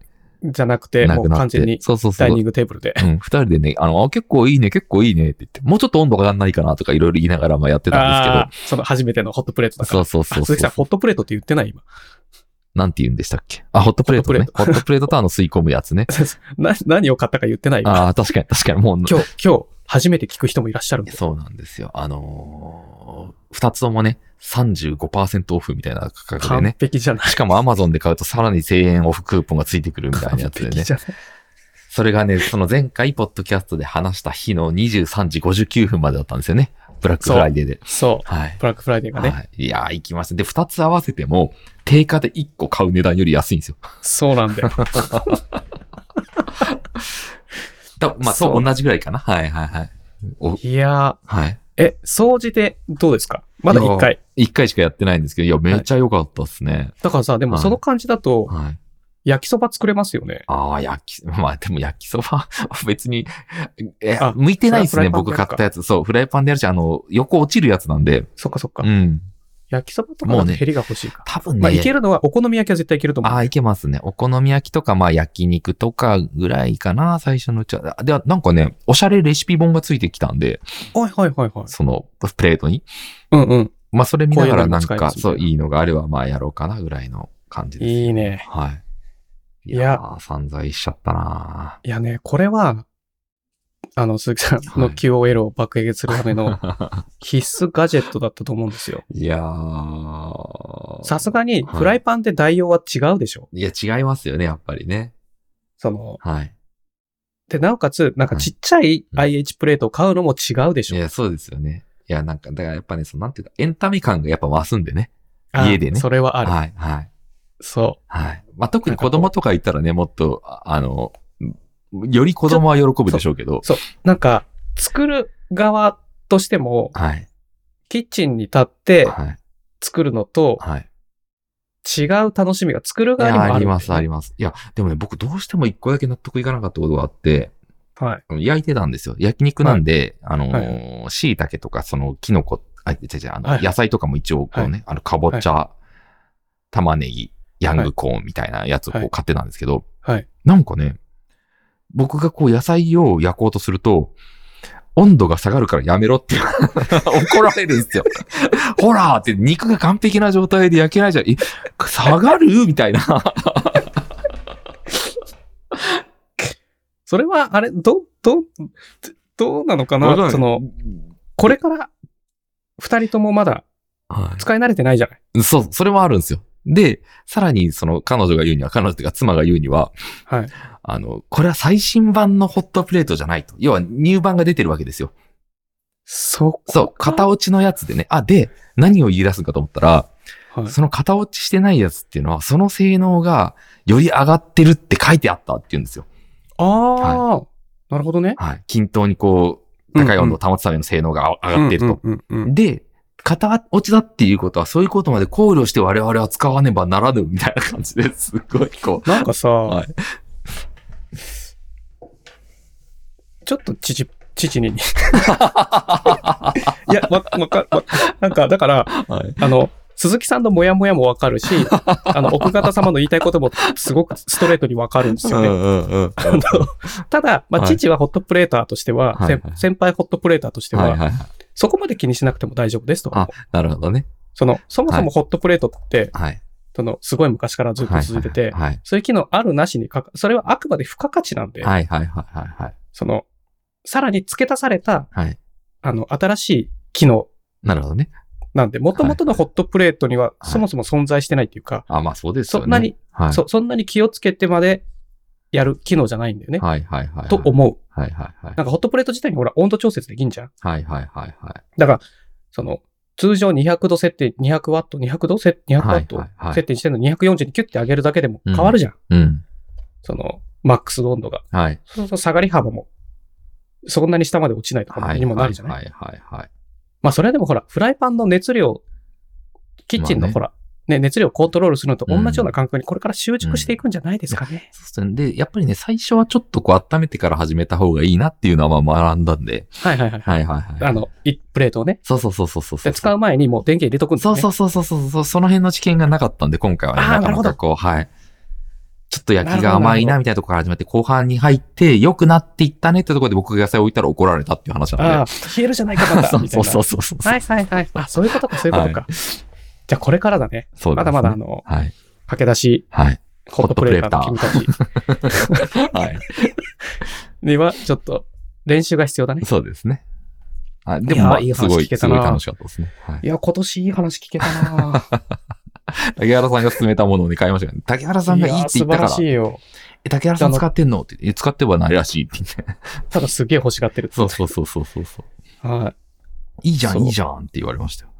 A: じゃなくて、
B: な
A: も
B: く
A: う
B: なっ
A: 完
B: て。
A: 全に
B: そうそうそ
A: ダイニ
B: う
A: ン。グテーブルで。
B: うん、二人でね、あの、あ結構いいね、結構いいねって言って、もうちょっと温度上がんないかなとかいろいろ言いながらまあやってたん
A: あ
B: で
A: ーその初めてのホットプレート
B: す
A: だ
B: け
A: か
B: ど、
A: ら。
B: そうそうそう
A: あ
B: そ
A: 鈴
B: う
A: 木さん、ホットプレートって言ってない今。
B: なんて言うんでしたっけあ、ホットプレートね。ホットプレートとあの吸い込むやつね。
A: な何を買ったか言ってない今。
B: ああ、確かに確かにもう、
A: 今日、今日、初めて聞く人もいらっしゃるんで。
B: そうなんですよ。あのー二つともね、35%オフみたいな価格で
A: 完
B: ね。
A: 璧じゃない。
B: しかも Amazon で買うとさらに1000円オフクーポンがついてくるみたいな
A: 完
B: やつで
A: 璧
B: ね
A: じ。ゃない。
B: それがね、その前回、ポッドキャストで話した日の23時59分までだったんですよね。ブラックフライデーで。
A: そう。
B: はい。
A: ブラックフライデーがね。
B: はい、いやー、行きました。で、二つ合わせても、定価で一個買う値段より安いんですよ。
A: そうなんだ *laughs* よ。
B: だまあ、そ、
A: そうう
B: 同じぐらいかな。はいはいはい。お
A: いや
B: はい。
A: ー、え、総じてどうですかまだ1
B: い
A: 回。
B: 一回しかやってないんですけど、いや、めっちゃ良かったっすね。
A: だからさ、でも
B: はい
A: その感じだと、
B: はい。
A: 焼きそば作れますよね。
B: ああ、焼き、 *laughs* まあでも焼きそば、 *laughs* 別に、え
A: あ、
B: 向いてないです
A: そ
B: ね、
A: れはフ
B: 僕
A: ライ
B: 買
A: パンでやるか
B: ったやつ。そう、フライパンでやるし、あの、横落ちるやつなんで。
A: そっかそっか
B: う。ん。
A: 焼きそばと
B: も
A: か
B: うね
A: の減りが欲しいか。
B: 多分ね。
A: まあ、いけるのは、お好み焼きは絶対いけると思
B: あ
A: う。
B: あ、いけますね。お好み焼きとか、まあ焼肉とかぐらいかな、最初のうちは。あで、なんかね、おしゃれレシピ本がついてきたんで、
A: はいはいはいはい。
B: その、プレートに。
A: うんうん。
B: まあそれ見ながらなん
A: こういうのにも使えま
B: か、
A: すみたい
B: そ
A: な
B: う、いいのがあれば、まあやろうかな、ぐらいの感じです。
A: いいね。
B: はい。
A: いや
B: ー、散財しちゃったない
A: やね、これは、あの、鈴木さん
B: は
A: の
B: い
A: QOL を爆上げするため
B: *laughs*
A: の
B: ー
A: *laughs* 必須ガジェットだったと思うんですよ。
B: いやー。
A: さすがに、
B: はい
A: フライパンって代用は違うでしょ。
B: いや、違いますよね、やっぱりね。
A: その、
B: はい。
A: で、なおかつ、なんかちっちゃい IH プレートを買うのも違うでし
B: い
A: ょ。
B: や、そうですよね。いや、なんか、だからやっぱね、その、なんていうか、エンタメ感がやっぱ増すんでね。
A: あ
B: 家でね
A: それはある。
B: はい、はい、
A: そ
B: はい。まあ、特に子供とかいたらね、もっと、ああの、より子供は喜ぶでしょうけど。
A: う。なんか、作る側としても、
B: はい。
A: キッチンに立って
B: はい。
A: 作るのと
B: はい。
A: 違う楽しみが作る
B: い
A: 側にもあ
B: や、
A: る。
B: あります、あります。いや、でもね、僕どうしても一個だけ納得いかなかったことがあって、
A: ます。はい。
B: 焼いてたんですよ。焼肉なんで、あの
A: は
B: ー、椎茸とか、その、キノコ、あ、違う違う、あの、
A: はい
B: 野菜とかも一応、こうね、あの、かぼちゃ、玉ねぎ、ヤングコーンみたいなやつをこ
A: は
B: う
A: い
B: 買ってたんですけど、
A: はい。
B: なんかね、僕がこう野菜を焼こうとすると、温度が下がるからやめろって *laughs* 怒られるんで
A: *laughs*
B: すよ。ほらーって肉が完璧な状態で焼けないじゃん。え、下がるみた
A: *laughs*
B: いな。
A: それは、あれ、ど、ど、どうなのか
B: わかんな
A: な、
B: い
A: その、これから、二人ともまだ
B: は
A: 使い慣れてないじゃない。
B: いそう、それもあるんですよ。で、さらにその彼女が言うには、彼女というか妻が言うには、
A: はい。
B: あの、これは最新版のホットプレートじゃないと。要は入版が出てるわけですよ。
A: そ
B: そう、型落ちのやつでね。あ、で、何を言い出すかと思ったら、
A: う。はい。
B: その型落ちしてないやつっていうのは、その性能がより上がってるって書いてあったって言うんですよ。
A: ああ、なるほどね。
B: はい。均等にこう、高い温度を保つための性能が上がってると。
A: うんうんうんうん
B: で、型落ちだっていうことは、そういうことまで考慮して我々は使わねばならぬみたいな感じですごいこう。
A: なんかさ、
B: はい
A: ちょっと父、父
B: *laughs*
A: に。いや、わ、わか、わ、なんか、だから、
B: はい。
A: あの、鈴木さんのモヤモヤもわかる
B: *laughs*
A: し、あの、奥方様の言いたいこともすごくストレートにわかるんですよね。
B: うんうん。
A: あのただ、まあ、
B: はい
A: 父はホットプレーターとしては、
B: はい
A: 先先輩ホットプレーターとしては、
B: はいはいはい。
A: そこまで気にしなくても大丈夫ですと
B: あ
A: か、
B: なるほどね。
A: その、そもそもホットプレートって、
B: はい。
A: その、すごい昔からずっと続いてて、
B: はい。
A: そういう機能あるなしにかか、それはあくまで付加価値なんで、
B: はいはいはいはいはい。
A: その、さらに付け足された、
B: はい。
A: あの、新しい機能
B: なるほどね。
A: なんで、元々のホットプレートにはそもそも存在してないっていうか、
B: あ、まあそうですよね。
A: そんなに、
B: はい。
A: そそんなに気をつけてまでやる機能じゃないんだよね。
B: はいはいはいはい。
A: と思う。
B: はいはいはい。
A: なんかホットプレート自体にほら温度調節できんじゃん。
B: はいはいはいはい。
A: だから、その、通常200度設定、200ワット、200度設200
B: は
A: ワ
B: い
A: ット
B: はいはい
A: 設定してるの240にキュッて上げるだけでも変わるじゃん。
B: うん。
A: その、マックス温度が。
B: はい。
A: そうすると下がり幅も、そんなに下まで落ちないとか
B: はい。
A: にもなるじゃない、
B: はいはいはい。
A: まあそれはでもほら、フライパンの熱量、キッチン
B: まあ
A: の
B: ね
A: ほら、ね、熱量をコントロールするのと同じような感覚にこれから習熟していくんじゃないですかね。
B: そうですね。で、やっぱりね、最初はちょっとこう温めてから始めた方がいいなっていうのはまあ学んだんで。
A: はいはいはいはい。
B: はいはいはい。
A: あの、いプレートをね。
B: そうそうそうそうそうそ
A: で
B: う。
A: 使う前にもう電源入れとくんです
B: そう
A: ね。
B: そうそうそうそうそう、その辺の知見がなかったんで、今回はね、
A: あー
B: なかな
A: なる
B: かこう、はい。ちょっと焼きが甘いなみたいなところから始めて、後半に入って、良くなっていったねってところで僕が野菜置いたら怒られたっていう話
A: あ
B: な
A: あ、
B: の
A: 消えるじゃないか、ま
B: で。
A: た。
B: *laughs* そう
A: みたい
B: そ
A: うな
B: そうそうそう。
A: はいはいはい。あ、そういうことか、そういうことか。じゃあこれからだね。
B: そうで
A: ますだ
B: ね
A: まだあ。の、
B: はい。
A: 駆け出し、 *laughs*
B: はい。
A: ホットプレーターの君たち
B: はい。
A: には、ちょっと練習が必要だね。
B: そうですね。あで
A: いや
B: も、
A: ー
B: まあ、
A: いい話
B: すごい、
A: 聞け
B: す
A: たな
B: ごい楽しかったですね。 *laughs* はい
A: いや、今年いい話聞けた *laughs* な
B: 竹原さんが勧めたものをね、買いましたけど、竹原さんがいいって
A: 素
B: 言っ
A: 晴
B: たから
A: し
B: ら、
A: いよ。
B: え、竹原さん使ってんのって言ってえ、使ってはないらしいって言
A: *laughs*
B: って。
A: ただすげえ欲しがってる。
B: そうそうそうそうそうそう。
A: はい。
B: いいじゃ
A: そ
B: ん、
A: う
B: いいじゃんって言われましたよ。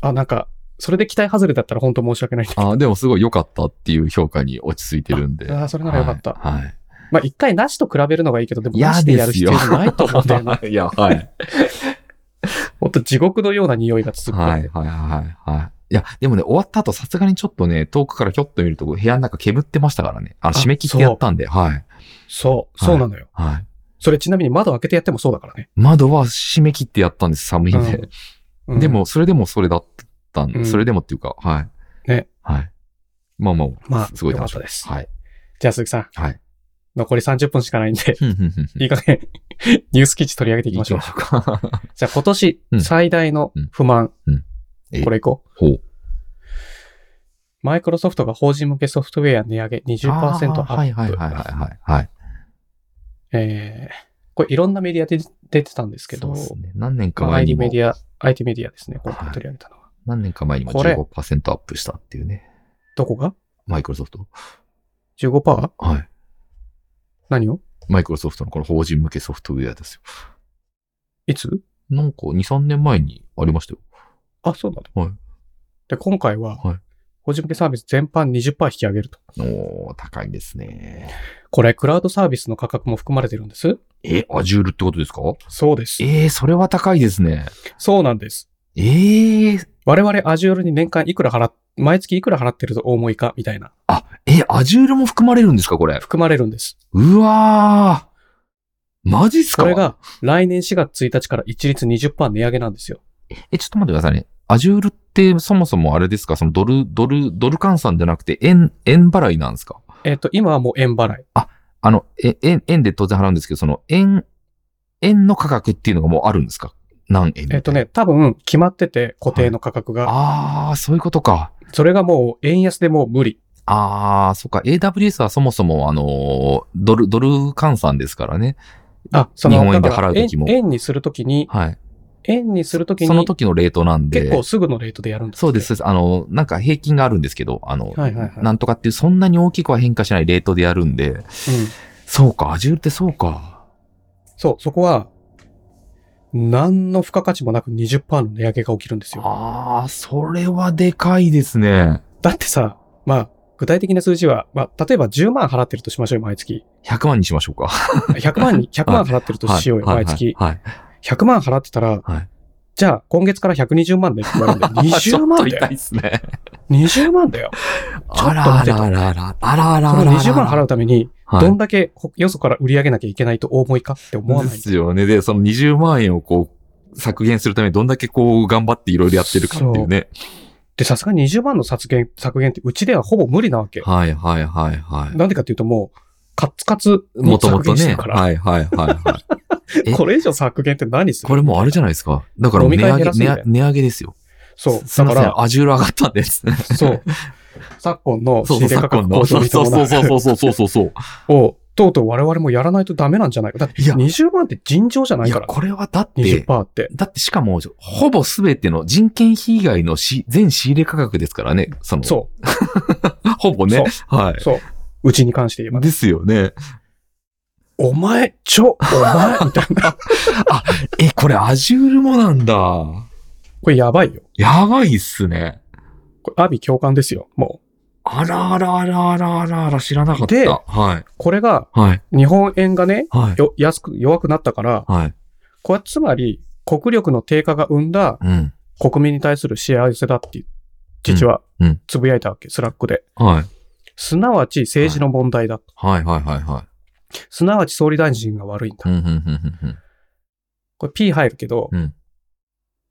A: あ、なんか、それで期待外れだったら本当申し
B: *laughs*
A: 訳ないんだけど。
B: あーでもすごい良かったっていう評価に落ち着いてるんで。
A: ああー、それならよかった。
B: はい。はい
A: まあ、一回なしと比べるのがいいけど、でも
B: いや
A: なしでやる必要
B: ですよ
A: ないと思
B: *laughs*
A: うんだよな。
B: いや、はい。
A: ほんと地獄のような匂いが続くから。
B: はい、はい、はい、はい。いや、でもね、終わった後、さすがにちょっとね、遠くからひょっと見ると、部屋の中煙ってましたからね。あの、締め切ってやったんで、はい。
A: そう、
B: はい
A: そうなのよ。
B: はい。
A: それちなみに窓開けてやってもそうだからね。
B: 窓は締め切ってやったんです、寒いんで。
A: うん
B: で、も、それでもそれだったん
A: うん
B: それでもっていうか、はい。
A: ね。
B: はい。まあまあ、
A: まあ
B: すごい楽し
A: よかったです
B: はい。
A: じゃあ鈴木さん、
B: はい。
A: 残り30分しかないんで、
B: ふんふんふんふん
A: いい加減、ニュース記事取り上げていきましょう。
B: 行きま
A: *laughs*
B: しょうか。
A: じゃあ今年
B: うん
A: 最大の不満、
B: うんえ
A: これいこう。
B: ほう。
A: マイクロソフトが法人向けソフトウェア値上げ20%アップ。
B: あーはい、はい、はい、はい、はいはい。
A: えーこれいろんなメディアで出てたんですけど、
B: そうですね。何年か
A: まあ、
B: 前
A: IT
B: にも
A: メデ。ィア、IT メディアですね、これ
B: はい
A: 取り上げたのは。
B: 何年か前にも
A: これ
B: 15%アップしたっていうね。
A: どこが
B: マイクロソフト。
A: ?15%?
B: はい。
A: 何を
B: マイクロソフトのこの法人向けソフトウェアですよ。
A: いつ
B: なんか2、3年前にありましたよ。
A: あ、そうなの。
B: はい
A: で、今回は、
B: はい
A: 法人向けサービス全般20%引き上げると。
B: おー、高いんですね。
A: これ、クラウドサービスの価格も含まれてるんです。
B: え、アジュールってことですか
A: そうです。
B: えー、それは高いですね。
A: そうなんです。
B: えー、
A: 我々 Azure に年間いくら払っ、毎月いくら払ってるとお思いか、みたいな。
B: え、アジュールも含まれるんですかこれ。
A: 含まれるんです。
B: うわー。マジっすか
A: これ。が、来年4月1日から一律20%値上げなんですよ。
B: え、ちょっと待ってくださいね。アジュールってそもそもあれですかそのドル、ドル、ドル換算じゃなくて円、円払いなんですか
A: えっ、と、今はもう円払い。
B: あの、え、円、円で当然払うんですけど、その、円、円の価格っていうのがもうあるんですか何円みたいな
A: えっ、と。ね、多分、決まってて、固定の価格が。
B: ああ、そういうことか。
A: それがもう、円安でもう無理。
B: ああ、そっか。AWS はそもそも、あのー、ドル、ドル換算ですからね。
A: あ、その、
B: 日本円で
A: だから
B: 払う時も
A: 円円にするときに、
B: はい。
A: 円にするときに、
B: その時のレートなんで。
A: 結構すぐのレートでやるんです
B: そうです。そうですあの、なんか平均があるんですけど、あの、
A: はいはいはい
B: なんとかっていう、そんなに大きくは変化しないレートでやるんで。
A: うん。
B: そうか、Azure ってそうか。
A: そう、そこは、何の付加価値もなく20%の値上げが起きるんですよ。
B: ああ、それはでかいですね。
A: だってさ、まあ、具体的な数字は、まあ、例えば10万払ってるとしましょうよ、毎月。
B: 100万にしましょうか。
A: 100万に、100万払ってるとしようよ、
B: はいはい
A: 毎月。
B: はい。
A: 100万払ってたら、
B: はい
A: じゃあ、今月から120万でって言われる
B: *laughs*
A: んだよ20万だ
B: ちょっと痛
A: よ
B: い。ですね。
A: 20万だよ。
B: あらあらあらあら。あらあら
A: そ
B: あ
A: の
B: ら。
A: 20万払うために、
B: はい
A: どんだけほよそから売り上げなきゃいけないとお思いかって思わ
B: で
A: ない。
B: すよね。で、その20万円をこう、削減するためにどんだけこう、頑張っていろいろやってるかっていうね。
A: で、さすがに20万の削減、削減ってうちではほぼ無理なわけ。
B: はいはいはいはい。
A: なんでかっていうともう、カッツカツ
B: も
A: に
B: とも
A: 削
B: と
A: 減して
B: ね。
A: るから、
B: はいはいはい
A: *laughs*
B: はい。え
A: これ以上削減って何する
B: これもうあれじゃないですか。だから
A: 飲
B: 値
A: み会
B: 上
A: 減
B: げ、
A: らすんだ
B: 値
A: よ
B: 上げ値上げですよ。
A: そう。
B: すす
A: だ
B: いま
A: か
B: せん、
A: ら、
B: アジュール上がったんです。
A: そう。昨今の
B: *laughs* そう
A: 仕
B: そう、
A: 入れ価
B: 昨
A: 格
B: 今
A: 高
B: の。
A: 騰
B: そう
A: に
B: そう
A: 伴
B: そう
A: う
B: そうそうそうそうそう。
A: を、とうとう我々もやらないとダメなんじゃないか。だって
B: いや
A: 20万って尋常 *laughs* じゃないい
B: や、
A: から。
B: これはだって、
A: 20%って。
B: だってしかも、ほぼすべての人件費以外のし全仕入れ価格ですからね。その、
A: そ
B: ほぼ
A: う。
B: ね
A: そ。
B: は
A: う。そう。うちに関して言えば
B: い。。ですよね。
A: お前、ちょ、お前、みたいな。
B: え、これアジュールもなん
A: *laughs*
B: だ。
A: これやばいよ。
B: やばいっすね。
A: これ、アビ共感ですよ。も
B: あらあらあらあらあらあら、知らなかった。
A: で
B: はい。
A: う。これが、
B: はい。
A: 日本円がね、
B: はい。
A: よ、安く、弱くなったから、
B: はい。
A: これはつまり、国力の低下が生んだ
B: うん。
A: 国民に対する幸せだって、父は
B: うんうん、
A: つぶやいたわけ、スラックで。
B: はい。
A: すなわち政治の問題だと。
B: はいはいはいは
A: すなわち総理大臣が悪いんだ
B: い。う。ん、うん、うん、うん。
A: これ P 入るけど、
B: うん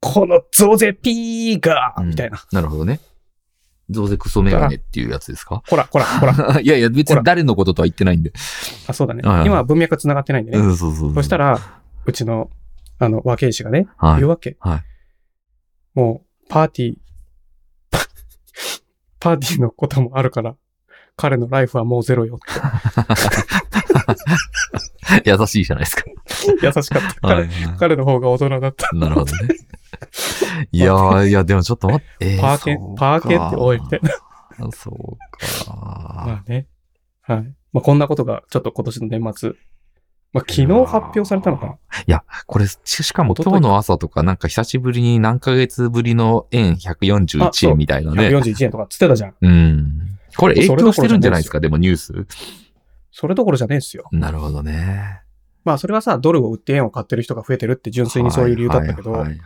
A: この増税 P が、
B: うん
A: みたいな。
B: なるほどね。増税クソメガネっていうやつですか
A: ほら、ほら、ほ
B: *laughs*
A: ら。
B: いやいや、別に誰のこととは言ってないんで。
A: あ、そうだね。
B: はいはい
A: 今は文脈が繋がってないんでね。
B: うん、そうそうそう。
A: そした
B: ら、
A: ら、うちの、あの、若い医師がね、
B: は
A: 言
B: い。
A: うわけ。
B: はい
A: もう、パーティー、 *laughs* パーティーのこともあるから、彼のライフはもうゼロよって。
B: 優しいじゃないですか。 *laughs*
A: 優しかった。
B: は
A: 彼
B: い。
A: 彼の方が大人だった。
B: なるほどね。いやー、いや、でもちょっと待って。
A: パーケン、パーケンっておいみたいな。
B: な。そうか。
A: まあね。はい。まあこんなことが、ちょっと今年の年末。まあ昨日発表されたのかな。
B: いや、これ、ししかも
A: 一昨日
B: 今日の朝とか、なんか久しぶりに何ヶ月ぶりの円
A: あそ
B: 141
A: う
B: 円みたいなね。
A: 141円とかっつってたじゃん。
B: うん。これ
A: そ
B: 影
A: れどころ
B: 響してるんじゃないですか、でもニュース。
A: それどころじゃねえっすよ。
B: なるほどね。
A: まあそれはさ、ドルを売って円を買ってる人が増えてるって純粋にそういう理由だったけど、
B: はいはいはい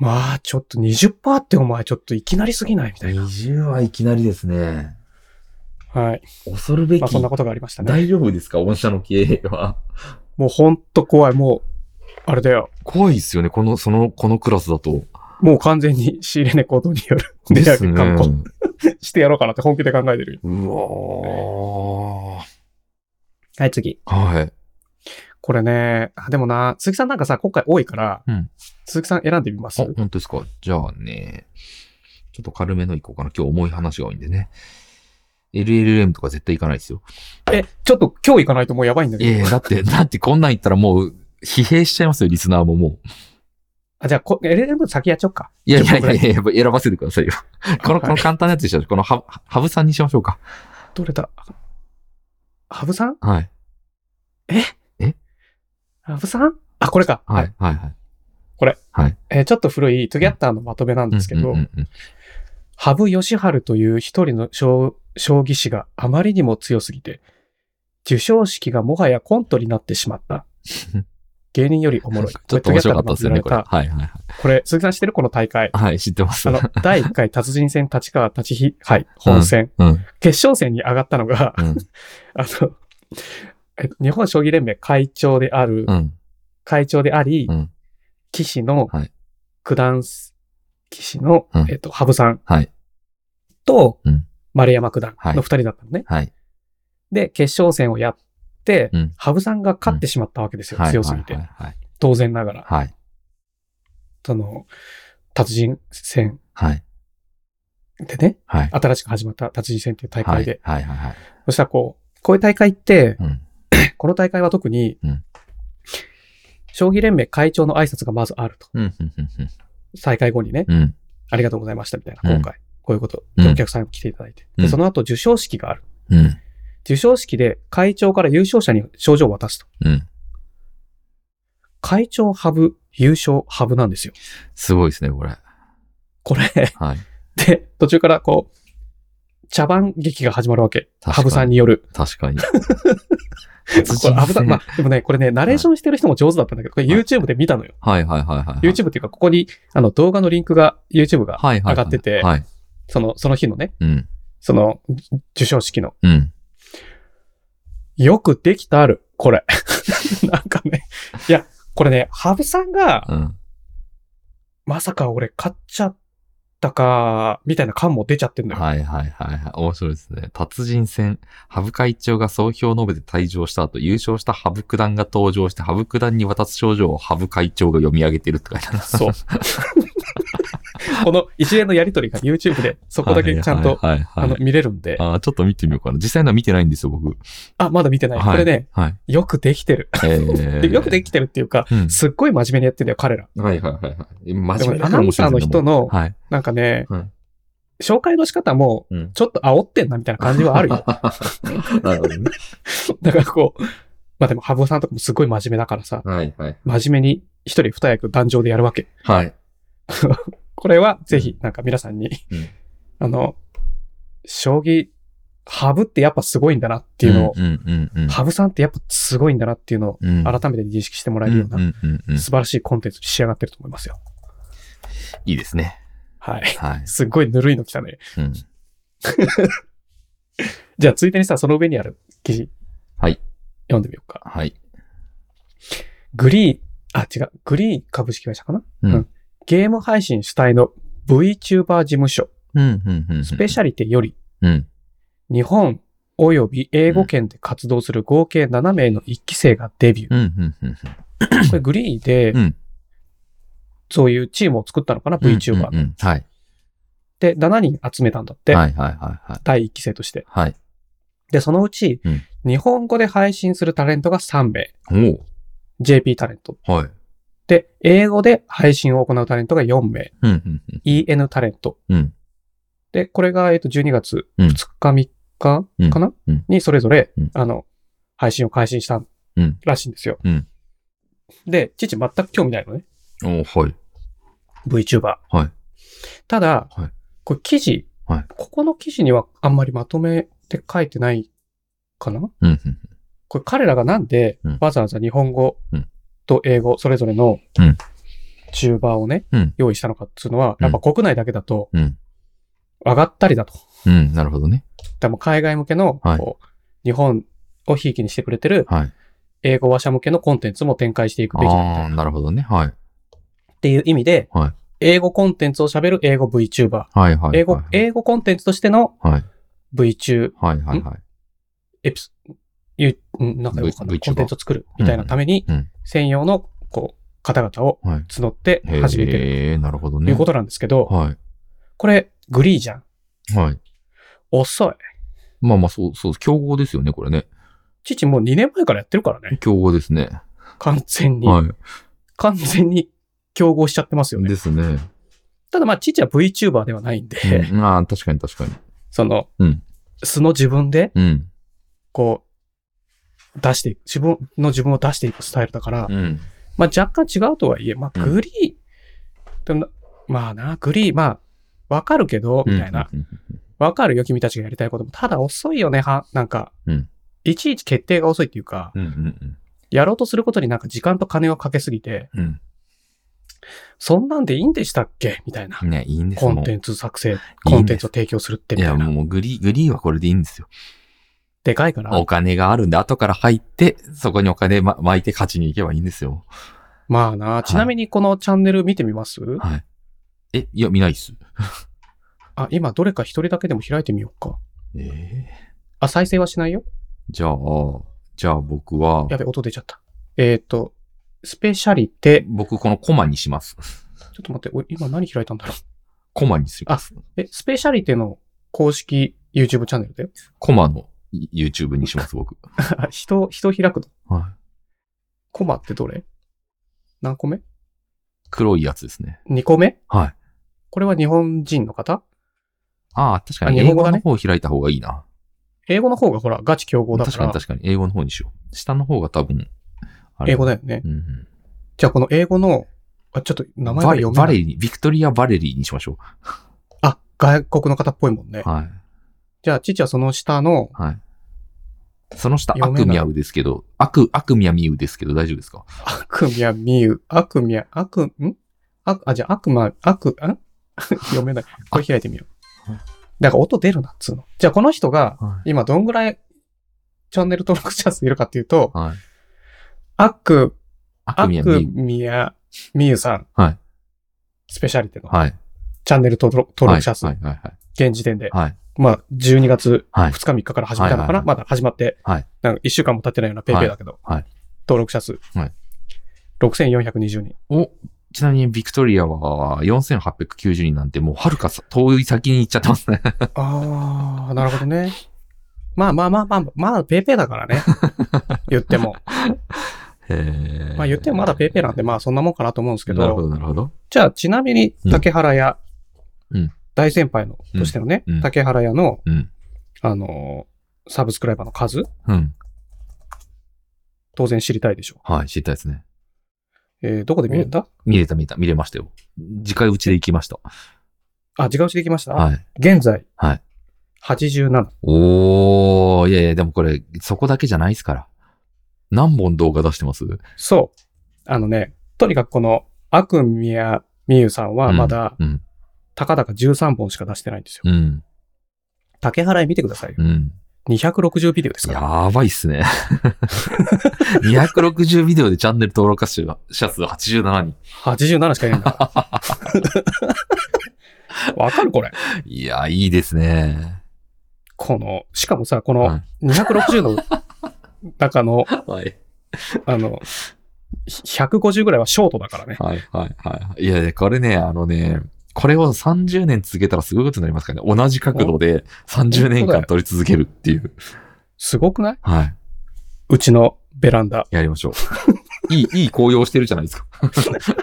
A: まあちょっと20%ってお前ちょっといきなりすぎないみたいな。
B: 20はいきなりですね。
A: はい。
B: 恐るべき。
A: まあそんなことがありましたね。
B: 大丈夫ですか御社の経営は。
A: もうほんと怖い。もう、あれだよ。
B: 怖いですよね。この、その、このクラスだと。
A: もう完全に仕入れ値行動による *laughs* 値
B: です
A: 上げ
B: ね。
A: 観光してやろうかなって本気で考えてるよ。
B: うわ
A: はい、次。
B: ー。はい。
A: これね、あでもな、鈴木さんなんかさ、今回多いから、
B: うん
A: 鈴木さん選んでみます
B: あ、本当ですか。じゃあね、ちょっと軽めのいこうかな。今日重い話が多いんでね。LLM とか絶対行かないですよ。
A: え、ちょっと今日行かないともうやばいんだけど。
B: ええだって、 *laughs* だってこんなん言ったらもう、疲弊しちゃいますよ、リスナーももう。
A: あ、じゃあこ、LLM 先やっちゃおうか。
B: いやい
A: ちょ
B: や
A: っ
B: い
A: と
B: や
A: 待
B: いや、やっぱ選ばせてくださいよ。この、この簡単なやつでしょ。このハブ、ハブさんにしましょうか。
A: どれだハブさん
B: はい。
A: ハブさんあ、これか。
B: はい、はい、はい。
A: えーちょっと古いトゥギャッターのまとめなんですけど、
B: うんうんうんうん
A: 羽生善治という一人の将将棋士があまりにも強すぎて、受賞式がもはやコントになってしま
B: *laughs*
A: った。芸人よりおもろい。
B: ちょっと面白かったですよね、
A: こ
B: こ
A: れ
B: れ。
A: トゥギャッターのまとめられ
B: はい、はい。
A: た。これ、鈴木さん知ってるこの大会。
B: はい、知ってます。
A: あの、第1回達人戦立川立飛杯本戦。
B: うん。
A: 決勝戦に上がったのが、
B: うん。
A: あの、えっと日本将棋連盟会長である、
B: うん。
A: 会長であり、
B: うん
A: 棋士の
B: はい、
A: 九段、棋士の、
B: うん
A: えっと、羽生さん
B: はい。
A: と
B: うん、
A: 丸山九段
B: はい
A: の二人だったのね。
B: はい。
A: で、決勝戦をやって
B: うん、
A: 羽生さんが勝ってしまったわけですよ。
B: はい
A: 強すぎて
B: は。いはい
A: 当然ながら。
B: はい。
A: その、達人戦
B: はい。
A: でね、
B: はい。
A: 新しく始まった達人戦っていう大会で。
B: はい、はい、はい。
A: そしたらこう、こういう大会って、
B: うん。
A: *clears throat* この大会は特に
B: うん、
A: 将棋連盟会長の挨拶がまずあると。
B: うん、うん、うん
A: 再開後にね、
B: うん、うん。
A: ありがとうございましたみたいな、
B: うん
A: 今回。こういうこと
B: う
A: で
B: ん
A: お客さんが来ていただいて。
B: う
A: で、
B: ん
A: その後、受賞式がある。
B: うん。
A: 受賞式で会長から優勝者に賞状を渡すと。
B: うん。
A: 会長ハブ、優勝ハブなんですよ。
B: すごいですね、これ。
A: これ、 *laughs*
B: はい。
A: で、途中からこう、茶番劇が始まるわけ。
B: 確かに
A: ハブさんによる。
B: 確
A: *laughs*
B: かに。
A: これ、ハブさん、まあ、でもね、これね、ナレーションしてる人も上手だったんだけど、これ YouTube で見たのよ。
B: はい、はい、はい、はい。
A: YouTube っていうか、ここに、あの、動画のリンクが、YouTube が
B: はい、はい。
A: 上がってて
B: はい。
A: その、その日のね、
B: うん。
A: その、受賞式の。
B: うん。
A: よくできたある、これ。 *laughs* なんかね、いや、これね、ハブさんが、
B: うん。
A: まさか俺買っちゃったか、みたいな感も出ちゃってんのよ。
B: はいはいはいはい。面白いですね。達人戦。羽生会長が総評を述べて退場した後、優勝した羽生九段が登場して、羽生九段に渡す症状を羽生会長が読み上げてるって書いてある。
A: そう。 *laughs* この一連のやりとりが YouTube でそこだけちゃんと、
B: はいはい
A: あ
B: はい
A: の、
B: はい
A: 見れるんで。
B: あーちょっと見てみようかな。実際のは見てないんですよ、僕。
A: あ、まだ見てない。
B: はい
A: これね、
B: はい。
A: よくできてる。
B: え
A: *laughs*
B: ー
A: でよくできてるっていうか、
B: うん
A: すっごい真面目にやってんだよ、彼ら。
B: はいはいはいはい。真
A: でも
B: 面目
A: ね、
B: だ
A: アナ
B: から
A: ウン
B: 面
A: サー
B: 白いんだもん
A: の人の、
B: はい。
A: なんかね、
B: はい
A: 紹介の仕方も、
B: うん。
A: ちょっと煽ってんなみたいな感じはあるよ。
B: *laughs* なるほどね。
A: だからこう、まあでも、羽生さんとかもすごい真面目だからさ、
B: はいはい。
A: 真面目に一人二役壇上でやるわけ。
B: はい。
A: これはぜひ、なんか皆さんに、
B: うん
A: あの、将棋、ハブってやっぱすごいんだなっていうのを、
B: うんうんうんうん。
A: ハブさんってやっぱすごいんだなっていうのを、
B: うん
A: 改めて認識してもらえるよう
B: うん
A: な、
B: うんうんうん
A: 素晴らしいコンテンツに仕上がってると思いますよ。
B: いいですね。
A: はい。 *laughs*
B: はい。
A: すっごいぬるいの来たね。
B: うん
A: じゃあ、ついでにさ、その上にある記事。
B: はい。
A: 読んでみようか。
B: はい。
A: グリーン、あ、違う。グリーン株式会社かな
B: うん
A: うんゲーム配信主体の VTuber 事務所、
B: うんうんうんうん。
A: スペシャリティより、
B: うん。
A: 日本及び英語圏で活動する合計7名の1期生がデ
B: *coughs*
A: ビュー。
B: うんうんうん
A: これグリーで
B: うん。うん。
A: そういうチームを作ったのかな、VTuber
B: うんうんうん。はい。
A: で、7人集めたんだって。
B: はいはいはいはい。
A: 第1期生として。
B: はい。
A: で、そのうち
B: うん、
A: 日本語で配信するタレントが3名。
B: お
A: JP タレント。
B: おはい。
A: で、英語で配信を行うタレントが4名。
B: うんうんうん。
A: EN タレント。
B: うん
A: で、これが、えっと、12月
B: うん
A: 2日3日
B: うん
A: かな、
B: うん
A: にそれぞれ、
B: うん
A: あの、配信を開始した
B: うん
A: らしいんですよ。
B: うん
A: で、父全く興味ないのね。
B: おーはい。
A: VTuber。
B: はい
A: ただ、
B: はい
A: これ記事、
B: はい
A: ここの記事にはあんまりまとめて書いてないかな
B: うんうん
A: これ彼らがなんで
B: うん
A: わざわざ日本語
B: うん
A: と英語それぞれの
B: うん
A: チューバーをね、
B: うん
A: 用意したのかっていうのは、やっぱ国内だけだと
B: うん。
A: 上がったりだと。
B: うん。うん。なるほどね。
A: でもう海外向けの、こう
B: はい
A: 日本をひいきにしてくれてる
B: はい。
A: 英語話者向けのコンテンツも展開していくべきだみた
B: あ
A: いな
B: あー、なるほどね。はい。
A: っていう意味で、
B: はい
A: 英語コンテンツを喋る英語 VTuber。
B: はいはいはい。
A: 英語、英語コンテンツとしての
B: はい。
A: VTube、
B: はいはいはい。
A: エプス、ゆ、んなんかよくわかんない
B: VTuber
A: コンテンツを作るみたいなために
B: うん、
A: 専用の、こう、方々を
B: はい。
A: 募って
B: へ
A: 始めてる
B: え、なるほど
A: と
B: ね。
A: いうことなんですけど、
B: は
A: これ、グリーじゃん。
B: い。はい。
A: 遅い。
B: まあまあ、そうそう、競合ですよね、これね。
A: 父もう2年前からやってるからね。
B: 競合ですね。
A: 完全に。
B: は
A: 完全に競合しちゃってますよ
B: い。
A: ね。
B: ですね。
A: ただまあ、父は VTuber ではないんで、
B: うん、ああ、確かに確かに。
A: その、
B: うん
A: 素の自分で、
B: うん。
A: こう、出していく、自分の自分を出していくスタイルだから、
B: うん。
A: まあ若干違うとはいえ、まあ
B: うん
A: グリー、でもなまあな、グリー、まあ、わかるけど、みたいな。
B: うん。
A: わ、かるよ、君たちがやりたいことも。ただ遅いよね、は、なんか、
B: うん
A: いちいち決定が遅いっていうか、
B: うんうん
A: やろうとすることになんか時間と金をかけすぎて、
B: うん。
A: そんなんでいいんでしたっけみたいな
B: う。ん。ね、いいんです
A: コンテ
B: ン
A: ンツ作成、
B: ツ
A: コンテンツを提供するって
B: い
A: みた
B: や、
A: いな。
B: もうグリー、グリーはこれでいいんですよ。
A: でかいから
B: お、金があるんで、後から入って、そこにお金ま巻いて勝ちに行けばいいんですよ。
A: まあな、ちなみにこのチャンネル見てみます、
B: はい。え、いや、見ないっす。
A: あ、今どれか一人だけでも開いてみようか。
B: ええ
A: あ、再生はしないよ。
B: じゃあ、じゃあ僕は、
A: やべ、音出ちゃった。えっ、と、スペシャリテ、
B: 僕このコマにします。
A: ちょっと待って、おい今何開いたんだろう。
B: コマにする。
A: え、スペシャリテの公式 YouTube チャンネルだよ。 *laughs*
B: コマの YouTube にします、僕。
A: あ人、人開くの。
B: はい。
A: コマってどれ何個目
B: 黒いやつですね。
A: ?2 個目
B: はい。
A: これは日本人の方
B: ああ、確かに
A: あ
B: 英
A: 日本
B: 語
A: 語だ
B: の
A: ね
B: 方を開いた方がいいな。
A: 英語の方がほら、ガチ競合だか
B: 確からに、確かに。英語の方にしよう。下の方が多分、あれ
A: 英語だよね。
B: うんうん。
A: じゃあこの英語の、あ、ちょっと名前が
B: バレ
A: 読め
B: バ
A: な
B: レ
A: い。
B: リー、ビクトリア・バレリーにしましょ
A: あ、外国の方っぽいもんね
B: う。。はい。
A: じゃあ、父はその下の、
B: はい。その下、ア
A: 読め
B: ク
A: ない
B: ミアウですけど、アク、アクミアミウですけど、大丈夫ですか
A: アクミヤミウ、アクミヤ、アク、んあ、あ、じゃあ、アクマ、アク、ん *laughs* 読めない。これ開いてみよう
B: はい。
A: だから音出るなっつうの。じゃあ、この人が、
B: は
A: 今どんぐらいチャンネル登録者数いるかっていう
B: い。
A: と、
B: はい。
A: アク、
B: ア
A: ア
B: クミアミ
A: ク
B: ウ。
A: ミヤミウさん。
B: はい
A: スペシャリテの
B: はい。
A: チャンネル登録登録者数、
B: はい。はい。はい。
A: 現時点で。
B: はい。
A: まあ、12月
B: は
A: 2
B: い
A: 日3日から始めたのか
B: はいはい
A: な、
B: はい
A: まだ始まって、
B: はい
A: なんか1週間も経ってないようなペイペイだけど、
B: はいはい
A: 登録者数、
B: はい *laughs*
A: 6420人。
B: お、ちなみにビクトリアは4890人なんてもうはるかさ遠い先に行っちゃってますね。
A: ああ、なるほどね。まあまあまあまあ、まあ、ペーペーだから
B: *laughs*
A: ね。言っても。まあ言ってもまだペーペーなんで、まあそんなもんかなと思うんですけ
B: なるほ
A: ど、
B: ど、なるほど。
A: じゃあちなみに
B: うん
A: 竹原屋、
B: うん
A: 大先輩の、としてのね、
B: うん
A: 竹原屋の、
B: うん。
A: あのーサブスクライバーの数、
B: うん。
A: 当然知りたいでしょ
B: はい、知りたいですね。
A: う。えーどこで見れた
B: 見れた見れた、見れましたよ。次回うちで行きました。
A: あ、自うしできました、
B: はい。
A: 現在、
B: はい
A: 87。
B: おー、いやいや、でもこれ、そこだけじゃないですから。何本動画出してます
A: そう。あのね、とにかくこの、アクミヤミユさんはまだ、
B: うん。
A: たかだか13本しか出してないんですよ。
B: うん。
A: 竹原屋見てくださいよ。
B: うん。
A: 260ビデオですから。
B: やばいっす *laughs* ね。260ビデオでチャンネル登録者数が者数87人。
A: 87しかいないんだから。わかるこれ。
B: いや、いいですね。
A: この、しかもさ、こ
B: は
A: の
B: い
A: 260の中の、
B: はい。
A: あの、150ぐらいはショートだからね。
B: はいはいはい。いやいや、これね、あのね、これを30年続けたらすごいことになりますからね。同じ角度で30年間撮り続けるっていう。
A: すごくない
B: はい。
A: うちのベランダ。
B: やりましょう。 *laughs* いい、いい紅葉してるじゃないですか。 *laughs*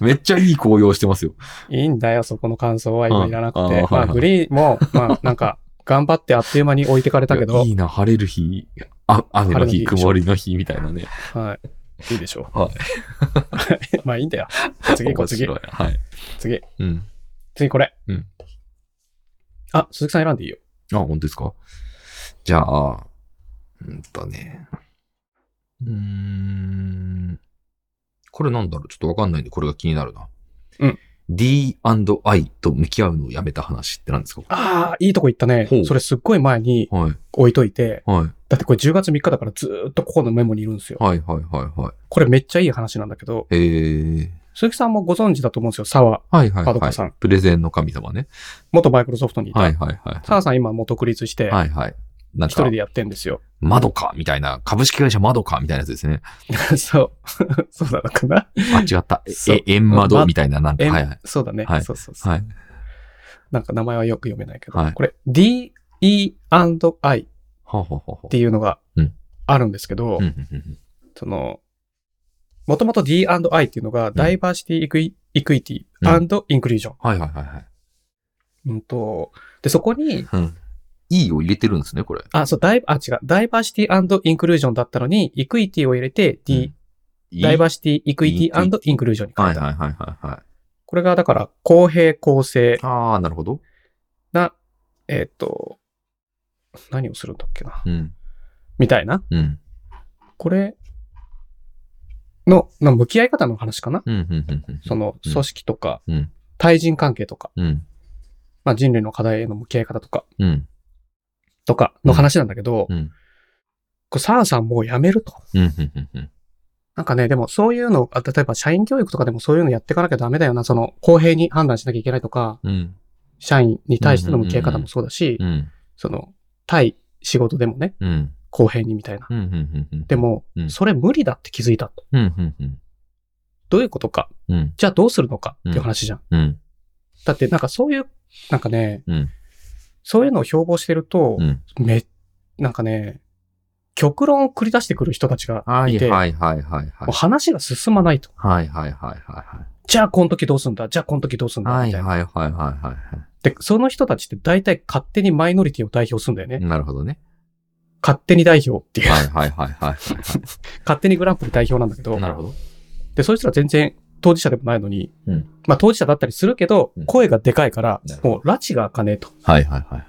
B: めっちゃいい紅葉してますよ。
A: いいんだよ、そこの感想は今いらなく
B: うん
A: て
B: あ。ー
A: ま
B: は
A: あ、
B: いはい
A: グリー
B: *laughs*
A: ンも、まあ、なんか、頑張ってあっという間に置いてかれたけ
B: いや
A: ど
B: い、いな、晴れる日、あ雨
A: 晴れの
B: の
A: 日
B: 日、
A: でしょ
B: 曇りの日みたいなね。
A: はい。いいでしょう。
B: はい
A: *laughs* まあ、いいん
B: *laughs*
A: だよ。次行こう、次
B: 面。白いはい。
A: 次。
B: うん。
A: 次、これ。
B: うん
A: あ、鈴木さん選んでいいよ。
B: あ、本当ですかじゃあ、うんとね。うーん。これなんだろうちょっとわかんないんで、これが気になるな。
A: うん。
B: D&I と向き合うのをやめた話って何ですか
A: ああ、いいとこ行ったね
B: ほう。
A: それすっごい前に
B: はい。
A: 置いといて、
B: はい。
A: だってこれ10月3日だからずーっとここのメモにいるんですよ。
B: はい、はい、はい、はい。
A: これめっちゃいい話なんだけど、
B: えー。
A: 鈴木さんもご存知だと思うんですよ、沢、
B: はい、は
A: パ
B: い、
A: ド
B: は
A: カさ
B: い
A: ん。
B: プレゼンの神様ね。
A: 元マイクロソフトにいた。
B: はい、はい、はい。
A: 沢さん今もう独立して、
B: はい、はい。なん
A: 一人
B: か
A: で、やってんですよ。 *laughs*
B: 窓かみたいな、株式会社窓かみたいなやつですね。
A: そう。そう *laughs* なのかな
B: あ、違った。
A: そう
B: え、円窓
A: ま
B: みたいな、なんか、
A: えん
B: はい、はい。
A: そうだね。
B: はい
A: そうそうそう。
B: はい。
A: なんか名前はよく読めないけど、
B: はい
A: これ DE&I っ
B: ほうほうほうほう
A: ていうのが
B: うん
A: あるんですけど、
B: うんうんうん
A: その、もともと D&I っていうのが、ダイバーシティ・イクイイクイティ
B: うん
A: インクルージョン。
B: はいはいはいはい。
A: うんと、で、そこに、
B: うん。E を入れてるんですね、これ。
A: あ、そう、ダイ、あ、違う、ダイバーシティインクルージョンだったのに、イクイティを入れて、D、ダイバーシティ・イクイティインクルージョンに変
B: は
A: え
B: い
A: た。
B: はいはいはいはい。
A: これが、だから、公平公正
B: ああ、なるほど。
A: な、えーっ、と、何をするんだっけな、
B: うん。
A: みたいな。
B: うん。
A: これの、の向き合い方の話かな、
B: うん。うん。うんうん。
A: その、
B: うん
A: 組織とか、
B: うん
A: 対人関係とか、
B: うん。
A: まあ、人類の課題への向き合い方とか、
B: うん。
A: とかの話なんだけど、
B: うん。
A: これサーさんもうやめると。
B: うん。うん。うんうん。
A: なんかね、でもそういうの、あ例えば社員教育とかでもそういうのやっていかなきゃダメだよな。その、公平に判断しなきゃいけないとか、
B: うん。
A: 社員に対しての向き合い方もそうだし、
B: うん。
A: その、対仕事でもね、
B: うん。
A: 公平にみたいな。
B: うん。うん。うん。
A: でも、
B: うん
A: それ無理だって気づいたと。
B: うん。うん。うん。
A: どういうことか、
B: うん。
A: じゃあどうするのかっていう話じゃん。
B: うん。
A: だってなんかそういう、なんかね、
B: うん
A: そういうのを標榜してると、
B: うん。
A: め、なんかね、極論を繰り出してくる人たちが
B: はい
A: いて、
B: はいはいはいは
A: もう
B: い。
A: 話が進まないと。
B: はいはいはいは
A: じゃあこの時どうすんだじゃあこの時どうすん
B: い。
A: だみた
B: はいい
A: な。
B: はいはいはいは
A: で、その人たちって大体勝手にマイノリティを代表するんだよね。
B: い。なるほどね。
A: 勝手に代表っていう。
B: はいはいはいはい。
A: 勝手にグランプリ代表なんだけど。
B: なるほど。
A: で、そいつら全然当事者でもないのに、
B: うん
A: まあ当事者だったりするけど
B: うん、
A: 声がでかいから
B: なる、ほ
A: もう拉致が開かねえと。
B: はいはいはいはい。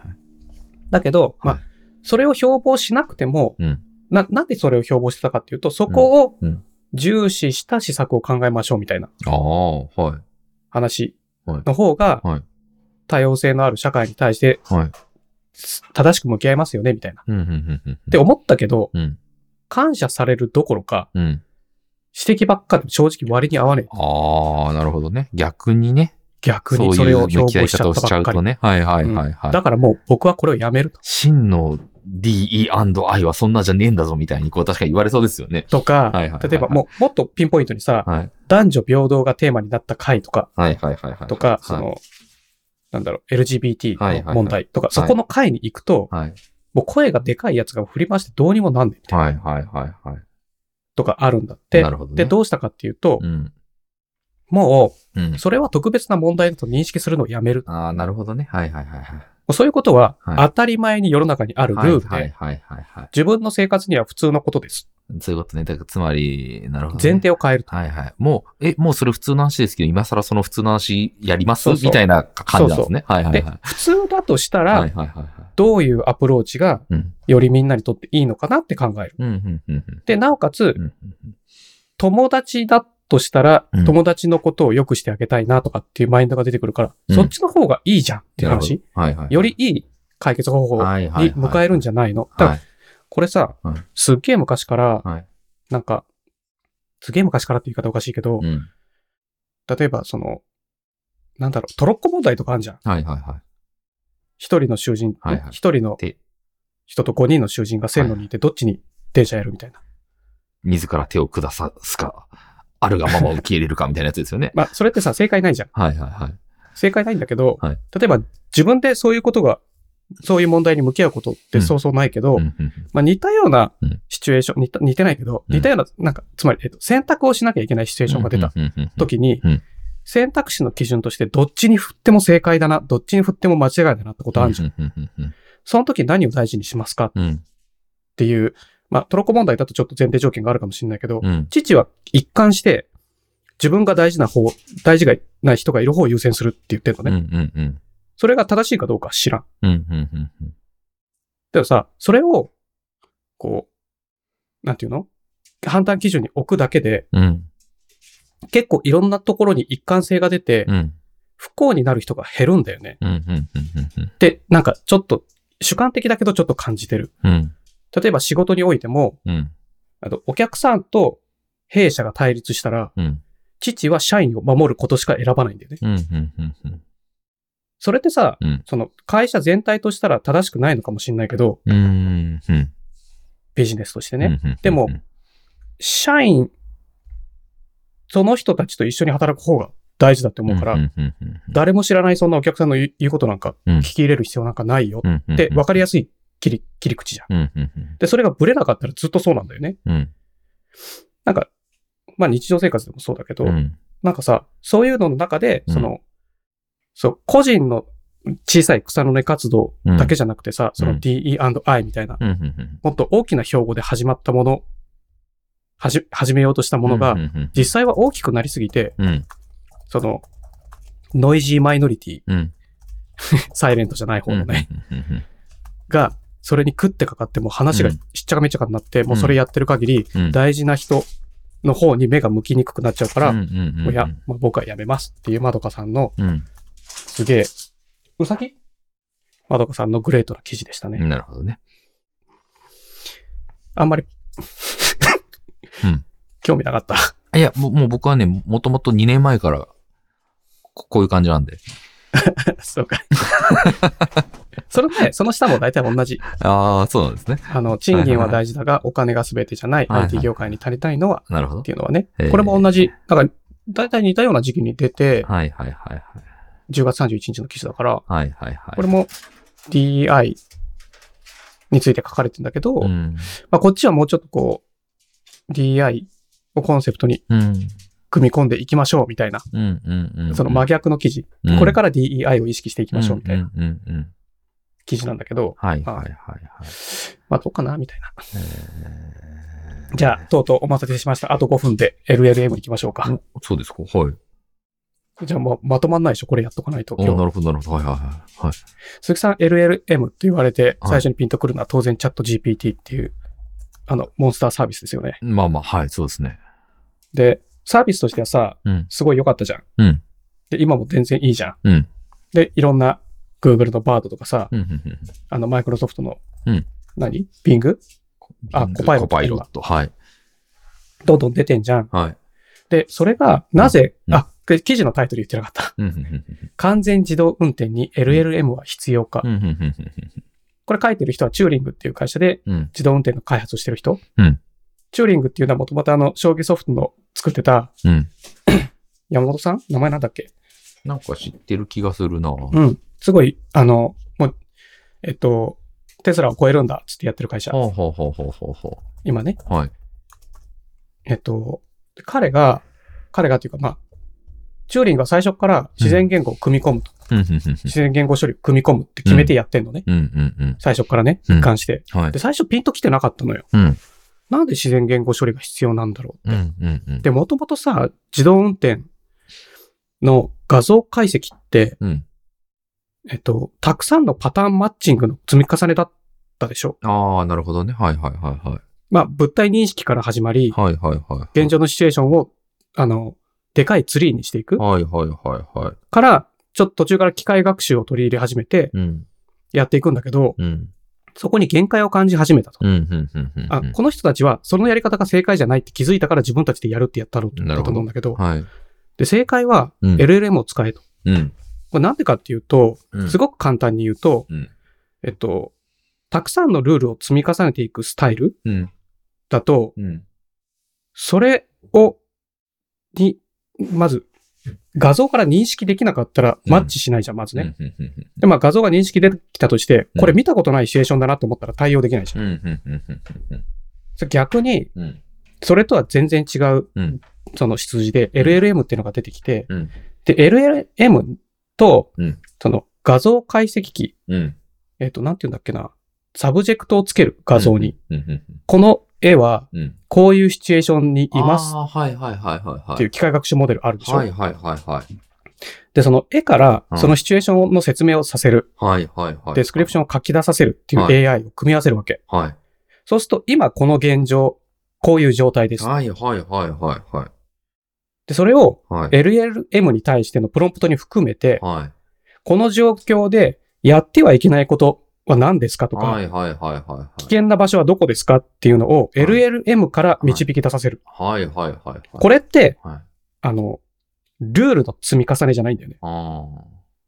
A: だけど、ま
B: は
A: あ
B: い、
A: それを標榜しなくても、
B: うん
A: な、なんでそれを標榜してたかっていうと、そこを
B: うんうん
A: 重視した施策を考えましょうみたいな
B: ああ、はい。
A: 話の方が
B: はいはい、
A: 多様性のある社会に対して
B: はい。
A: 正しく向き合いますよね、みたいな。
B: うん。うん。うんうん。
A: って思ったけど、
B: うん。
A: 感謝されるどころか、
B: うん。
A: 指摘ばっかで正直割に合わねえ。
B: ああ、なるほどね。逆にね。
A: 逆
B: そう
A: にそ
B: い
A: れを
B: う
A: 標榜
B: 向き合い
A: しちゃ
B: 方
A: っ
B: を
A: た
B: しち
A: ば
B: ゃ
A: っ
B: う
A: かり。
B: とね。はいはいはいはい。
A: だからもう僕はこれをやめると。
B: 真の DE&I はそんなじゃねえんだぞみたいに、こう確かに言われそうですよね。
A: とか、
B: はいはいはいはい
A: 例えばもう、もっとピンポイントにさ、
B: はい。
A: 男女平等がテーマになった回とか、
B: はいはいはいはい。
A: とか、そ
B: はい
A: の、なんだろう、LGBT
B: はいはいは
A: の
B: い
A: 問題とか、
B: い
A: そこの回に行くと、
B: はい。
A: もう声がでかいやつが振り回してどうにもなんねんみたいな
B: はいはいはいは
A: とかあるんだっ
B: い。
A: て。
B: なるほどね。
A: で、どうしたかっていうと、
B: うん。
A: も
B: うん
A: う、。それは特別な問題だと認識するのをやめる。も
B: ああ、なるほどね。はいはいはいはい。
A: うそういうことは、
B: はい
A: 当たり前に世の中にあるル
B: はい
A: ールで、
B: はいはいはいは
A: 自分の生活には普通のことです。
B: い。そういうことね。だから、つまり、なるほど、ね。
A: 前提を変えると。
B: はいはい。もう、え、もうそれ普通の話ですけど、今更その普通の話やります
A: そうそう
B: みたいな感じなんですね。はいはい
A: で
B: はい。、
A: 普通だとした
B: はいはい
A: ら、
B: はいはい。
A: どういうアプローチが
B: うん。
A: よりみんなにとっていいのかなって考える。
B: うん、うん、うんうん。
A: で、なおかつ
B: う、ん
A: 友達だとしたら
B: うん、
A: 友達のことを良くしてあげたいなとかっていうマインドが出てくるから、
B: うん
A: そっちの方がいいじゃんっていう話。。
B: なるほどはいはい。
A: よりいい解決方法に
B: はいはいはい
A: 迎えるんじゃないの。だか
B: は
A: ら
B: い、
A: これさ
B: はい、
A: すっげえ昔から
B: はい、
A: なんか、すげえ昔からって言い方おかしいけど
B: う、ん。
A: 例えばその、なんだろう、トロッコ問題とかあるじゃん。
B: はいはいはい。
A: 一人の囚人
B: はいは、い
A: 一人の
B: で
A: 人と五人の囚人が線路にいて、どっちに電車やるみたいな。。
B: 自ら手を下さすか、あるがまま受け入れるかみたいなやつですよね
A: まあ、それってさ、正解ないじゃん。
B: はいはいはい。
A: 正解ないんだけど、
B: はい
A: 例えば自分でそういうことが、そういう問題に向き合うことってそうそうないけど、
B: うんうんうん
A: まあ、似たような
B: うん
A: シチュエーション、似た似てないけど、
B: うん
A: 似たような、なんか、つまり、えっと、選択をしなきゃいけないシチュエーションが出た
B: うんうんうんうん
A: 時に
B: うんうん、
A: 選択肢の基準としてどっちに振っても正解だな、どっちに振っても間違いだなってことあるじゃん。
B: うんうんうん
A: その時何を大事にしますかっ
B: うんうん
A: ていう、まあ、トロッコ問題だとちょっと前提条件があるかもしれないけど、
B: うん
A: 父は一貫して、自分が大事な方、大事がない人がいる方を優先するって言ってるの
B: う
A: ね。
B: んうんうん
A: それが正しいかどうかは知らん。
B: うんうんうんうん
A: でもさ、それを、こう、なんていうの判断基準に置くだけで、
B: うん
A: 結構いろんなところに一貫性が出て
B: う、ん
A: 不幸になる人が減るんだよね。
B: うんうんうんうん
A: で、なんかちょっと、主観的だけどちょっと感じてる。
B: うん
A: 例えば仕事においても、
B: うん
A: あの、お客さんと弊社が対立したら、
B: うん
A: 父は社員を守ることしか選ばないんだよね。
B: うんうんうんうん
A: それってさ、
B: うん
A: その会社全体としたら正しくないのかもしれないけど、
B: うんうん
A: ビジネスとして
B: う
A: ね。
B: んうん
A: でも社員、その人たちと一緒に働く方が大事だって思うから、
B: んうんうん
A: 誰も知らないそんなお客さんの言う言うことなんか
B: うん
A: 聞き入れる必要なんかないよ
B: うんうんうん
A: って分かりやすい切り切り口じゃん。
B: うんうんうん
A: で、それがブレなかったらずっとそうなんだよね。
B: うん
A: なんか、まあ日常生活でもそうだけど、
B: うん
A: なんかさ、そういうのの中で、
B: うん
A: その、そう、個人の小さい草の根活動だけじゃなくてさ、そ
B: うん
A: の DE&I みたいな、
B: うんうんうん
A: もっと大きな標語で始まったもの、はじ、始めようとしたもの
B: う
A: が
B: んう、ん
A: 実際は大きくなりすぎて、
B: うん
A: その、ノイジーマイノリティ、
B: うん
A: サイレントじゃない方のね、
B: うんうん
A: が、それに食ってかかってもう話が
B: う
A: し
B: ん
A: っちゃかめっちゃかになって、もうそれやってる限り、
B: うんうん
A: 大事な人の方に目が向きにくくなっちゃうから、
B: うんうんう
A: い
B: ん
A: や、まあ、僕はやめますっていうまどかさんの
B: うん
A: すげえ、うさぎまどかさんのグレートな記事でしたね。
B: なるほどね
A: あんまり
B: うん、
A: *laughs* 興味なかった。
B: いやもうもう僕はねもともと2年前からここういう感じなんで
A: そう
B: *laughs*
A: か。それね、その下も大体同じ。
B: ああそうなんですね
A: あの、賃金は大事だが、お金が全てじゃない、
B: はいはい
A: IT 業界に足りたいのは、
B: なるほど
A: っていうのはね
B: えー、
A: これも同じ。だから、大体似たような時期に出て、
B: はいはいはいはい
A: 10月31日の記事だから、
B: はいはいはい
A: これも DI について書かれてんだけど、
B: うん
A: まあ、こっちはもうちょっとこう、DI をコンセプトに
B: うん
A: 組み込んでいきましょうみたいな、
B: うんうんうん
A: その真逆の記事、
B: うん
A: これから DEI を意識していきましょうみたいな
B: うんうんうんうん
A: 記事なんだけど、
B: はいはいはいはい。
A: まあどうかなみたいな。
B: え
A: じゃあ、とうとうお待たせしました。あと5分で LLM 行きましょうか。
B: ーおそうですかはい。
A: じゃあもうまとまんないでしょこれやっとかないと。
B: お
A: 今
B: な
A: 日
B: るほどなるほど。はいはいはいはい。
A: 鈴木さん LLM って言われて、
B: はい
A: 最初にピンとくるのは当然チャット GPT っていう、あの、モンスターサービスですよね。
B: まあまあ、はい、そうですね。
A: で、サービスとしてはさ、
B: うん。
A: すごい良かったじゃん。
B: うん
A: で、今も全然いいじゃん。
B: うん。
A: で、いろんな Google の Bard とかさ、
B: うんうん
A: あの、マイクロソフトの、
B: うん
A: 何 ?Bing? あ
B: うん
A: コパイロット
B: コパイロット。はい。
A: どんどん出てんじゃん。
B: はい。
A: で、それが、なぜ、
B: うん
A: あ、で記事のタイトル言ってなかった。
B: うんうんうん
A: 完全自動運転に LLM は必要か。
B: うんうんうん
A: これ書いてる人はチューリングっていう会社で
B: うん。
A: 自動運転の開発をしてる人。
B: うん
A: チューリングっていうのはもともとあの、将棋ソフトの作ってた
B: うん。
A: 山本さん名前なんだっけ
B: なんか知ってる気がするなぁ。
A: うん。すごい、あの、もう、えっと、テスラを超えるんだっつってやってる会社。
B: ほうほうほうほうほうほ
A: 今ね。
B: う。はい。
A: えっと、彼が、彼がというか、まあ、チューリングは最初から自然言語を組み込むと、
B: うん、うん、うん
A: 自然言語処理を組み込むって決めてやってんのね。
B: うん。うん、うん、
A: 最初からね、
B: うん
A: 一貫して。
B: うん。はい
A: で、。最初ピンと来てなかったのよ。
B: うん、
A: なんで自然言語処理が必要なんだろう
B: う
A: って。
B: ん、うん、うん。
A: で、もともとさ、自動運転の画像解析って、
B: うん。
A: えっと、たくさんのパターンマッチングの積み重ねだったでしょ。
B: ああ、なるほどね。はい、はい、はい、はい。
A: まあ、物体認識から始まり、
B: はい、はい、はい。
A: 現状のシチュエーションを、あの、でかいツリーにしていく
B: はい、はい、はい、はい。
A: から、ちょっと途中から機械学習を取り入れ始めて
B: うん、
A: やっていくんだけど、
B: うん。
A: そこに限界を感じ始めたと。
B: うん、うん、うん、うん。
A: あ、この人たちはそのやり方が正解じゃないって気づいたから自分たちでやるってやったろう
B: なる
A: だ
B: ほ
A: と
B: ど
A: 思うんだけど、
B: はい。
A: で、正解は
B: うん。
A: LLM を使えと。
B: うん。
A: これなんでかっていうと、
B: うん
A: すごく簡単に言うと、
B: うん
A: えっと、たくさんのルールを積み重ねていくスタイル
B: うん。
A: だと、
B: うん。
A: それを、に、まず、画像から認識できなかったら
B: うん
A: マッチしないじゃん、まずね。
B: うん。うん。
A: で、まあ画像が認識できたとして、
B: うん
A: これ見たことないシチュエーションだなと思ったら対応できないじゃん。
B: うん。うん。
A: それ逆に、
B: うん。
A: それとは全然違う
B: うん、
A: その出自で、
B: ん
A: LLM っていうのが出てきて、
B: うん。
A: で、LLM と
B: うん、
A: その画像解析機、
B: うん。
A: えっと、なんて言うんだっけな、サブジェクトをつける画像に、
B: うん。うん。
A: この絵は
B: うん。
A: こういうシチュエーションにいます
B: ああ、はいはいはいはい
A: っ
B: はい。
A: ていう機械学習モデルあるでしょ
B: はい。はいはいはい。
A: で、その絵から
B: うん
A: そのシチュエーションの説明をさせる、
B: はいはいはい。
A: デスクリプシ
B: ョ
A: ョンを書き出させるっていう
B: は
A: AI を組み合わせるわけ。
B: ン。はい。
A: そうすると、今この現状、こういう状態です。
B: はいはいはいはいはい。
A: で、それを
B: はい。
A: LLM に対してのプロンプトに含めて、
B: はい。
A: この状況でやってはいけないことは何ですかと
B: は
A: か、
B: いはいはいは
A: 危
B: い。
A: 険な場所はどこですかっていうのを
B: い
A: LLM から導き出させる。
B: はいはいはいはい。
A: これって、
B: はい。
A: あの、ルールの積み重ねじゃないんだよね。
B: あ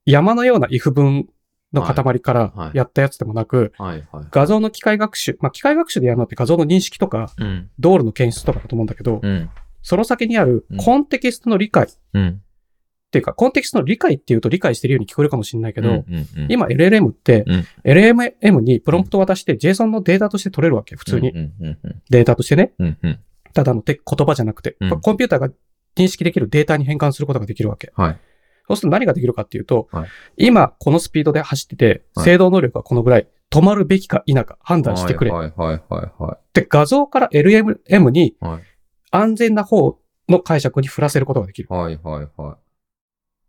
A: 山のような if 文の塊か
B: いは
A: ら
B: い
A: やったやつでもなく、
B: あ。はいはい。
A: 画像の機械学習、まあ、機械学習でやるのって画像の認識とか、
B: うん。
A: 道路の検出とかだと思うんだけど、
B: うん。
A: その先にある
B: うん
A: コンテキストの理解、
B: うん。
A: っていうか、コンテキストの理解っていうと理解してるように聞こえるかもしれないけ
B: け
A: ど、
B: うん。
A: 今 LLM って
B: うん、
A: LLM にプロンプトを渡して JSON のデータとして取れるわけ、普
B: 普
A: 通に。
B: うんうん
A: データとしてね。
B: うん。うん。
A: ただのて言葉じゃなくて、
B: うん
A: コンピューターが認識できるデータに変換することができるわけ。
B: はい。
A: そうすると何ができるかっていうと、
B: はい
A: 今このスピードで走ってて、
B: はい
A: 制動能力がこのぐらい、止まるべきか否か判断してくれ。
B: はいはいはいは
A: で、画像から LLM に
B: い。はい
A: 安全な方の解釈に振らせることができる。
B: はいはいは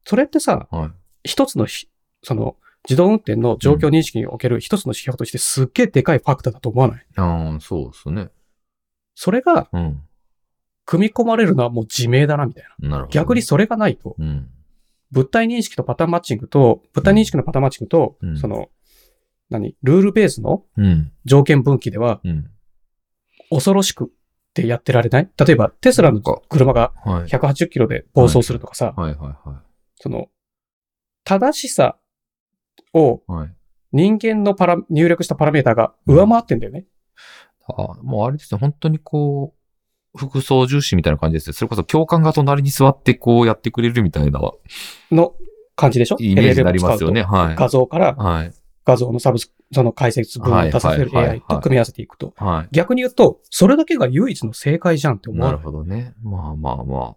A: それってさ、
B: い。はい。
A: 一つのひ、その、自動運転の状況認識における一つの指標としてすっげえでかいファクターだと思わない
B: ああ、そうですね。
A: それが
B: うん。
A: 組み込まれるのはもう自明だな、みたいな。
B: なるほど。
A: 逆に、それがないと、
B: うん。
A: 物体認識とパターンマッチングと、物体認識のパターンマッチングと、
B: うん
A: その、何ルールベースの
B: うん。
A: 条件分岐では、
B: うん。
A: 恐ろしくってやってられない例えば、テスラの車が
B: はい。
A: 180キロで暴走するとかさ、
B: はいはいは
A: その、正しさを
B: い。はい。
A: 人間のパラ、入力したパラメータが上回ってんだよね。
B: あもうあれですね、本当にこう、副操縦士みたいな感じですね。それこそ教官が隣に座ってこうやってくれるみたいな
A: の感じでしょ
B: イメージになりますよね。。
A: LLM を使う
B: はい
A: と。画像から
B: はい。
A: 画像のサブス、その解説文を出させる
B: はいはいはい
A: AI と組み合わせていくと。
B: はい。
A: 逆に言うと、それだけが唯一の正解じゃんって思
B: な
A: わ
B: る
A: ない。
B: ほどね。まあまあま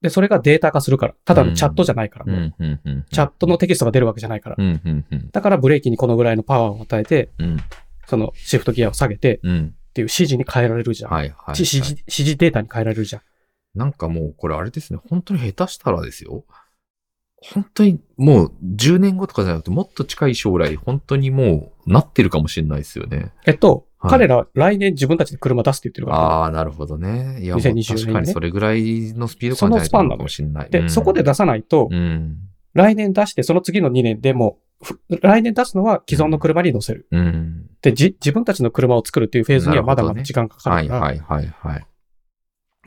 A: で、それがデータ化するから。ただのチャットじゃないから。
B: あ。うん、うん、うん。
A: チャットのテキストが出るわけじゃないから。
B: うん、うん、うん。
A: だからブレーキにこのぐらいのパワーを与えて、
B: うん、
A: そのシフトギアを下げてっ
B: うん。
A: ていう指示に変えられるじゃん。
B: はい、はい。
A: 指示、指示データに変えられるじゃん。
B: なんかもう、これあれですね。本当に下手したらですよ。本当にもう10年後とかじゃなくて、もっと近い将来、本当にもうなってるかもしれないですよね。
A: えっと、
B: はい
A: 彼らは来年自分たちで車出すって言ってるか
B: ああ、なるほどね。いや、も
A: 2020
B: う
A: 年ね
B: 確かにそれぐらいのスピード感じゃないと
A: そのスパンなの
B: かもしれない。
A: ら。で、
B: うん
A: そこで、出さないと、
B: うん。
A: 来年出して、その次の2年でもう、ふ来年出すのは既存の車に乗せる。
B: うん。
A: で、じ、自分たちの車を作るっていうフェーズにはまだまだ時間かか
B: は
A: る
B: い
A: から、
B: はいはいはい。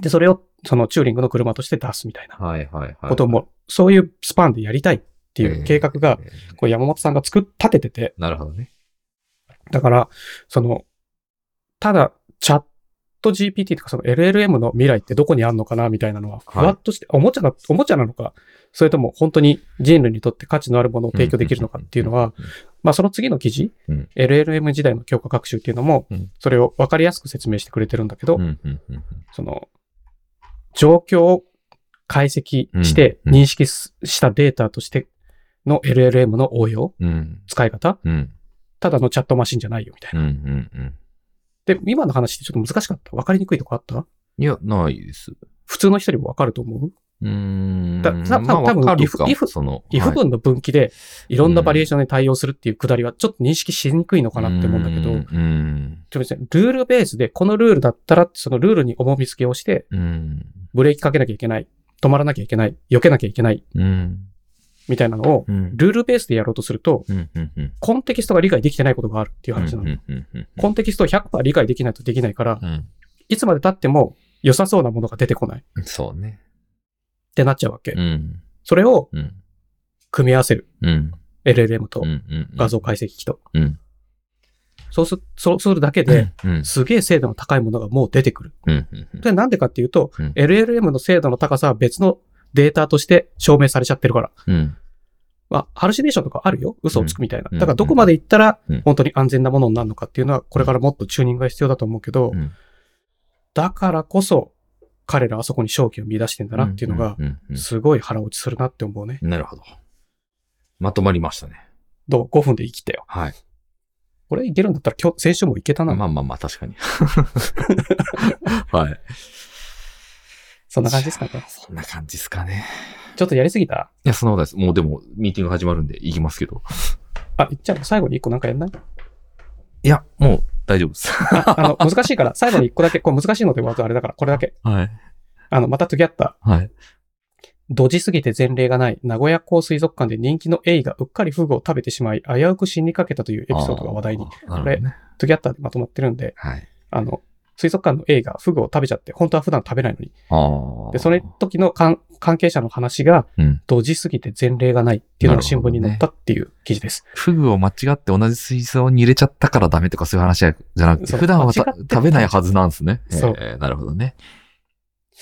A: で、それをそのチューリングの車として出すみたいな
B: はいはいはい。
A: ことも、そういうスパンでやりたいってい
B: え
A: う
B: ー
A: 計画が、
B: えー
A: こう山本さんが作っ、立ててて、
B: なるほどね。
A: だから、その、ただ、チャット GPT とかその LLM の未来ってどこにあるのかなみたいなのは、ふわっとして、おもちゃな、おもちゃなのか、それとも本当に人類にとって価値のあるものを提供できるのかっていうのは、まあその次の記事、
B: うん
A: LLM 時代の強化学習っていうのも
B: うん、
A: それを分かりやすく説明してくれてるんだけど、
B: うんうんうん
A: その、状況を解析して
B: うんうん
A: 認識すしたデータとしての LLM の応用、
B: うん
A: 使い方、
B: うん
A: ただのチャットマシンじゃないよみたい
B: うんう
A: な。
B: んうん
A: で、今の話ってちょっと難しかった分かりにくいとこあった
B: いや、ないです。
A: 普通の人にも分かると思う
B: うーん。
A: だた
B: まあ
A: 多分
B: わかるか
A: if- if-
B: その、
A: if 文の分岐でいろんなバリエーションに対応するっていうくだりはちょっと認識しにくいのかなって思うんだけど、
B: うんうん。
A: ちょっと待ってルールベースでこのルールだったらそのルールに重み付けをして
B: うん。
A: ブレーキかけなきゃいけない、止まらなきゃいけない、避けなきゃいけない
B: うん。
A: みたいなのを
B: うん。
A: ルールベースでやろうとすると
B: うん。うん。うん。
A: コンテキストが理解できてないことがあるっていう話なの。
B: うんうんうん
A: コンテキストを100%理解できないとできないから、
B: うん
A: いつまで経っても良さそうなものが出てこないっ
B: うん。そうね。
A: てなっちゃうわけ。
B: うん。
A: それを
B: うん。
A: 組み合わせる。
B: うん。
A: LLM と
B: うんうん。
A: 画像解析機と。
B: うん
A: そうすそうするだけで、
B: うん。
A: すげえ精度の高いものがもう出てくる。
B: うん。うんうん。
A: それなんでかっていうと、
B: うん
A: LLM の精度の高さは別のデータとして証明されちゃってるから。
B: うん。
A: まあ、ハルシネーションとかあるよ。嘘をつくみたいな。
B: うん
A: だからどこまで行ったら
B: うん、
A: 本当に安全なものになるのかっていうのは、これからもっとチューニングが必要だと思うけど、
B: うん
A: だからこそ、彼らはそこに勝機を見出してんだなっていうのが、
B: んんうん
A: すごい腹落ちするなって思うね。
B: なるほど。まとまりましたね。
A: どう ?5 分で生きたよ。
B: はい。
A: これいけるんだったら今日、先週もいけた
B: ま
A: な。
B: あまあまあ、確かに。 *laughs* はい。
A: そんな感じですかね。
B: そんな感じですかね。
A: ちょっとやりすぎた
B: いや、そんなことないです。もうでも、ミーティング始まるんで、行きますけど。
A: あ、いっちゃうの最後に一個なんかやんない
B: いや、もう、大丈夫です。
A: ああの、難しいから、最後に一個だけ、これ難しいのでわざあれだから、これだけ。
B: はい。
A: あの、また次あった。
B: はい。
A: ドジすぎて前例がない、名古屋港水族館で人気のエイがうっかりフグを食べてしまい、危うく死にかけたというエピソードが話題に。
B: あー。なるほどね。
A: 次あったでまとまってるんで、
B: はい。
A: あの、水族館のエイがフグを食べちゃって、本当は普段食べないのに。
B: ああ。
A: で、その時の関関係者の話が、
B: うん
A: ドジすぎて前例がないっていうのが新聞に載ったっていう記事です。
B: フグを間違って同じ水槽に入れちゃったからダメとかそういう話じゃなくて、
A: そう
B: 普段はた
A: 間違って
B: 食べないはずなんですね。
A: そう
B: えーなるほどね。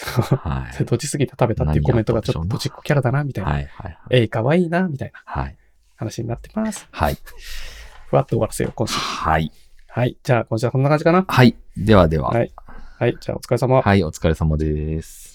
B: はい。
A: ドジすぎて食べたっていうコメントがちょっとドジっ子キャラだな、みたいな。
B: はい、はい、はい。
A: エイ可愛いな、みたいな
B: はい。
A: 話になってます。
B: はい。
A: ふわっと終わらせよう、今週。
B: はい。
A: はい。じゃあ、今週はこんな感じかな。
B: はい。ではでは。
A: はい。はい。じゃあ、お疲れ様。
B: はい、お疲れ様です。